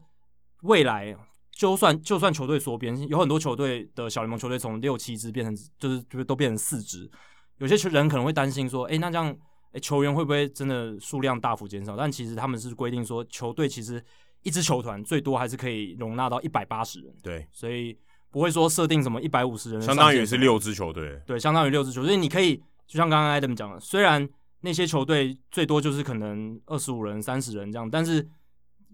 B: 未来就算就算球队缩编，有很多球队的小联盟球队从六七支变成就是就是都变成四支，有些球人可能会担心说，诶，那这样、诶球员会不会真的数量大幅减少？但其实他们是规定说，球队其实一支球团最多还是可以容纳到一百八十人，
A: 对，
B: 所以不会说设定什么一百五十人的嗯
A: 相
B: 上嗯限，
A: 当于也是六支球队，
B: 对，相当于六支球队，所以你可以就像刚刚 Adam 讲的，虽然那些球队最多就是可能二十五人、三十人这样，但是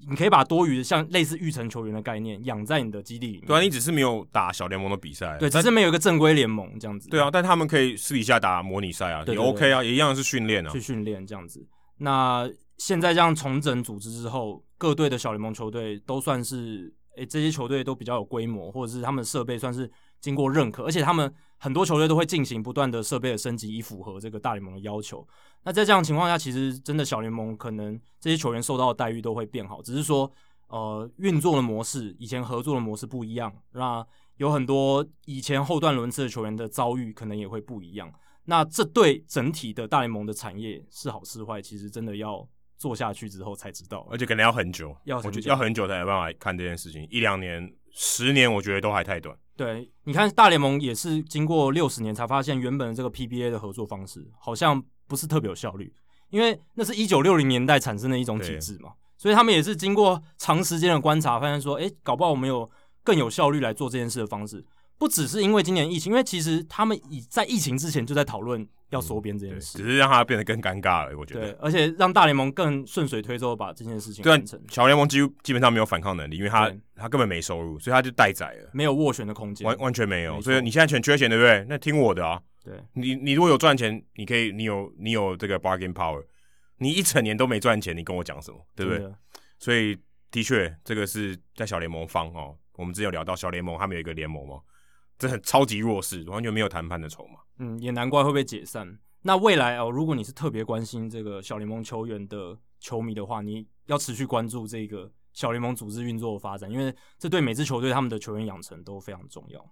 B: 你可以把多余的像类似育成球员的概念养在你的基地里面。
A: 对啊，你只是没有打小联盟的比赛，
B: 对，只
A: 但
B: 是没有一个正规联盟这样子。
A: 对啊，但他们可以私底下打模拟赛啊，
B: 对
A: 也
B: 对对
A: OK 啊，也一样是训练啊
B: 去，训练这样子。那现在这样重整组织之后，各队的小联盟球队都算是，诶、这些球队都比较有规模，或者是他们的设备算是经过认可，而且他们很多球队都会进行不断的设备的升级，以符合这个大联盟的要求。那在这样的情况下，其实真的小联盟可能这些球员受到的待遇都会变好，只是说，呃，运作的模式以前合作的模式不一样，那有很多以前后段轮次的球员的遭遇可能也会不一样。那这对整体的大联盟的产业是好是坏，其实真的要做下去之后才知道。
A: 而且可能要很久，
B: 要
A: 我
B: 很
A: 觉得
B: 久
A: 要很久才有办法看这件事情，一两年、十年，我觉得都还太短。
B: 对，你看大联盟也是经过六十年才发现，原本的这个 PBA 的合作方式好像不是特别有效率，因为那是一九六零年代产生的一种体制嘛，所以他们也是经过长时间的观察，发现说，诶，搞不好我们有更有效率来做这件事的方式。不只是因为今年疫情，因为其实他们已在疫情之前就在讨论要缩编这
A: 对，
B: 件事，
A: 只是让它变得更尴尬而已。我觉
B: 对，
A: 得，
B: 而且让大联盟更顺水推舟把这件事情
A: 对啊
B: 完成，，
A: 小联盟几乎基本上没有反抗能力，因为他
B: 对
A: 他根本没收入，所以他就待宰了，
B: 没有斡旋的空间。
A: 完完全没有。
B: 没错
A: 所以你现在全缺钱，对不对？那听我的啊，
B: 对
A: 你你如果有赚钱，你可以，你有你有这个 bargain power。你一整年都没赚钱，你跟我讲什么，对不对？
B: 真的
A: 所以的确，这个是在小联盟方哦。我们之前有聊到小联盟，他们有一个联盟嘛，这很超级弱势，完全没有谈判的筹码。
B: 嗯，也难怪会被解散。那未来哦，如果你是特别关心这个小联盟球员的球迷的话，你要持续关注这个小联盟组织运作的发展，因为这对每支球队他们的球员养成都非常重要。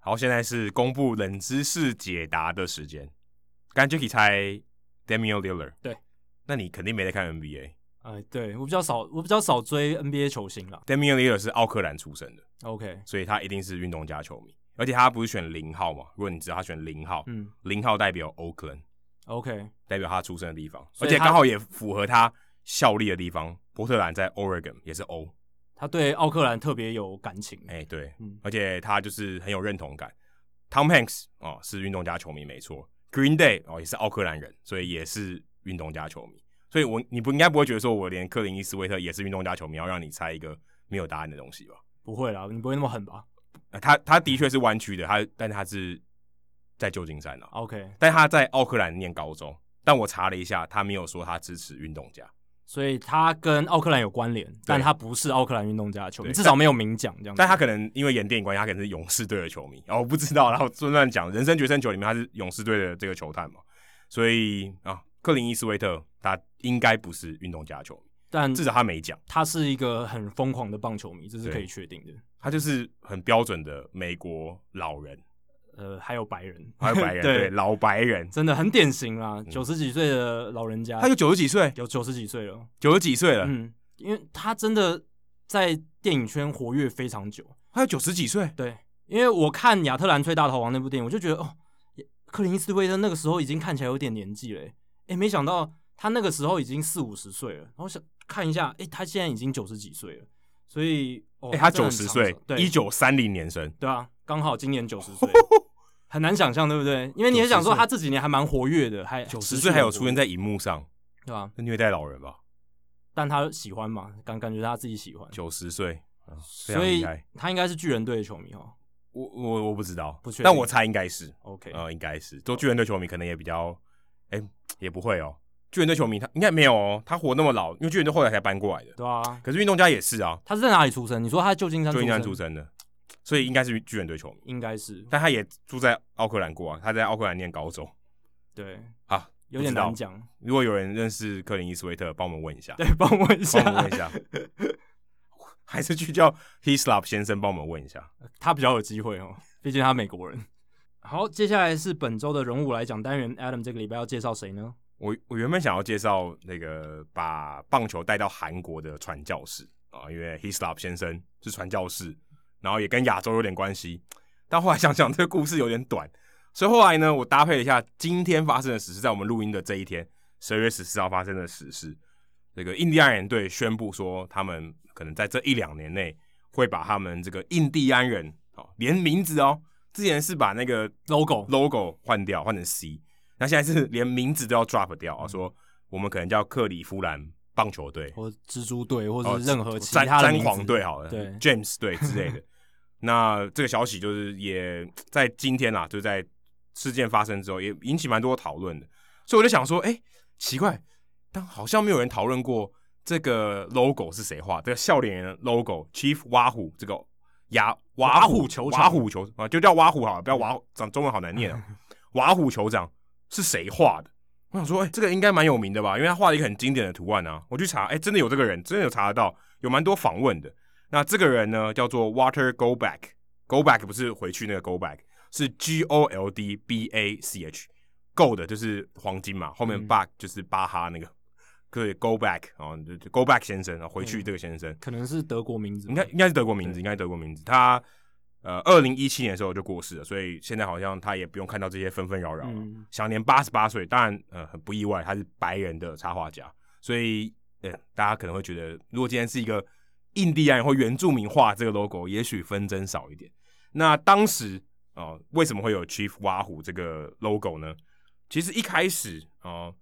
A: 好，现在是公布冷知识解答的时间。刚才 Jacky 猜 Damian Lillard，
B: 对，
A: 那你肯定没在看 NBA。
B: 哎，对我比较少，我比较少追 NBA 球星啦。
A: Damian Lillard 是奥克兰出生的，
B: OK，
A: 所以他一定是运动家球迷，而且他不是选零号嘛？如果你知道他选零号，
B: 嗯
A: 零号代表 Oakland，
B: ，OK，
A: 代表他出生的地方，而
B: 所以
A: 且
B: 他
A: 刚好也符合他效力的地方。波特兰在 Oregon 也是 O，
B: 他对奥克兰特别有感情。
A: 哎、对，
B: 嗯
A: 而且他就是很有认同感。Tom Hanks 哦，是运动家球迷没错，Green Day 哦也是奥克兰人，所以也是运动家球迷。所以我你不应该不会觉得说我连克林伊斯威特也是运动家球迷，要让你猜一个没有答案的东西吧？
B: 不会啦，你不会那么狠吧
A: 呃、他他的确是湾区的，他但他是在旧金山啊，
B: ？OK，
A: 但他在奥克兰念高中。但我查了一下，他没有说他支持运动家，
B: 所以他跟奥克兰有关联，但他不是奥克兰运动家的球迷，
A: 对
B: 至少没有明讲这样子。
A: 但他可能因为演电影关系，他可能是勇士队的球迷，然、后我不知道，然后就乱讲。人生决胜球里面他是勇士队的这个球探嘛，所以啊，克林伊斯威特他应该不是运动家球迷，
B: 但
A: 至少他没讲，
B: 他是一个很疯狂的棒球迷，这是
A: 对
B: 可以确定的。
A: 他就是很标准的美国老人，
B: 呃，还有白人，
A: 还有白人，对
B: 对，
A: 老白人，
B: 真的很典型啦，九十几岁的老人家，
A: 嗯他就九十几岁，
B: 有九十几岁了，
A: 九十几岁了，
B: 嗯，因为他真的在电影圈活跃非常久，
A: 他有九十几岁，
B: 对，因为我看《亚特兰吹大逃亡》那部电影，我就觉得哦，克林斯威特那个时候已经看起来有点年纪了，诶、诶没想到他那个时候已经四五十岁了，然后想看一下，诶、他现在已经九十几岁了，所以，哦，
A: 哎、他
B: 真
A: 九
B: 的很
A: 十
B: 长
A: 岁
B: 寿，对，
A: 一九三零年生，
B: 对啊，刚好今年九十 岁，很难想象，对不对？因为你也想说他这几年还蛮活跃的，还
A: 九十岁还有出现
B: 在
A: 在荧幕上，
B: 对吧、
A: 那虐待老人吧？
B: 但他喜欢嘛，感感觉他自己喜欢，
A: 九十岁，啊非常
B: 所
A: 厉
B: 以
A: 害。
B: 他应该是巨人队的球迷哦。
A: 我我我不知道
B: 不确，定
A: 呃但我猜应该是，
B: OK，、
A: 呃，应该是做巨人队球迷可能也比较，哎、也不会哦。巨人队球迷他应该没有哦，他活那么老，因为巨人队后来才搬过来的。
B: 对啊，
A: 可是运动家也是啊，
B: 他是在哪里出生？你说他在旧金山
A: 就应该出
B: 生，
A: 生的，所以应该是巨人队球迷。
B: 应该是
A: 但他也住在奥克兰过啊，他在奥克兰念高中。
B: 对，
A: 好，
B: 有点
A: 不知道
B: 难讲。
A: 如果有人认识克林伊斯威特，帮我们问一下，
B: 对，帮我问
A: 帮
B: 一下
A: 我，们问一下，还是去叫 Hislop 先生帮我们问一下。
B: 他比较有机会哦，毕竟他美国人。好，接下来是本周的人物来讲单元，Adam 这个礼拜要介绍谁呢？
A: 我我原本想要介绍那个把棒球带到韩国的传教士啊，因为 Hislop 先生是传教士，然后也跟亚洲有点关系。但后来想想，这个故事有点短，所以后来呢，我搭配了一下今天发生的史事，在我们录音的这一天，十二月十四号发生的史事。这个印第安人队宣布说，他们可能在这一两年内会把他们这个印第安人，哦，连名字哦，之前是把那个
B: logo
A: logo 换掉，换成 C。那现在
B: 嗯
A: 是连名字都要 drop 掉啊，说我们可能叫克里夫兰棒球队，
B: 或蜘蛛队，或
A: 哦
B: 者是任何其
A: 詹
B: 他的
A: 詹
B: 名字
A: 皇队好了，
B: 对
A: ，James 队之 类的。那这个消息就是也在今天啦，就在事件发生之后，也引起蛮多讨论的。所以我就想说，哎、奇怪，但好像没有人讨论过这个 logo 是谁画，这个笑脸人的 logo Chief 挖虎这个牙瓦
B: 瓦虎
A: 虎
B: 酋长
A: 瓦虎酋啊，就叫挖虎好了，不要瓦长中文好难念 啊。瓦虎酋长是谁画的？我想说，哎、这个应该蛮有名的吧，因为他画了一个很经典的图案啊。我去查，哎、真的有这个人，真的有查得到，有蛮多访问的。那这个人呢，叫做 Water Go Back，Go Back 不是回去那个 Go Back，是 G O L D B A C H。Gold 就是黄金嘛，后面
B: 嗯
A: back 就是巴哈那个，对，Go Back 啊、就就 Go Back 先生啊，回去这个先生，
B: 可能是德国名字吧，
A: 应该应该是德国名字，应该是德国名字。他呃，二零一七年的时候就过世了，所以现在好像他也不用看到这些纷纷扰扰了。
B: 嗯
A: 享年八十八岁，当然呃很不意外，他是白人的插画家，所以呃大家可能会觉得，如果今天是一个印第安人或原住民画这个 logo，也许纷争少一点。那当时哦、呃为什么会有 Chief 挖虎这个 logo 呢？其实一开始哦、呃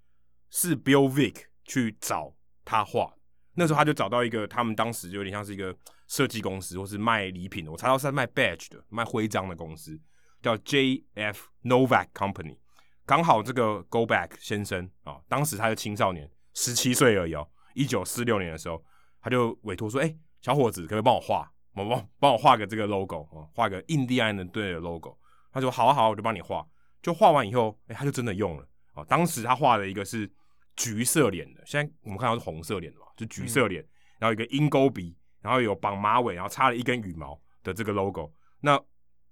A: 是 Bill Vick 去找他画，那时候他就找到一个他们当时就有点像是一个设计公司或是卖礼品的，我查到是在卖 badge 的、卖徽章的公司，叫 JF Novak Company。刚好这个 Go Back 先生啊、当时他是青少年，十七岁而已哦，一九四六年的时候，他就委托说：“哎、小伙子，可不可以帮我画？帮帮帮我画个这个 logo 啊、画个印第安人队的 logo。”他说：“好啊好啊，我就帮你画。”就画完以后，哎、他就真的用了啊、当时他画的一个是橘色脸的，现在我们看到是红色脸的嘛，就橘色脸，然后一个鹰钩鼻，然后有绑马尾，然后插了一根羽毛的这个 logo。那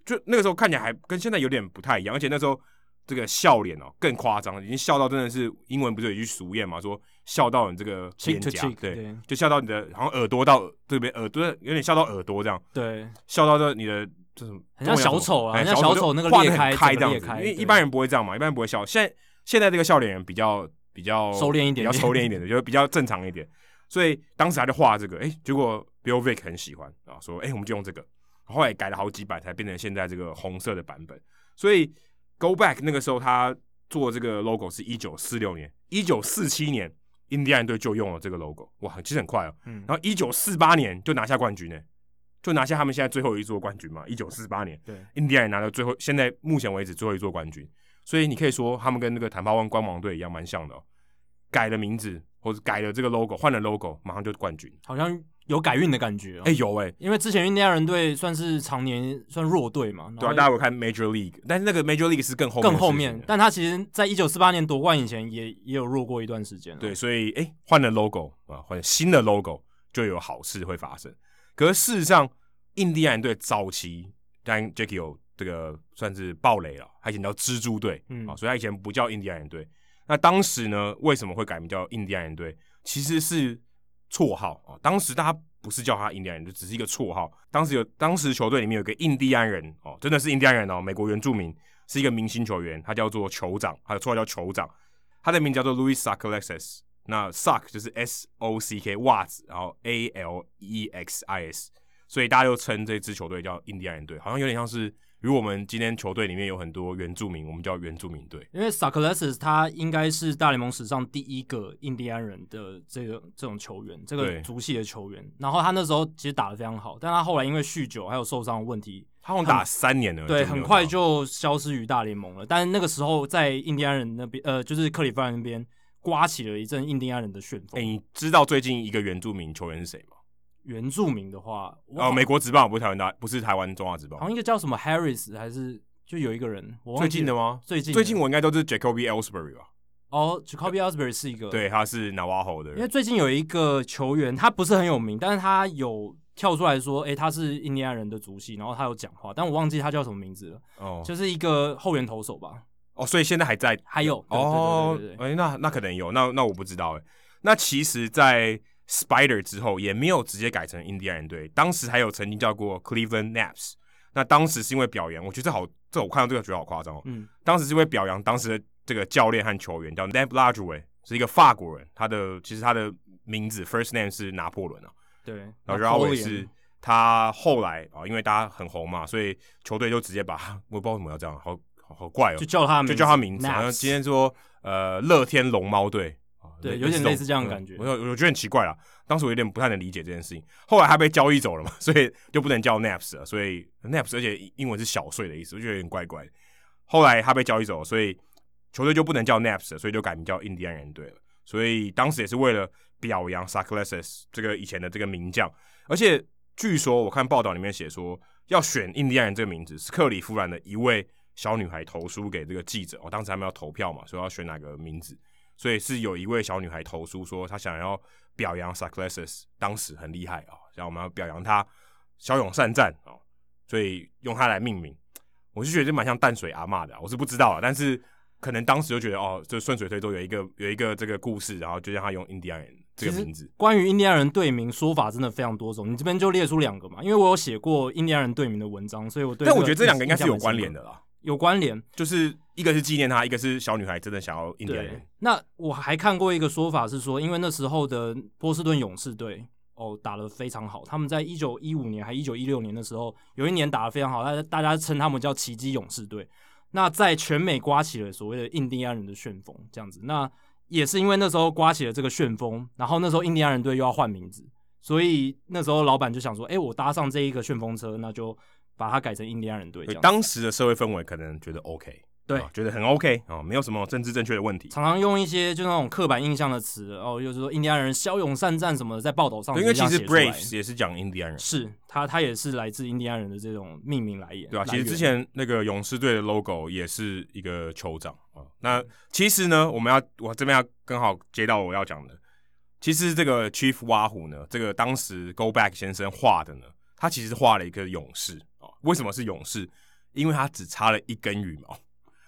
A: 就那个时候看起来还跟现在有点不太一样，而且那时候这个笑脸哦更夸张，已经笑到真的是英文不是有一句俗谚嘛，说笑到你这个
B: Cheek
A: 脸
B: to
A: 颊
B: cheek，，对
A: 对，就笑到你的好像耳朵到这边耳朵有点笑到耳朵这样，
B: 对，
A: 笑到这你的这什么
B: 很像小丑啊
A: 哎
B: 很像小丑那个
A: 画得很
B: 裂开
A: 开
B: 整
A: 这
B: 个
A: 样
B: 裂
A: 子，
B: 开
A: 因为
B: 对
A: 一般人不会这样嘛，一般人不会笑。现在现在这个笑脸人比较比较
B: 收敛一点
A: 比较收敛一点的，就是比较正常一点。所以当时他就画这个，哎、结果 Bill Vick 很喜欢啊，说哎、我们就用这个。后来改了好几版，才变成现在这个红色的版本。所以 Go Back 那个时候他做这个 logo 是一九四六年，一九四七年印第安队就用了这个 logo，哇，其实很快哦。
B: 嗯，
A: 然后一九四八年就拿下冠军呢、就拿下他们现在最后一座冠军嘛。一九四八年，
B: 对，
A: 印第安人拿到最后，现在目前为止最后一座冠军，所以你可以说他们跟那个坦帕湾光芒队一样，蛮像的、哦。改了名字或者改了这个 logo，换了 logo，马上就冠军。
B: 好像有改运的感觉、哦。
A: 哎、有哎、
B: 因为之前印第安人队算是常年算弱队嘛，
A: 对啊，大
B: 然
A: 家
B: 后
A: 有看 Major League，但是那个 Major League 是更后面的
B: 更后
A: 事
B: 面
A: 情，
B: 但他其实在一九四八年夺冠以前也也有弱过一段时间、
A: 对，，所以哎，换、了 logo 啊，换了新的 logo 就有好事会发生。可是事实上，印第安人队早期，但 Jackie 有这个算是暴雷了，他以前叫蜘蛛队，
B: 嗯
A: 啊，所以他以前不叫印第安人队。那当时呢，为什么会改名叫印第安人队？其实是绰号啊，当时大家。不是叫他印第安人，就只是一个绰号。当时有，当时球队里面有一个印第安人哦，真的是印第安人哦，美国原住民，是一个明星球员，他叫做酋长，他的绰号叫酋长。他的名叫做 Louis Socklexis。那 sock 就是 S O C K 袜子，然后 A L E X I S，所以大家又称这支球队叫印第安人队，好像有点像是，如果我们今天球队里面有很多原住民，我们叫原住民队。
B: 因为 s a k l e s 他应该是大联盟史上第一个印第安人的这个这种球员，这个
A: 对
B: 族系的球员。然后他那时候其实打得非常好，但他后来因为酗酒还有受伤的问题，
A: 他好像打三年了，没
B: 对，
A: 有
B: 很
A: 打
B: 快就消失于大联盟了。但那个时候在印第安人那边，呃，就是克利夫兰那边刮起了一阵印第安人的旋
A: 哎、
B: 风。
A: 你知道最近一个原住民球员是谁吗？
B: 原住民的话，我
A: 哦，美国职棒不是台湾大，不是台湾中华职棒
B: 好。像一个叫什么 Harris 还是就有一个人，我忘
A: 最
B: 记
A: 近的
B: 了
A: 吗？
B: 最近
A: 最近
B: 的
A: 我应该都是 Jacoby Ellsbury 吧？
B: 哦，Jacoby Osbury 是一个，
A: 对，他是 Navajo 的
B: 因为
A: 人。
B: 最近有一个球员，他不是很有名，但是他有跳出来说，诶、他是印第安人的族系，然后他有讲话，但我忘记他叫什么名字了，
A: 哦
B: 就是一个后援投手吧，
A: 哦，所以现在还在
B: 还有对
A: 哦
B: 对对对对。对
A: 哎、那那可能有，那那我不知道哎。那其实，在 Spider 之后也没有直接改成印第安人队，当时还有曾经叫过 Cleveland Naps。那当时是因为表扬，我觉得这好，这我看到这个觉得好夸张哦。
B: 嗯，
A: 当时是因为表扬当时的这个教练和球员叫 Nap l a g u e 是一个法国人，他的其实他的名字 first name 是拿破仑啊，
B: 对，
A: 然后 r a w
B: 是
A: 是他后来啊、因为大家很红嘛，所以球队就直接把 他，我不知道为什么要这样，好好好怪哦，
B: 就叫他
A: 就叫他名字，好像
B: Naps
A: 今天说呃乐天龙猫队，啊
B: 对
A: 类
B: 有点类似这样的
A: 嗯
B: 感觉
A: 我我我觉得很奇怪啦，当时我有点不太能理解这件事情。后来他被交易走了嘛，所以就不能叫 Naps 了，所以 Naps 而且英文是小碎的意思，我觉得有点怪怪的。后来他被交易走了，所以球队就不能叫 Naps 了，所以就改名叫印第安人队了。所以当时也是为了表扬 s a c l e s s 这个以前的这个名将，而且据说我看报道里面写说，要选印第安人这个名字是克里夫兰的一位小女孩投书给这个记者，哦，当时他们要投票嘛，所以要选哪个名字，所以是有一位小女孩投书说她想要表扬 s a c l e s s 当时很厉害哦，然后我们要表扬她骁勇善战哦，所以用它来命名。我是觉得蛮像淡水阿嬷的啊、我是不知道啊，但是可能当时就觉得哦，就顺水推舟有一个有一个这个故事，然后就让他用印第安人这个名字。
B: 关于印第安人队名说法真的非常多种，你这边就列出两个嘛，因为我有写过印第安人队名的文章，所以我对。
A: 但我觉得这两个应该是有关联的，啦，
B: 有关联。
A: 就是一个是纪念他，一个是小女孩真的想要印第安
B: 对
A: 人。，
B: 那我还看过一个说法是说，因为那时候的波士顿勇士队哦打得非常好，他们在一九一五年还一九一六年的时候，有一年打得非常好，大家大家称他们叫奇迹勇士队。那在全美刮起了所谓的印第安人的旋风，这样子，那也是因为那时候刮起了这个旋风，然后那时候印第安人队又要换名字，所以那时候老板就想说，哎、我搭上这一个旋风车，那就把它改成印第安人队这
A: 对，
B: 样子。
A: 当时的社会氛围可能觉得 OK，
B: 对
A: 啊觉得很 OK 哦，没有什么政治正确的问题。
B: 常常用一些就那种刻板印象的词，哦，又是说印第安人骁勇善战什么的，在报道上
A: 对，因为其
B: 直接
A: 实
B: 这样写出来
A: Braves 也是讲印第安人，
B: 是他，他也是来自印第安人的这种命名来源，
A: 对吧、啊
B: 来
A: 其
B: 源
A: 实之前那个勇士队的 logo 也是一个酋长啊。
B: 嗯
A: 那其实呢，我们要我这边要刚好接到我要讲的，其实这个 Chief Wahoo 呢，这个当时 Go Back 先生画的呢，他其实画了一个勇士啊。为什么是勇士？因为他只插了一根羽毛。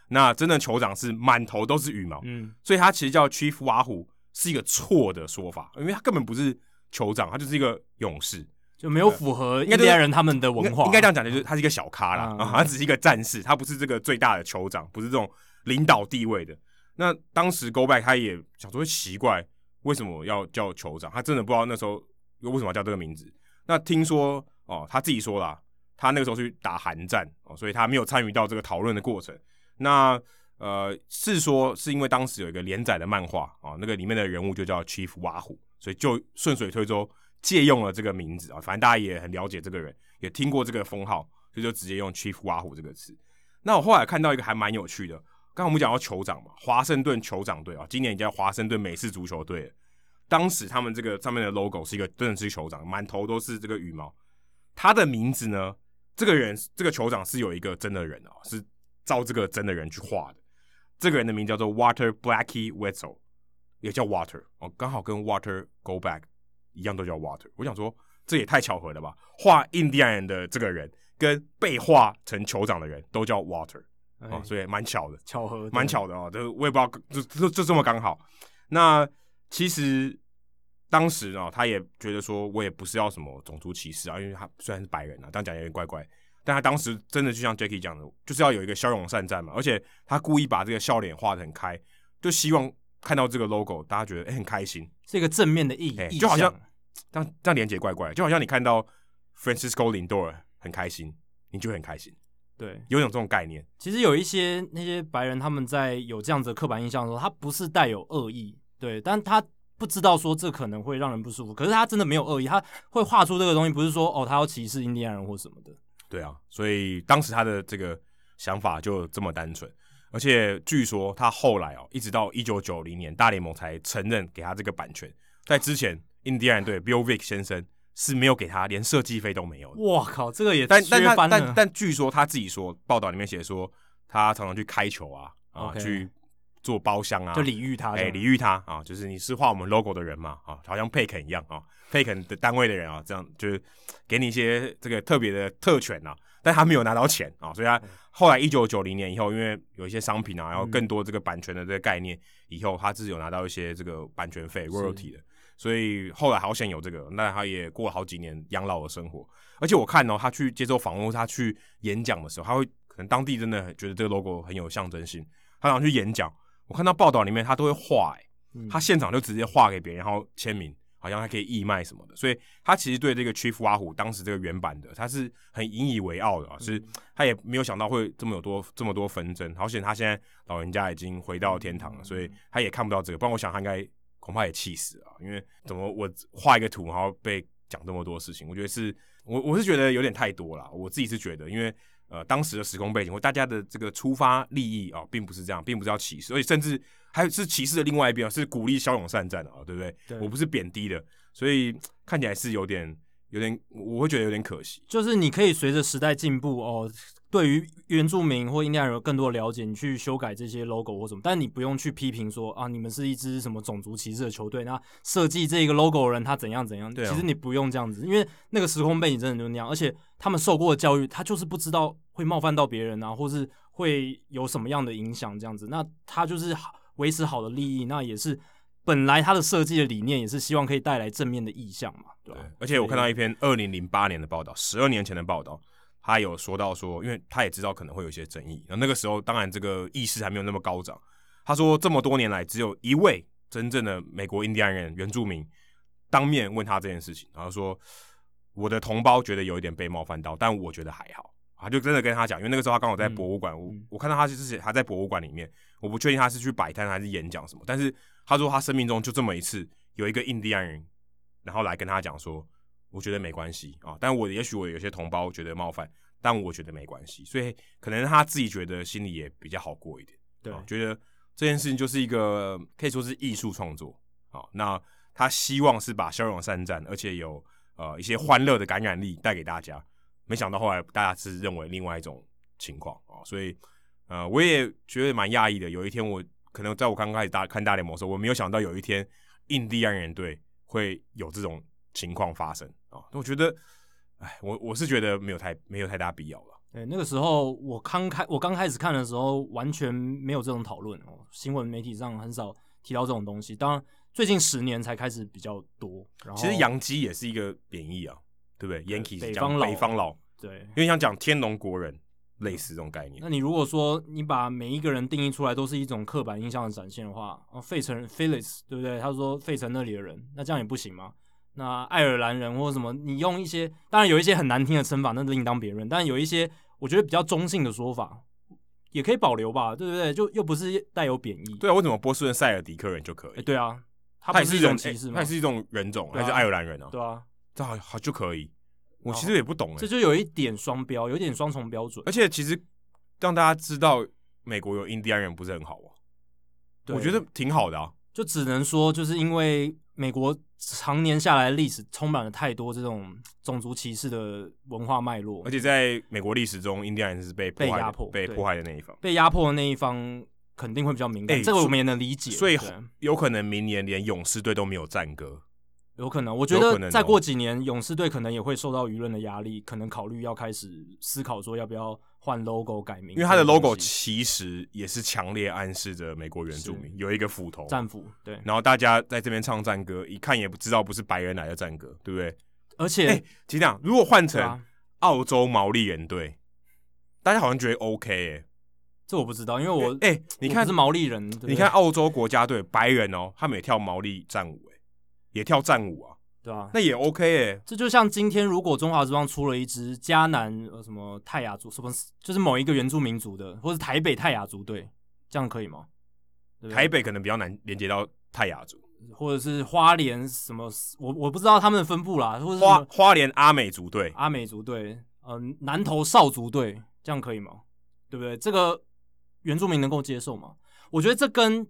A: 那真的酋长是满头都是羽毛，
B: 嗯，
A: 所以他其实叫 Chief Wahoo 是一个错的说法，因为他根本不是酋长，他就是一个勇士。
B: 就没有符合
A: 该
B: 印
A: 就是
B: 第安人他们的文化，
A: 应该应该这样讲，就是他是一个小咖啦，
B: 嗯
A: 啊，他只是一个战士，他不是这个最大的酋长，不是这种领导地位的。那当时 Go Back 他也想说奇怪，为什么要叫酋长？他真的不知道那时候为什么要叫这个名字。那听说哦，他自己说啦，他那个时候去打韩战哦，所以他没有参与到这个讨论的过程。那呃，是说是因为当时有一个连载的漫画啊、哦，那个里面的人物就叫 Chief 挖虎，所以就顺水推舟借用了这个名字啊、反正大家也很了解这个人，也听过这个封号，所以就直接用 Chief 挖虎这个词。那我后来看到一个还蛮有趣的，刚刚我们讲到酋长嘛，华盛顿酋长队啊，今年也叫华盛顿美式足球队了。当时他们这个上面的 logo 是一个真的是酋长，满头都是这个羽毛。他的名字呢，这个人这个酋长是有一个真的人哦，是照这个真的人去画的。这个人的名叫做 Water Blackie Wetzel，也叫 Water 哦，刚好跟 Water Go Back 一样都叫 Water。我想说，这也太巧合了吧？画印第安人的这个人跟被画成酋长的人都叫 Water
B: 哎
A: 哦，所以蛮巧的。
B: 巧合，
A: 蛮巧的哦，这我也不知道，就就就这么刚好。那其实当时呢，他也觉得说我也不是要什么种族歧视啊，因为他虽然是白人啊，但讲有点怪怪。但他当时真的就像 Jacky 讲的，就是要有一个骁勇善战嘛，而且他故意把这个笑脸画的很开，就希望看到这个 logo，大家觉得哎、很开心。
B: 是一个正面的意
A: 哎
B: 义，
A: 就好像
B: 意象
A: 这样这样连接怪怪，就好像你看到 Francisco Lindor 很开心，你就会很开心，
B: 对。
A: 有一种这种概念。
B: 其实有一些那些白人他们在有这样子的刻板印象的时候，他不是带有恶意，对，但他不知道说这可能会让人不舒服，可是他真的没有恶意，他会画出这个东西，不是说哦他要歧视印第安人或什么的，
A: 对啊，所以当时他的这个想法就这么单纯。而且据说他后来哦，一直到一九九零年大联盟才承认给他这个版权，在之前印第安
B: 啊
A: 人队 Bill Vick 先生是没有给他连设计费都没有的。
B: 哇靠，这个也
A: 但但
B: 缺
A: 他
B: 翻
A: 但
B: 了。
A: 但据说他自己说报道里面写说，他常常去开球啊啊
B: OK
A: 去做包厢啊，
B: 就礼遇他这
A: 哎、
B: 样，
A: 礼遇他啊，就是你是画我们 logo 的人嘛啊，好像佩肯一样啊，佩肯的单位的人啊，这样就是给你一些这个特别的特权啊，但他没有拿到钱啊，所以他后来一九九零年以后，因为有一些商品啊，然后更多这个版权的这个概念，以后他自己有拿到一些这个版权费 royalty 的，所以后来好险有这个，那他也过了好几年养老的生活，而且我看哦，他去接受访问，他去演讲的时候，他会可能当地真的觉得这个 logo 很有象征性，他想去演讲。我看到报道里面，他都会画、欸，
B: 嗯
A: 他现场就直接画给别人，然后签名，好像还可以义卖什么的。所以他其实对这个 Chief 挖虎当时这个原版的，他是很引以为傲的啊，是他也没有想到会这么有多这么多纷争。好险他现在老人家已经回到天堂了，所以他也看不到这个，不然我想他应该恐怕也气死了啊，因为怎么我画一个图，然后被讲这么多事情，我觉得是我我是觉得有点太多了，我自己是觉得，因为。呃，当时的时空背景或大家的这个出发利益啊、并不是这样，并不是要歧视，而且甚至还有是歧视的另外一边啊，是鼓励骁勇善战的啊，对不对？
B: 对
A: 我不是贬低的，所以看起来是有点有点，我我会觉得有点可惜。
B: 就是你可以随着时代进步哦，对于原住民或印第安人有更多的了解，你去修改这些 logo 或什么，但你不用去批评说啊，你们是一支什么种族歧视的球队，那设计这个 logo 的人他怎样怎样，
A: 对啊
B: 其实你不用这样子，因为那个时空背景真的就那样，而且他们受过的教育，他就是不知道会冒犯到别人啊，或是会有什么样的影响这样子，那他就是好维持好的利益，那也是。本来他的设计的理念也是希望可以带来正面的意向嘛，对吧、
A: 对，而且我看到一篇二零零八年的报道，十二年前的报道，他有说到说，因为他也知道可能会有一些争议，然后那个时候当然这个意识还没有那么高涨。他说这么多年来，只有一位真正的美国印第安人原住民当面问他这件事情，然后说我的同胞觉得有一点被冒犯到，但我觉得还好。他就真的跟他讲，因为那个时候他刚好在博物馆，我我看到他是他在博物馆里面，我不确定他是去摆摊还是演讲什么，但是他说他生命中就这么一次，有一个印第安人，然后来跟他讲说，我觉得没关系啊，但我也许我有些同胞觉得冒犯，但我觉得没关系，所以可能他自己觉得心里也比较好过一点，
B: 对
A: 啊觉得这件事情就是一个可以说是艺术创作啊，那他希望是把骁勇善战，而且有呃一些欢乐的感染力带给大家，没想到后来大家是认为另外一种情况啊、所以呃，我也觉得蛮讶异的。有一天我可能在我刚开始大看大联盟的时候，我没有想到有一天印第安人队会有这种情况发生啊、那我觉得，哎，我我是觉得没有太没有太大必要了。
B: 对，那个时候我刚开我刚开始看的时候，完全没有这种讨论哦，新闻媒体上很少提到这种东西。当然，最近十年才开始比较多。然后，
A: 其实洋基也是一个贬义啊，对不对？Yankees
B: 哦北
A: 讲
B: 方佬
A: 北方佬，
B: 对，
A: 因为想讲天龙国人，类似这种概念
B: 那。你如果说你把每一个人定义出来都是一种刻板印象的展现的话，哦，费城 Phillips 对不对？他说费城那里的人，那这样也不行吗？那爱尔兰人或者什么，你用一些当然有一些很难听的称法，那另当别论，但有一些我觉得比较中性的说法。也可以保留吧，对不对？就又不是带有贬义。
A: 对啊，为什么波士顿塞尔迪克人就可
B: 哎、
A: 以？
B: 对啊，他
A: 他也
B: 不是一
A: 人
B: 种，歧视
A: 哎
B: 嘛，
A: 他也是一种人种，
B: 对
A: 他
B: 啊
A: 是爱尔兰人啊，
B: 对啊，哦
A: 这好好就可以。我其实也不懂哎
B: 这，就有一点双标，有一点双重标准
A: 而。且其实让大家知道美国有印第安人不是很好啊，
B: 对
A: 我觉得挺好的啊。
B: 就只能说，就是因为美国常年下来历史充满了太多这种种族歧视的文化脉络，
A: 而且在美国历史中，印第安人是被迫
B: 被
A: 害的
B: 压迫
A: 被
B: 对
A: 迫害的那一方，
B: 被压迫的那一方肯定会比较敏感，
A: 哎
B: 这个我们也能理解。
A: 所以
B: 对
A: 有可能明年连勇士队都没有战歌。
B: 有可能，我觉
A: 有可能
B: 得
A: 哦
B: 再过几年，勇士队可能也会受到舆论的压力，可能考虑要开始思考说要不要换 logo 改名，
A: 因为它的 logo
B: 这种东西
A: 其实也是强烈暗示着美国原住民有一个斧头，
B: 战斧对，
A: 然后大家在这边唱战歌，一看也不知道不是白人来的战歌，对不对？
B: 而且、
A: 哎其实这样，如果换
B: 对
A: 成
B: 啊，
A: 澳洲毛利人队，大家好像觉得 OK
B: 这我不知道，因为
A: 哎、
B: 我
A: 哎、你
B: 我
A: 看
B: 不是毛利人，对不对
A: 你看澳洲国家队白人哦，他们也跳毛利战舞、欸，也跳战舞啊，
B: 对吧？
A: 那也 OK 哎、
B: 这就像今天，如果中华之邦出了一支迦南呃什么泰雅族什么，就是某一个原住民族的，或是台北泰雅族队，这样可以吗？对不对
A: 台北可能比较难连接到泰雅族，
B: 或者是花莲什么，我我不知道他们的分布啦，或者是什
A: 花
B: 么
A: 花莲阿美族队，
B: 呃阿美族队，嗯、南投少族队，这样可以吗？对不对？这个原住民能够接受吗？我觉得这跟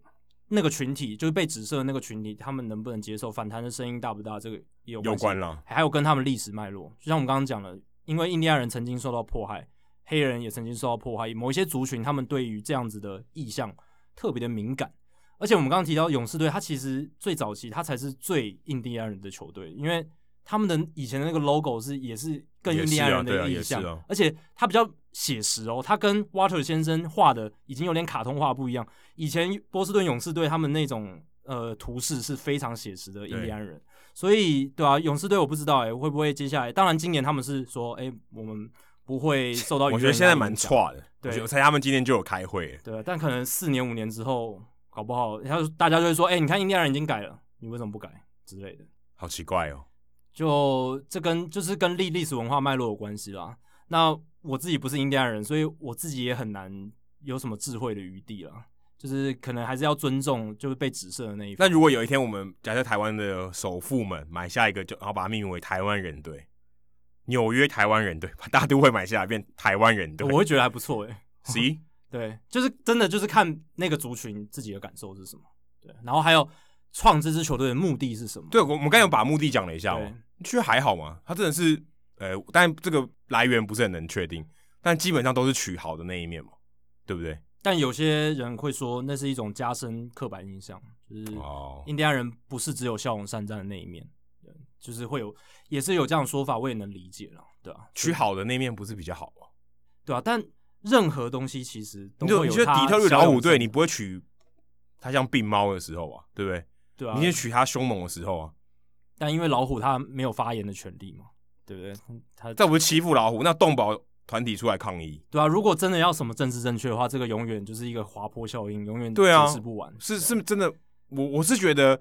B: 那个群体，就是被指涉的那个群体，他们能不能接受反弹的声音大不大，这个也有
A: 有
B: 关
A: 关
B: 系，
A: 了，
B: 还有跟他们历史脉络，就像我们刚刚讲了，因为印第安人曾经受到迫害，黑人也曾经受到迫害，某一些族群他们对于这样子的意向特别的敏感。而且我们刚刚提到勇士队，它其实最早期它才是最印第安人的球队，因为他们的以前的那个 logo 是也是更印第安
A: 也是啊
B: 人的
A: 对啊
B: 意向，
A: 也是啊
B: 而且它比较写实哦，它跟 Water 先生画的已经有点卡通化不一样。以前波士顿勇士队他们那种呃图示是非常写实的印第安人，所以对啊，勇士队我不知道哎、会不会接下来？当然今年他们是说哎、我们不会受到舆论
A: 我觉得现在
B: 压力
A: 蛮
B: 影响
A: 差的，我
B: 对
A: 觉得我猜他们今天就有开会了，
B: 对，啊但可能四年五年之后，搞不好他就大家就会说，哎、你看印第安人已经改了，你为什么不改之类的？
A: 好奇怪哦。
B: 就这跟就是跟历历史文化脉络有关系啦。那我自己不是印第安人，所以我自己也很难有什么智慧的余地啦。就是可能还是要尊重，就是被指涉的那一
A: 那
B: 方。
A: 如果有一天我们假设台湾的首富们买下一个，就然后把它命名为台湾人队，纽约台湾人队，把大都会买下来变台湾人队，
B: 我会觉得还不错哎、
A: 行。
B: 对，就是真的就是看那个族群自己的感受是什么，对，然后还有创这支球队的目的是什么，
A: 对，我我们刚才有把目的讲了一下
B: 对
A: 嘛，其实还好嘛，他真的是，呃，但这个来源不是很能确定，但基本上都是取好的那一面嘛，对不对？
B: 但有些人会说，那是一种加深刻板印象，就是
A: 哦，
B: 印第安人不是只有骁勇善战的那一面，对就是会有，也是有这样的说法，我也能理解了，对啊，
A: 取好的那一面不是比较好吗？
B: 对啊，但任何东西其实都
A: 你
B: 会
A: 就你
B: 有
A: 觉得
B: 它
A: 底特律老虎队，
B: 骁勇善
A: 你不会取它像病猫的时候吧，对不对？
B: 对啊，
A: 你也取它凶猛的时候啊，
B: 但因为老虎它没有发言的权利嘛，对不对？它
A: 这不是欺负老虎，那动保团体出来抗议，
B: 对啊，如果真的要什么政治正确的话，这个永远就是一个滑坡效应，永远
A: 对啊
B: 解释不完，
A: 是是真的，我我是觉得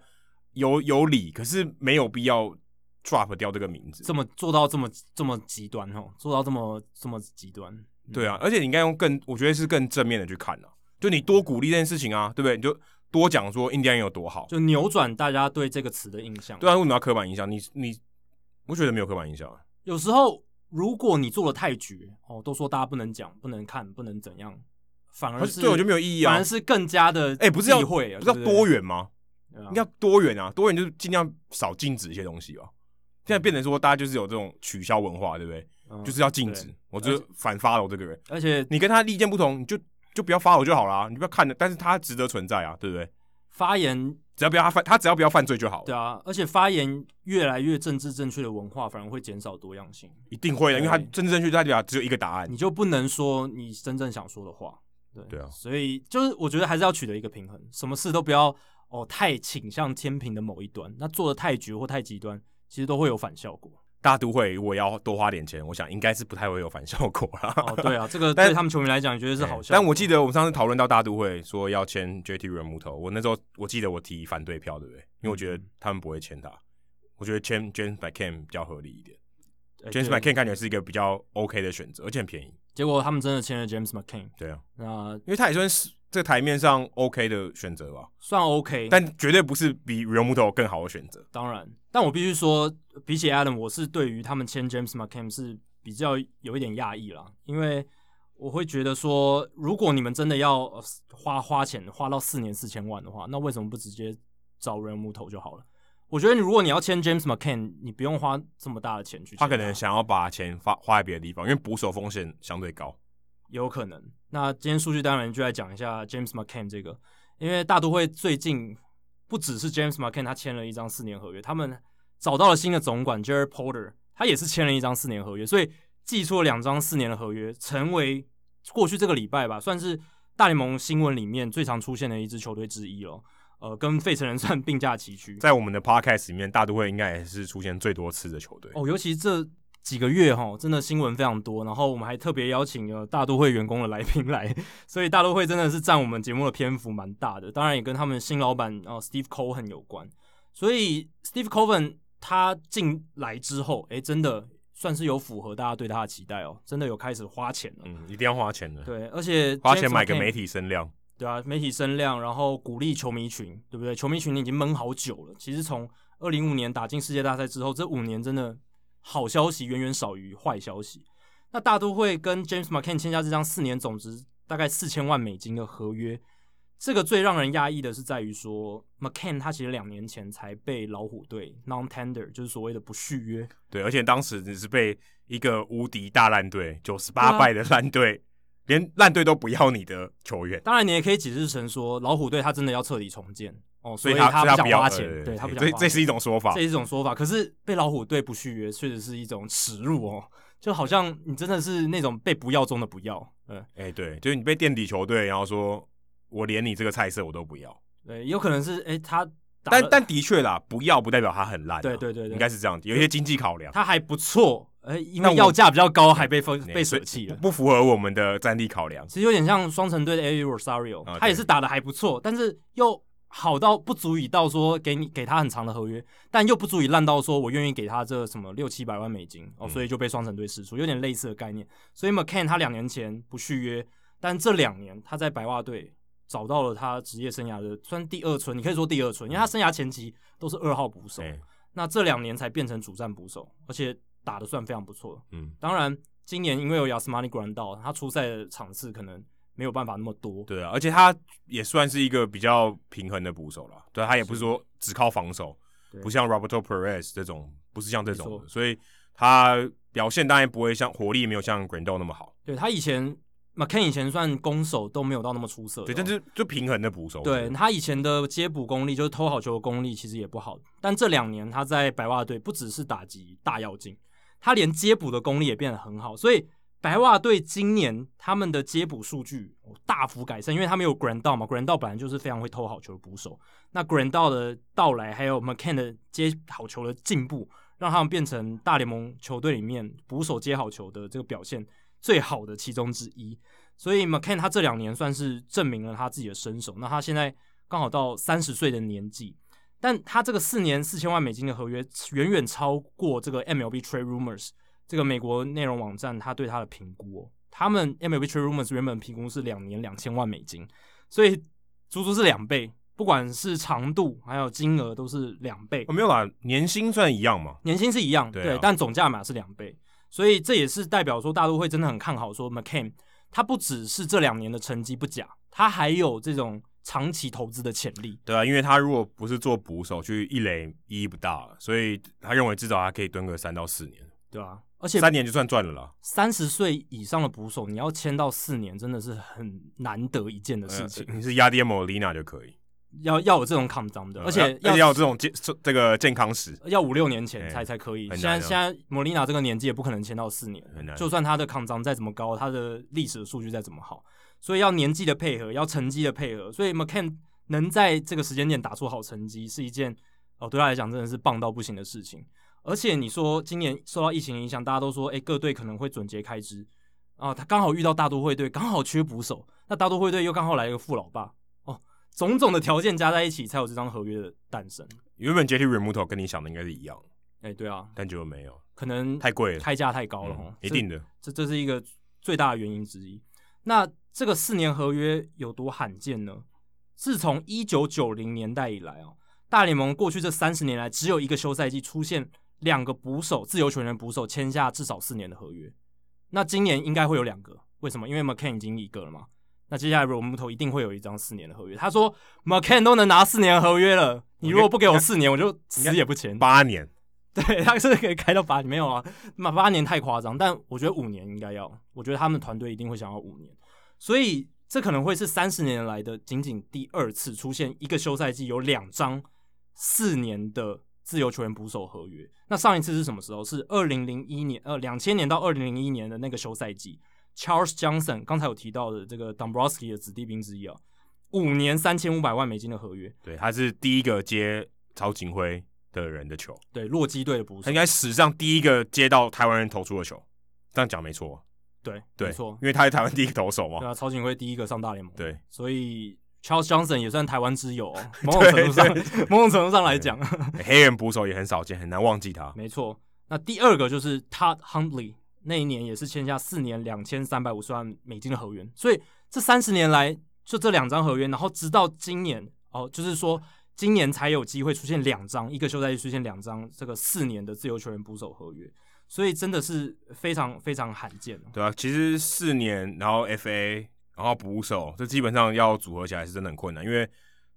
A: 有有理，可是没有必要 drop 掉这个名字
B: 这。么做到这么这么极端哦，做到这么这么极端，嗯
A: 对啊，，而且你应该用更，我觉得是更正面的去看啊，就你多鼓励这件事情啊，对不对？你就多讲说印第安人有多好，
B: 就扭转大家对这个词的印象，
A: 对啊，为什么要刻板印象？你你，我觉得没有刻板印象啊，
B: 有时候如果你做的太绝哦，都说大家不能讲、不能看、不能怎样，反而
A: 可是
B: 是
A: 对我觉得没有意义
B: 反
A: 啊
B: 而。是更加的
A: 哎、不是要
B: 避讳啊，
A: 不是要
B: 对
A: 多，元吗？
B: 对啊
A: 应该多元啊，多元就是尽量少禁止一些东西吧。现在变成说大家就是有这种取消文化，对不对？
B: 嗯
A: 就是要禁止
B: 对，
A: 我就是反 follow 这个人，
B: 而且
A: 你跟他意见不同，你就就不要 follow 就好啦，你不要看的，但是他值得存在啊，对不对？
B: 发言
A: 只要不要他犯，他只要不要犯罪就好了。
B: 对啊，而且发言越来越政治正确的文化，反而会减少多样性，
A: 一定会的，因为他
B: 对嗯
A: 真正去代表只有一个答案
B: 你。就不能说你真正想说的话。对
A: 对啊
B: 所以就是我觉得还是要取得一个平衡，什么事都不要哦太倾向天平的某一端，那做的太绝或太极端，其实都会有反效果。
A: 大都会如果要多花点钱，我想应该是不太会有反效果啦。
B: 哦， 对啊，这个
A: 但
B: 对他们球迷来讲，绝对是好
A: 对
B: 笑。
A: 但我记得我们上次讨论到大都会说要签 JT 软木头，我那时候我记得我提反对票，对不对？因为我
B: 嗯
A: 觉得他们不会签他，我觉得签 James McCann 比较合理一点。
B: 哎
A: James
B: 对
A: McCann 感觉是一个比较 OK 的选择，而且很便宜。
B: 结果他们真的签了 James McCain，
A: 对啊，
B: 那
A: 因为他也算是这个台面上 OK 的选择吧，
B: 算 OK。
A: 但绝对不是比软木头更好的选择。
B: 当然，但我必须说，比起 Adam，我是对于他们签 James McCain 是比较有一点讶异啦，因为我会觉得说，如果你们真的要呃花花钱花到四年四千万的话，那为什么不直接找人木头就好了？我觉得你如果你要签 James McCain，你不用花这么大的钱去签，
A: 他可能想要把钱花花在别的地方，因为捕手风险相对高。
B: 有可能。那今天数据单元就来讲一下 James McCann 这个，因为大都会最近不只是 James McCann 他签了一张四年合约，他们找到了新的总管 Jared Porter，他也是签了一张四年合约，所以寄出了两张四年的合约，成为过去这个礼拜吧，算是大联盟新闻里面最常出现的一支球队之一了。呃，跟费城人 算并驾齐驱，
A: 在我们的 podcast 里面，大都会应该也是出现最多次的球队。
B: 哦，尤其这几个月哈，真的新闻非常多。然后我们还特别邀请了大都会员工的来宾来， 所以大都会真的是占我们节目的篇幅蛮大的。当然也跟他们新老板呃 Steve Cohen 有关。所以 Steve Cohen 他进来之后，诶，真的算是有符合大家对他的期待哦，真的有开始花钱了。
A: 嗯，一定要花钱的，
B: 对，而且
A: 花钱买
B: James
A: 个
B: McCann-
A: 媒体声量。
B: 对啊，媒体声量，然后鼓励球迷群，对不对？球迷群已经闷好久了。其实从二零五年打进世界大赛之后，这五年真的好消息远远少于坏消息。那大都会跟 James McCann 签下这张四年总值大概四千万美金的合约。这个最让人讶异的是在于说，McCann 他其实两年前才被老虎队 non-tender，就是所谓的不续约，
A: 对，而且当时你是被一个无敌大烂队，九十
B: 啊
A: 八败的烂队，连烂队都不要你的球员，
B: 当然，你也可以解释成说，老虎队他真的要彻底重建哦，
A: 所
B: 以
A: 他所以
B: 不想
A: 不要
B: 花
A: 呃
B: 钱，对他不想
A: 这
B: 花
A: 这是
B: 钱
A: 一种说法
B: 这，是一种说法。可是被老虎队不续约，确实是一种耻辱哦，就好像你真的是那种被不要中的不要，嗯，
A: 哎、对，就是你被垫底球队，然后说我连你这个菜色我都不要，
B: 对，有可能是哎、他打
A: 但
B: 了
A: 但的确啦，不要不代表他很烂啊、
B: 对对对对
A: 应该是这样，有一些经济考量，
B: 他还不错，哎、因
A: 那
B: 为
A: 我
B: 要价比较高，还被分
A: 哎
B: 被
A: 所
B: 舍
A: 以
B: 弃了
A: 不。不符合我们的战力考量，
B: 其实有点像双城队的 A Rosario，、
A: 啊对
B: 他也是打的还不错，但是又好到不足以到说给你给他很长的合约，但又不足以烂到说我愿意给他这什么六七百万美金哦，
A: 嗯
B: 所以就被双城队释出，有点类似的概念。哦所以 McCann 他两年前不续约，但这两年他在白袜队。找到了他职业生涯的算第二春，你可以说第二春，因为他生涯前期都是二号捕手，
A: 哎、
B: 那这两年才变成主战捕手，而且打的算非常不错。
A: 嗯，
B: 当然，今年因为有亚斯马尼 g r a n d 到，他出赛的场次可能没有办法那么多。
A: 对啊，而且他也算是一个比较平衡的捕手了，对啊他也不是说只靠防守
B: 对，
A: 不像 Roberto Perez 这种，不是像这
B: 没
A: 种
B: 错
A: 的，所以他表现当然不会像火力没有像 Grando 那么好，
B: 对他以前 McCann 以前算攻守都没有到那么出色的哦，
A: 对，但是就平衡的捕手，
B: 对他以前的接捕功力，就是偷好球的功力，其实也不好。但这两年他在白袜队不只是打击大妖精，他连接捕的功力也变得很好。所以白袜队今年他们的接捕数据哦大幅改善，因为他们 有 Grand 道嘛，Grand 道本来就是非常会偷好球的捕手。那 Grand 道的到来，还有 McCann 的接好球的进步，让他们变成大联盟球队里面捕手接好球的这个表现最好的其中之一。所以 McCann 他这两年算是证明了他自己的身手。那他现在刚好到三十岁的年纪，但他这个四年四千万美金的合约，远远超过这个 MLB Trade Rumors 这个美国内容网站他对他的评估、哦。他们 MLB Trade Rumors 原本评估是两年两千万美金，所以足足是两倍，不管是长度还有金额都是两倍
A: 哦，。没有啦，年薪算一样嘛，
B: 年薪是一样，
A: 对
B: 对,、
A: 啊
B: 但总价码是两倍，所以这也是代表说大都会真的很看好说 McCann，他不只是这两年的成绩不假，他还有这种长期投资的潜力。
A: 对啊，因为他如果不是做捕手，去一垒意义不大了，所以他认为至少他可以蹲个三到四年，
B: 对啊，而且
A: 三年就算赚了啦。
B: 三十岁以上的捕手，你要签到四年，真的是很难得一见的事情。
A: 呃你是压跌某 Lina 就可以，
B: 要要有这种抗张的，
A: 呃
B: 嗯而且
A: 要
B: 要
A: 要有这种健这个健康史，
B: 要五六年前
A: 哎
B: 才才可以。
A: 很
B: 现在
A: 难
B: 现在莫莉娜这个年纪也不可能签到四年
A: 很，难
B: 就算他的抗张再怎么高，他的历史的数据再怎么好，所以要年纪的配合，要成绩的配合，所以 McCann 能在这个时间点打出好成绩，是一件哦对他来讲真的是棒到不行的事情。而且你说今年受到疫情影响，大家都说哎、各队可能会准节开支啊，他刚好遇到大都会队刚好缺捕手，那大都会队又刚好来一个富老爸哦，种种的条件加在一起，才有这张合约的诞生。
A: 原本 JT Remoto 跟你想的应该是一样，
B: 哎、对啊，
A: 但结果没有，
B: 可能
A: 太贵了，
B: 开价太高了，
A: 嗯
B: 哦，
A: 一定的。
B: 这这这是一个最大的原因之一。那这个四年合约有多罕见呢？自从一九九零年代以来哦，大联盟过去这三十年来，只有一个休赛季出现两个捕手自由球员捕手签下至少四年的合约。那今年应该会有两个，为什么？因为 McCann 已经一个了嘛。那接下来我们头一定会有一张四年的合约。他说 McCann 都能拿四年合约了，你如果不给我四年，我就死也不签。
A: 八年，
B: 对，他是可以开到八年，没有啊，那八年太夸张，但我觉得五年应该要，我觉得他们团队一定会想要五年，所以这可能会是三十年来的仅仅第二次出现一个休赛季有两张四年的自由球员捕手合约。那上一次是什么时候？是二零零一年，呃，两千年到二零零一年的那个休赛季，Charles Johnson 刚才有提到的这个 Dombrowski 的子弟兵之一啊，五年三千五百万美金的合约，
A: 对，他是第一个接曹景辉的人的球，
B: 对，洛基队的捕
A: 他
B: 手
A: 应，该史上第一个接到台湾人投出的球，这样讲没错，
B: 对，
A: 对，
B: 没错啊
A: 因。为他是台湾第一个投手嘛
B: 对，啊，曹景辉第一个上大联盟，
A: 对，
B: 所以 Charles Johnson 也算台湾之友 哦，某种程度上， 某种程度上来讲，
A: 黑人捕手也很少见，很难忘记他。
B: 没错。那第二个就是 Todd Hundley，那一年也是签下四年两千三百五十万美金的合约，所以这三十年来就这两张合约，然后直到今年哦，就是说今年才有机会出现两张，一个休赛季出现两张这个四年的自由球员捕手合约，所以真的是非常非常罕见哦。
A: 对啊，其实四年，然后 FA，然然后捕手，这基本上要组合起来是真的很困难，因为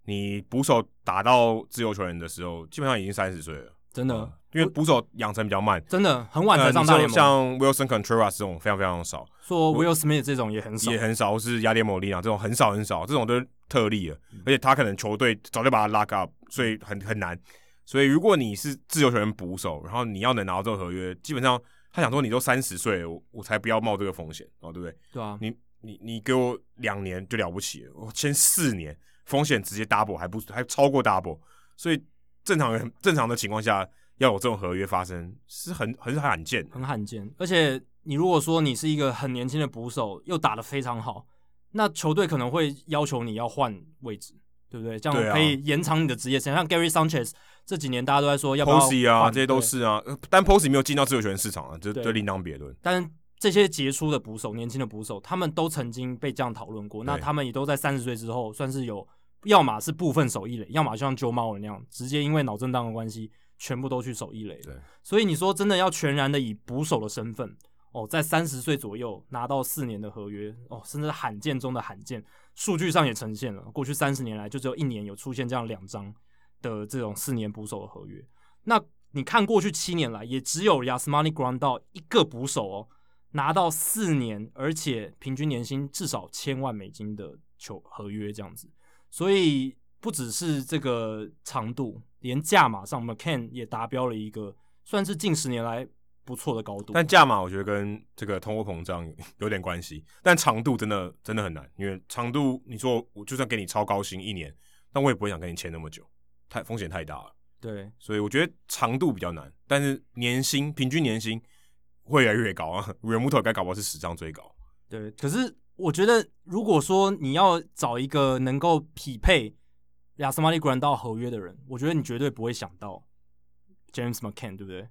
A: 你捕手打到自由球员的时候，基本上已经三十岁了，
B: 真的、
A: 因为捕手养成比较慢。
B: 真的很晚
A: 嗯
B: 才
A: 呃
B: 上
A: 你
B: 大
A: 说
B: 联盟。
A: 像 Wilson Contreras 这种非常非常少，
B: 说 Will Smith 这种也很少
A: 也，很少，或是雅典某利亚啊这种很少很少，这种都是特例了。而且他可能球队早就把他拉 up，所以很很难。所以如果你是自由球员捕手，然后你要能拿到这个合约，基本上他想说你都三十岁了，我我才不要冒这个风险哦，对不对？
B: 对啊，
A: 你你你给我两年就了不起了，我签四年，风险直接 double 还不还超过 double，所以正常人正常的情况下要有这种合约发生是很很罕见的。
B: 很罕见。而且你如果说你是一个很年轻的捕手，又打得非常好，那球队可能会要求你要换位置，对不对？这
A: 对
B: 样
A: 啊
B: 可以延长你的职业生涯。像 Gary Sanchez 这几年大家都在说要不要
A: Posey 啊，
B: 换
A: 这些都。
B: 对
A: 是啊，呃但 Posey 没有进到自由球员市场啊，这
B: 对
A: 这另当别论。
B: 但这些杰出的捕手、年轻的捕手，他们都曾经被这样讨论过。那
A: 对
B: 他们也都在三十岁之后，算是有，要么是部分守一垒，要么就像 Joe Mauer 那样，直接因为脑震荡的关系，全部都去守一垒了。
A: 对，
B: 所以你说真的要全然的以捕手的身份哦，在三十岁左右拿到四年的合约哦，甚至罕见中的罕见，数据上也呈现了，过去三十年来就只有一年有出现这样两张的这种四年捕手的合约。那你看过去七年来，也只有 Yasmani Grandal 一个捕手哦，拿到四年，而且平均年薪至少千万美金的球合约这样子。所以不只是这个长度，连价码上，McCann 也达标了一个算是近十年来不错的高度。
A: 但价码我觉得跟这个通货膨胀有点关系，但长度真的真的很难，因为长度你说我就算给你超高薪一年，但我也不会想跟你签那么久，太风险太大了。
B: 对
A: 所以我觉得长度比较难，但是年薪平均年薪会越来越高啊。原木头该搞不好是史上最高，
B: 对，可是我觉得，如果说你要找一个能够匹配亚斯马利格兰道合约的人，我觉得你绝对不会想到 James McCann，对不对？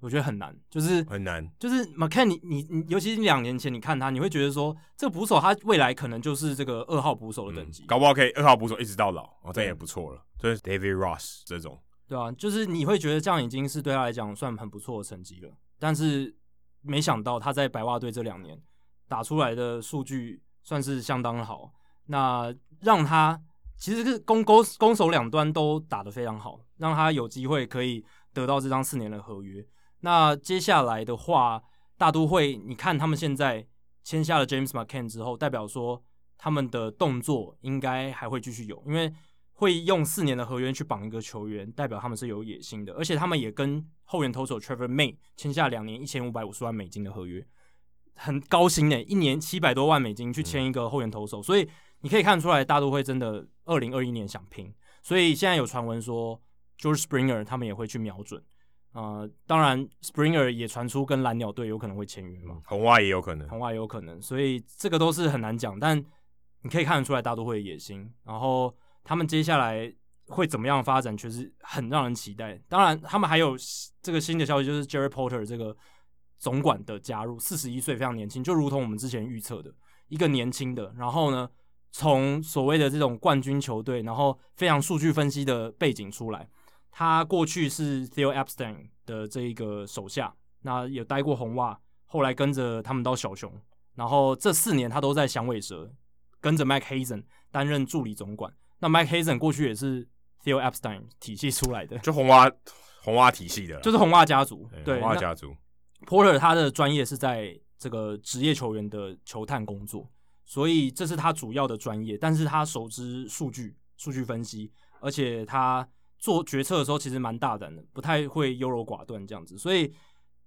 B: 我觉得很难，就是
A: 很难。
B: 就是 McCann，你你你，尤其是两年前你看他，你会觉得说，这个捕手他未来可能就是这个二号捕手的等级，
A: 搞不好可以二号捕手一直到老，哦，这
B: 对
A: 样也不错了。就是 David Ross 这种，
B: 对啊，就是你会觉得这样已经是对他来讲算很不错的成绩了，但是没想到他在白袜队这两年打出来的数据算是相当好，那让他其实是攻攻攻守两端都打得非常好，让他有机会可以得到这张四年的合约。那接下来的话，大都会你看他们现在签下了 James McCann 之后，代表说他们的动作应该还会继续有，因为会用四年的合约去绑一个球员，代表他们是有野心的，而且他们也跟后援投手 Trevor May 签下两年一千五百五十万美金的合约，很高薪呢，一年七百多万美金去签一个后援投手，所以你可以看出来大都会真的二零二一年想拼，所以现在有传闻说 George Springer 他们也会去瞄准。呃，当然，Springer 也传出跟蓝鸟队有可能会签约嘛，
A: 红袜也有可能。
B: 红袜也有可能，所以这个都是很难讲。但你可以看得出来大都会的野心，然后他们接下来会怎么样发展，确实很让人期待。当然，他们还有这个新的消息，就是 Jerry Porter 这个总管的加入，四十一岁，非常年轻，就如同我们之前预测的一个年轻的。然后呢，从所谓的这种冠军球队，然后非常数据分析的背景出来，他过去是 Theo Epstein 的这一个手下，那有待过红袜，后来跟着他们到小熊，然后这四年他都在响尾蛇跟着 Mike Hazen 担任助理总管。那 Mike Hazen 过去也是 Theo Epstein 体系出来的，
A: 就红蛙红蛙体系的啦，
B: 就是红袜家族。啊对，
A: 红蛙
B: 那
A: 家族
B: Porter 他的专业是在这个职业球员的球探工作，所以这是他主要的专业。但是他熟知数据、数据分析，而且他做决策的时候其实蛮大胆的，不太会优柔寡断这样子。所以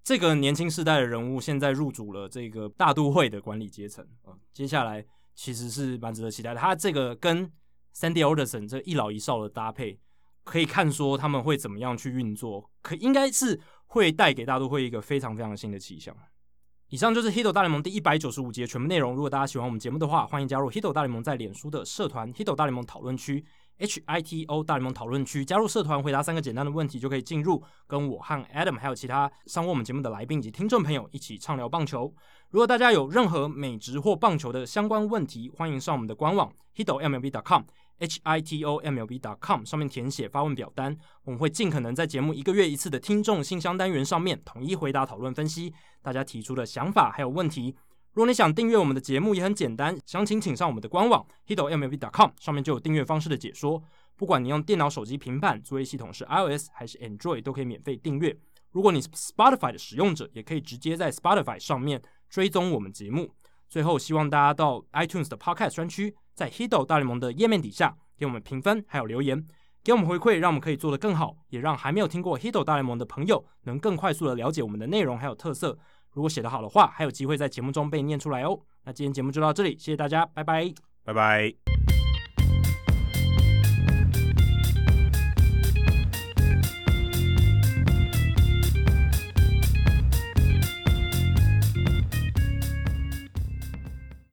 B: 这个年轻世代的人物现在入主了这个大都会的管理阶层啊、接下来其实是蛮值得期待的。他这个跟 Sandy Alderson 这一老一少的搭配，可以看说他们会怎么样去运作，可应该是会带给大都会一个非常非常新的气象。以上就是 Hito 大联盟第一百九十五集的全部内容。如果大家喜欢我们节目的话，欢迎加入 Hito 大联盟在脸书的社团 Hito 大联盟讨论区 H I T O 大联盟讨论区，加入社团回答三个简单的问题就可以进入，跟我和 Adam 还有其他上过我们节目的来宾以及听众朋友一起畅聊棒球。如果大家有任何美职或棒球的相关问题，欢迎上我们的官网 hito mlb.com h i t o m l b dot com 上面填写发问表单，我们会尽可能在节目一个月一次的听众信箱单元上面统一回答、讨论、分析大家提出的想法还有问题。如果你想订阅我们的节目，也很简单，详情请上我们的官网 hidomlb.com，上面就有订阅方式的解说。不管你用电脑、手机、平板，作业系统是 iOS 还是 Android，都可以免费订阅。如果你是 Spotify 的使用者，也可以直接在 Spotify 上面追踪我们节目。最后，希望大家到 iTunes 的 Podcast 专区，在 Hido 大联盟的页面底下给我们评分，还有留言，给我们回馈，让我们可以做得更好，也让还没有听过 Hido 大联盟的朋友能更快速的了解我们的内容还有特色。如果写得好的话，还有机会在节目中被念出来哦。那今天节目就到这里，谢谢大家，拜拜。
A: 拜拜。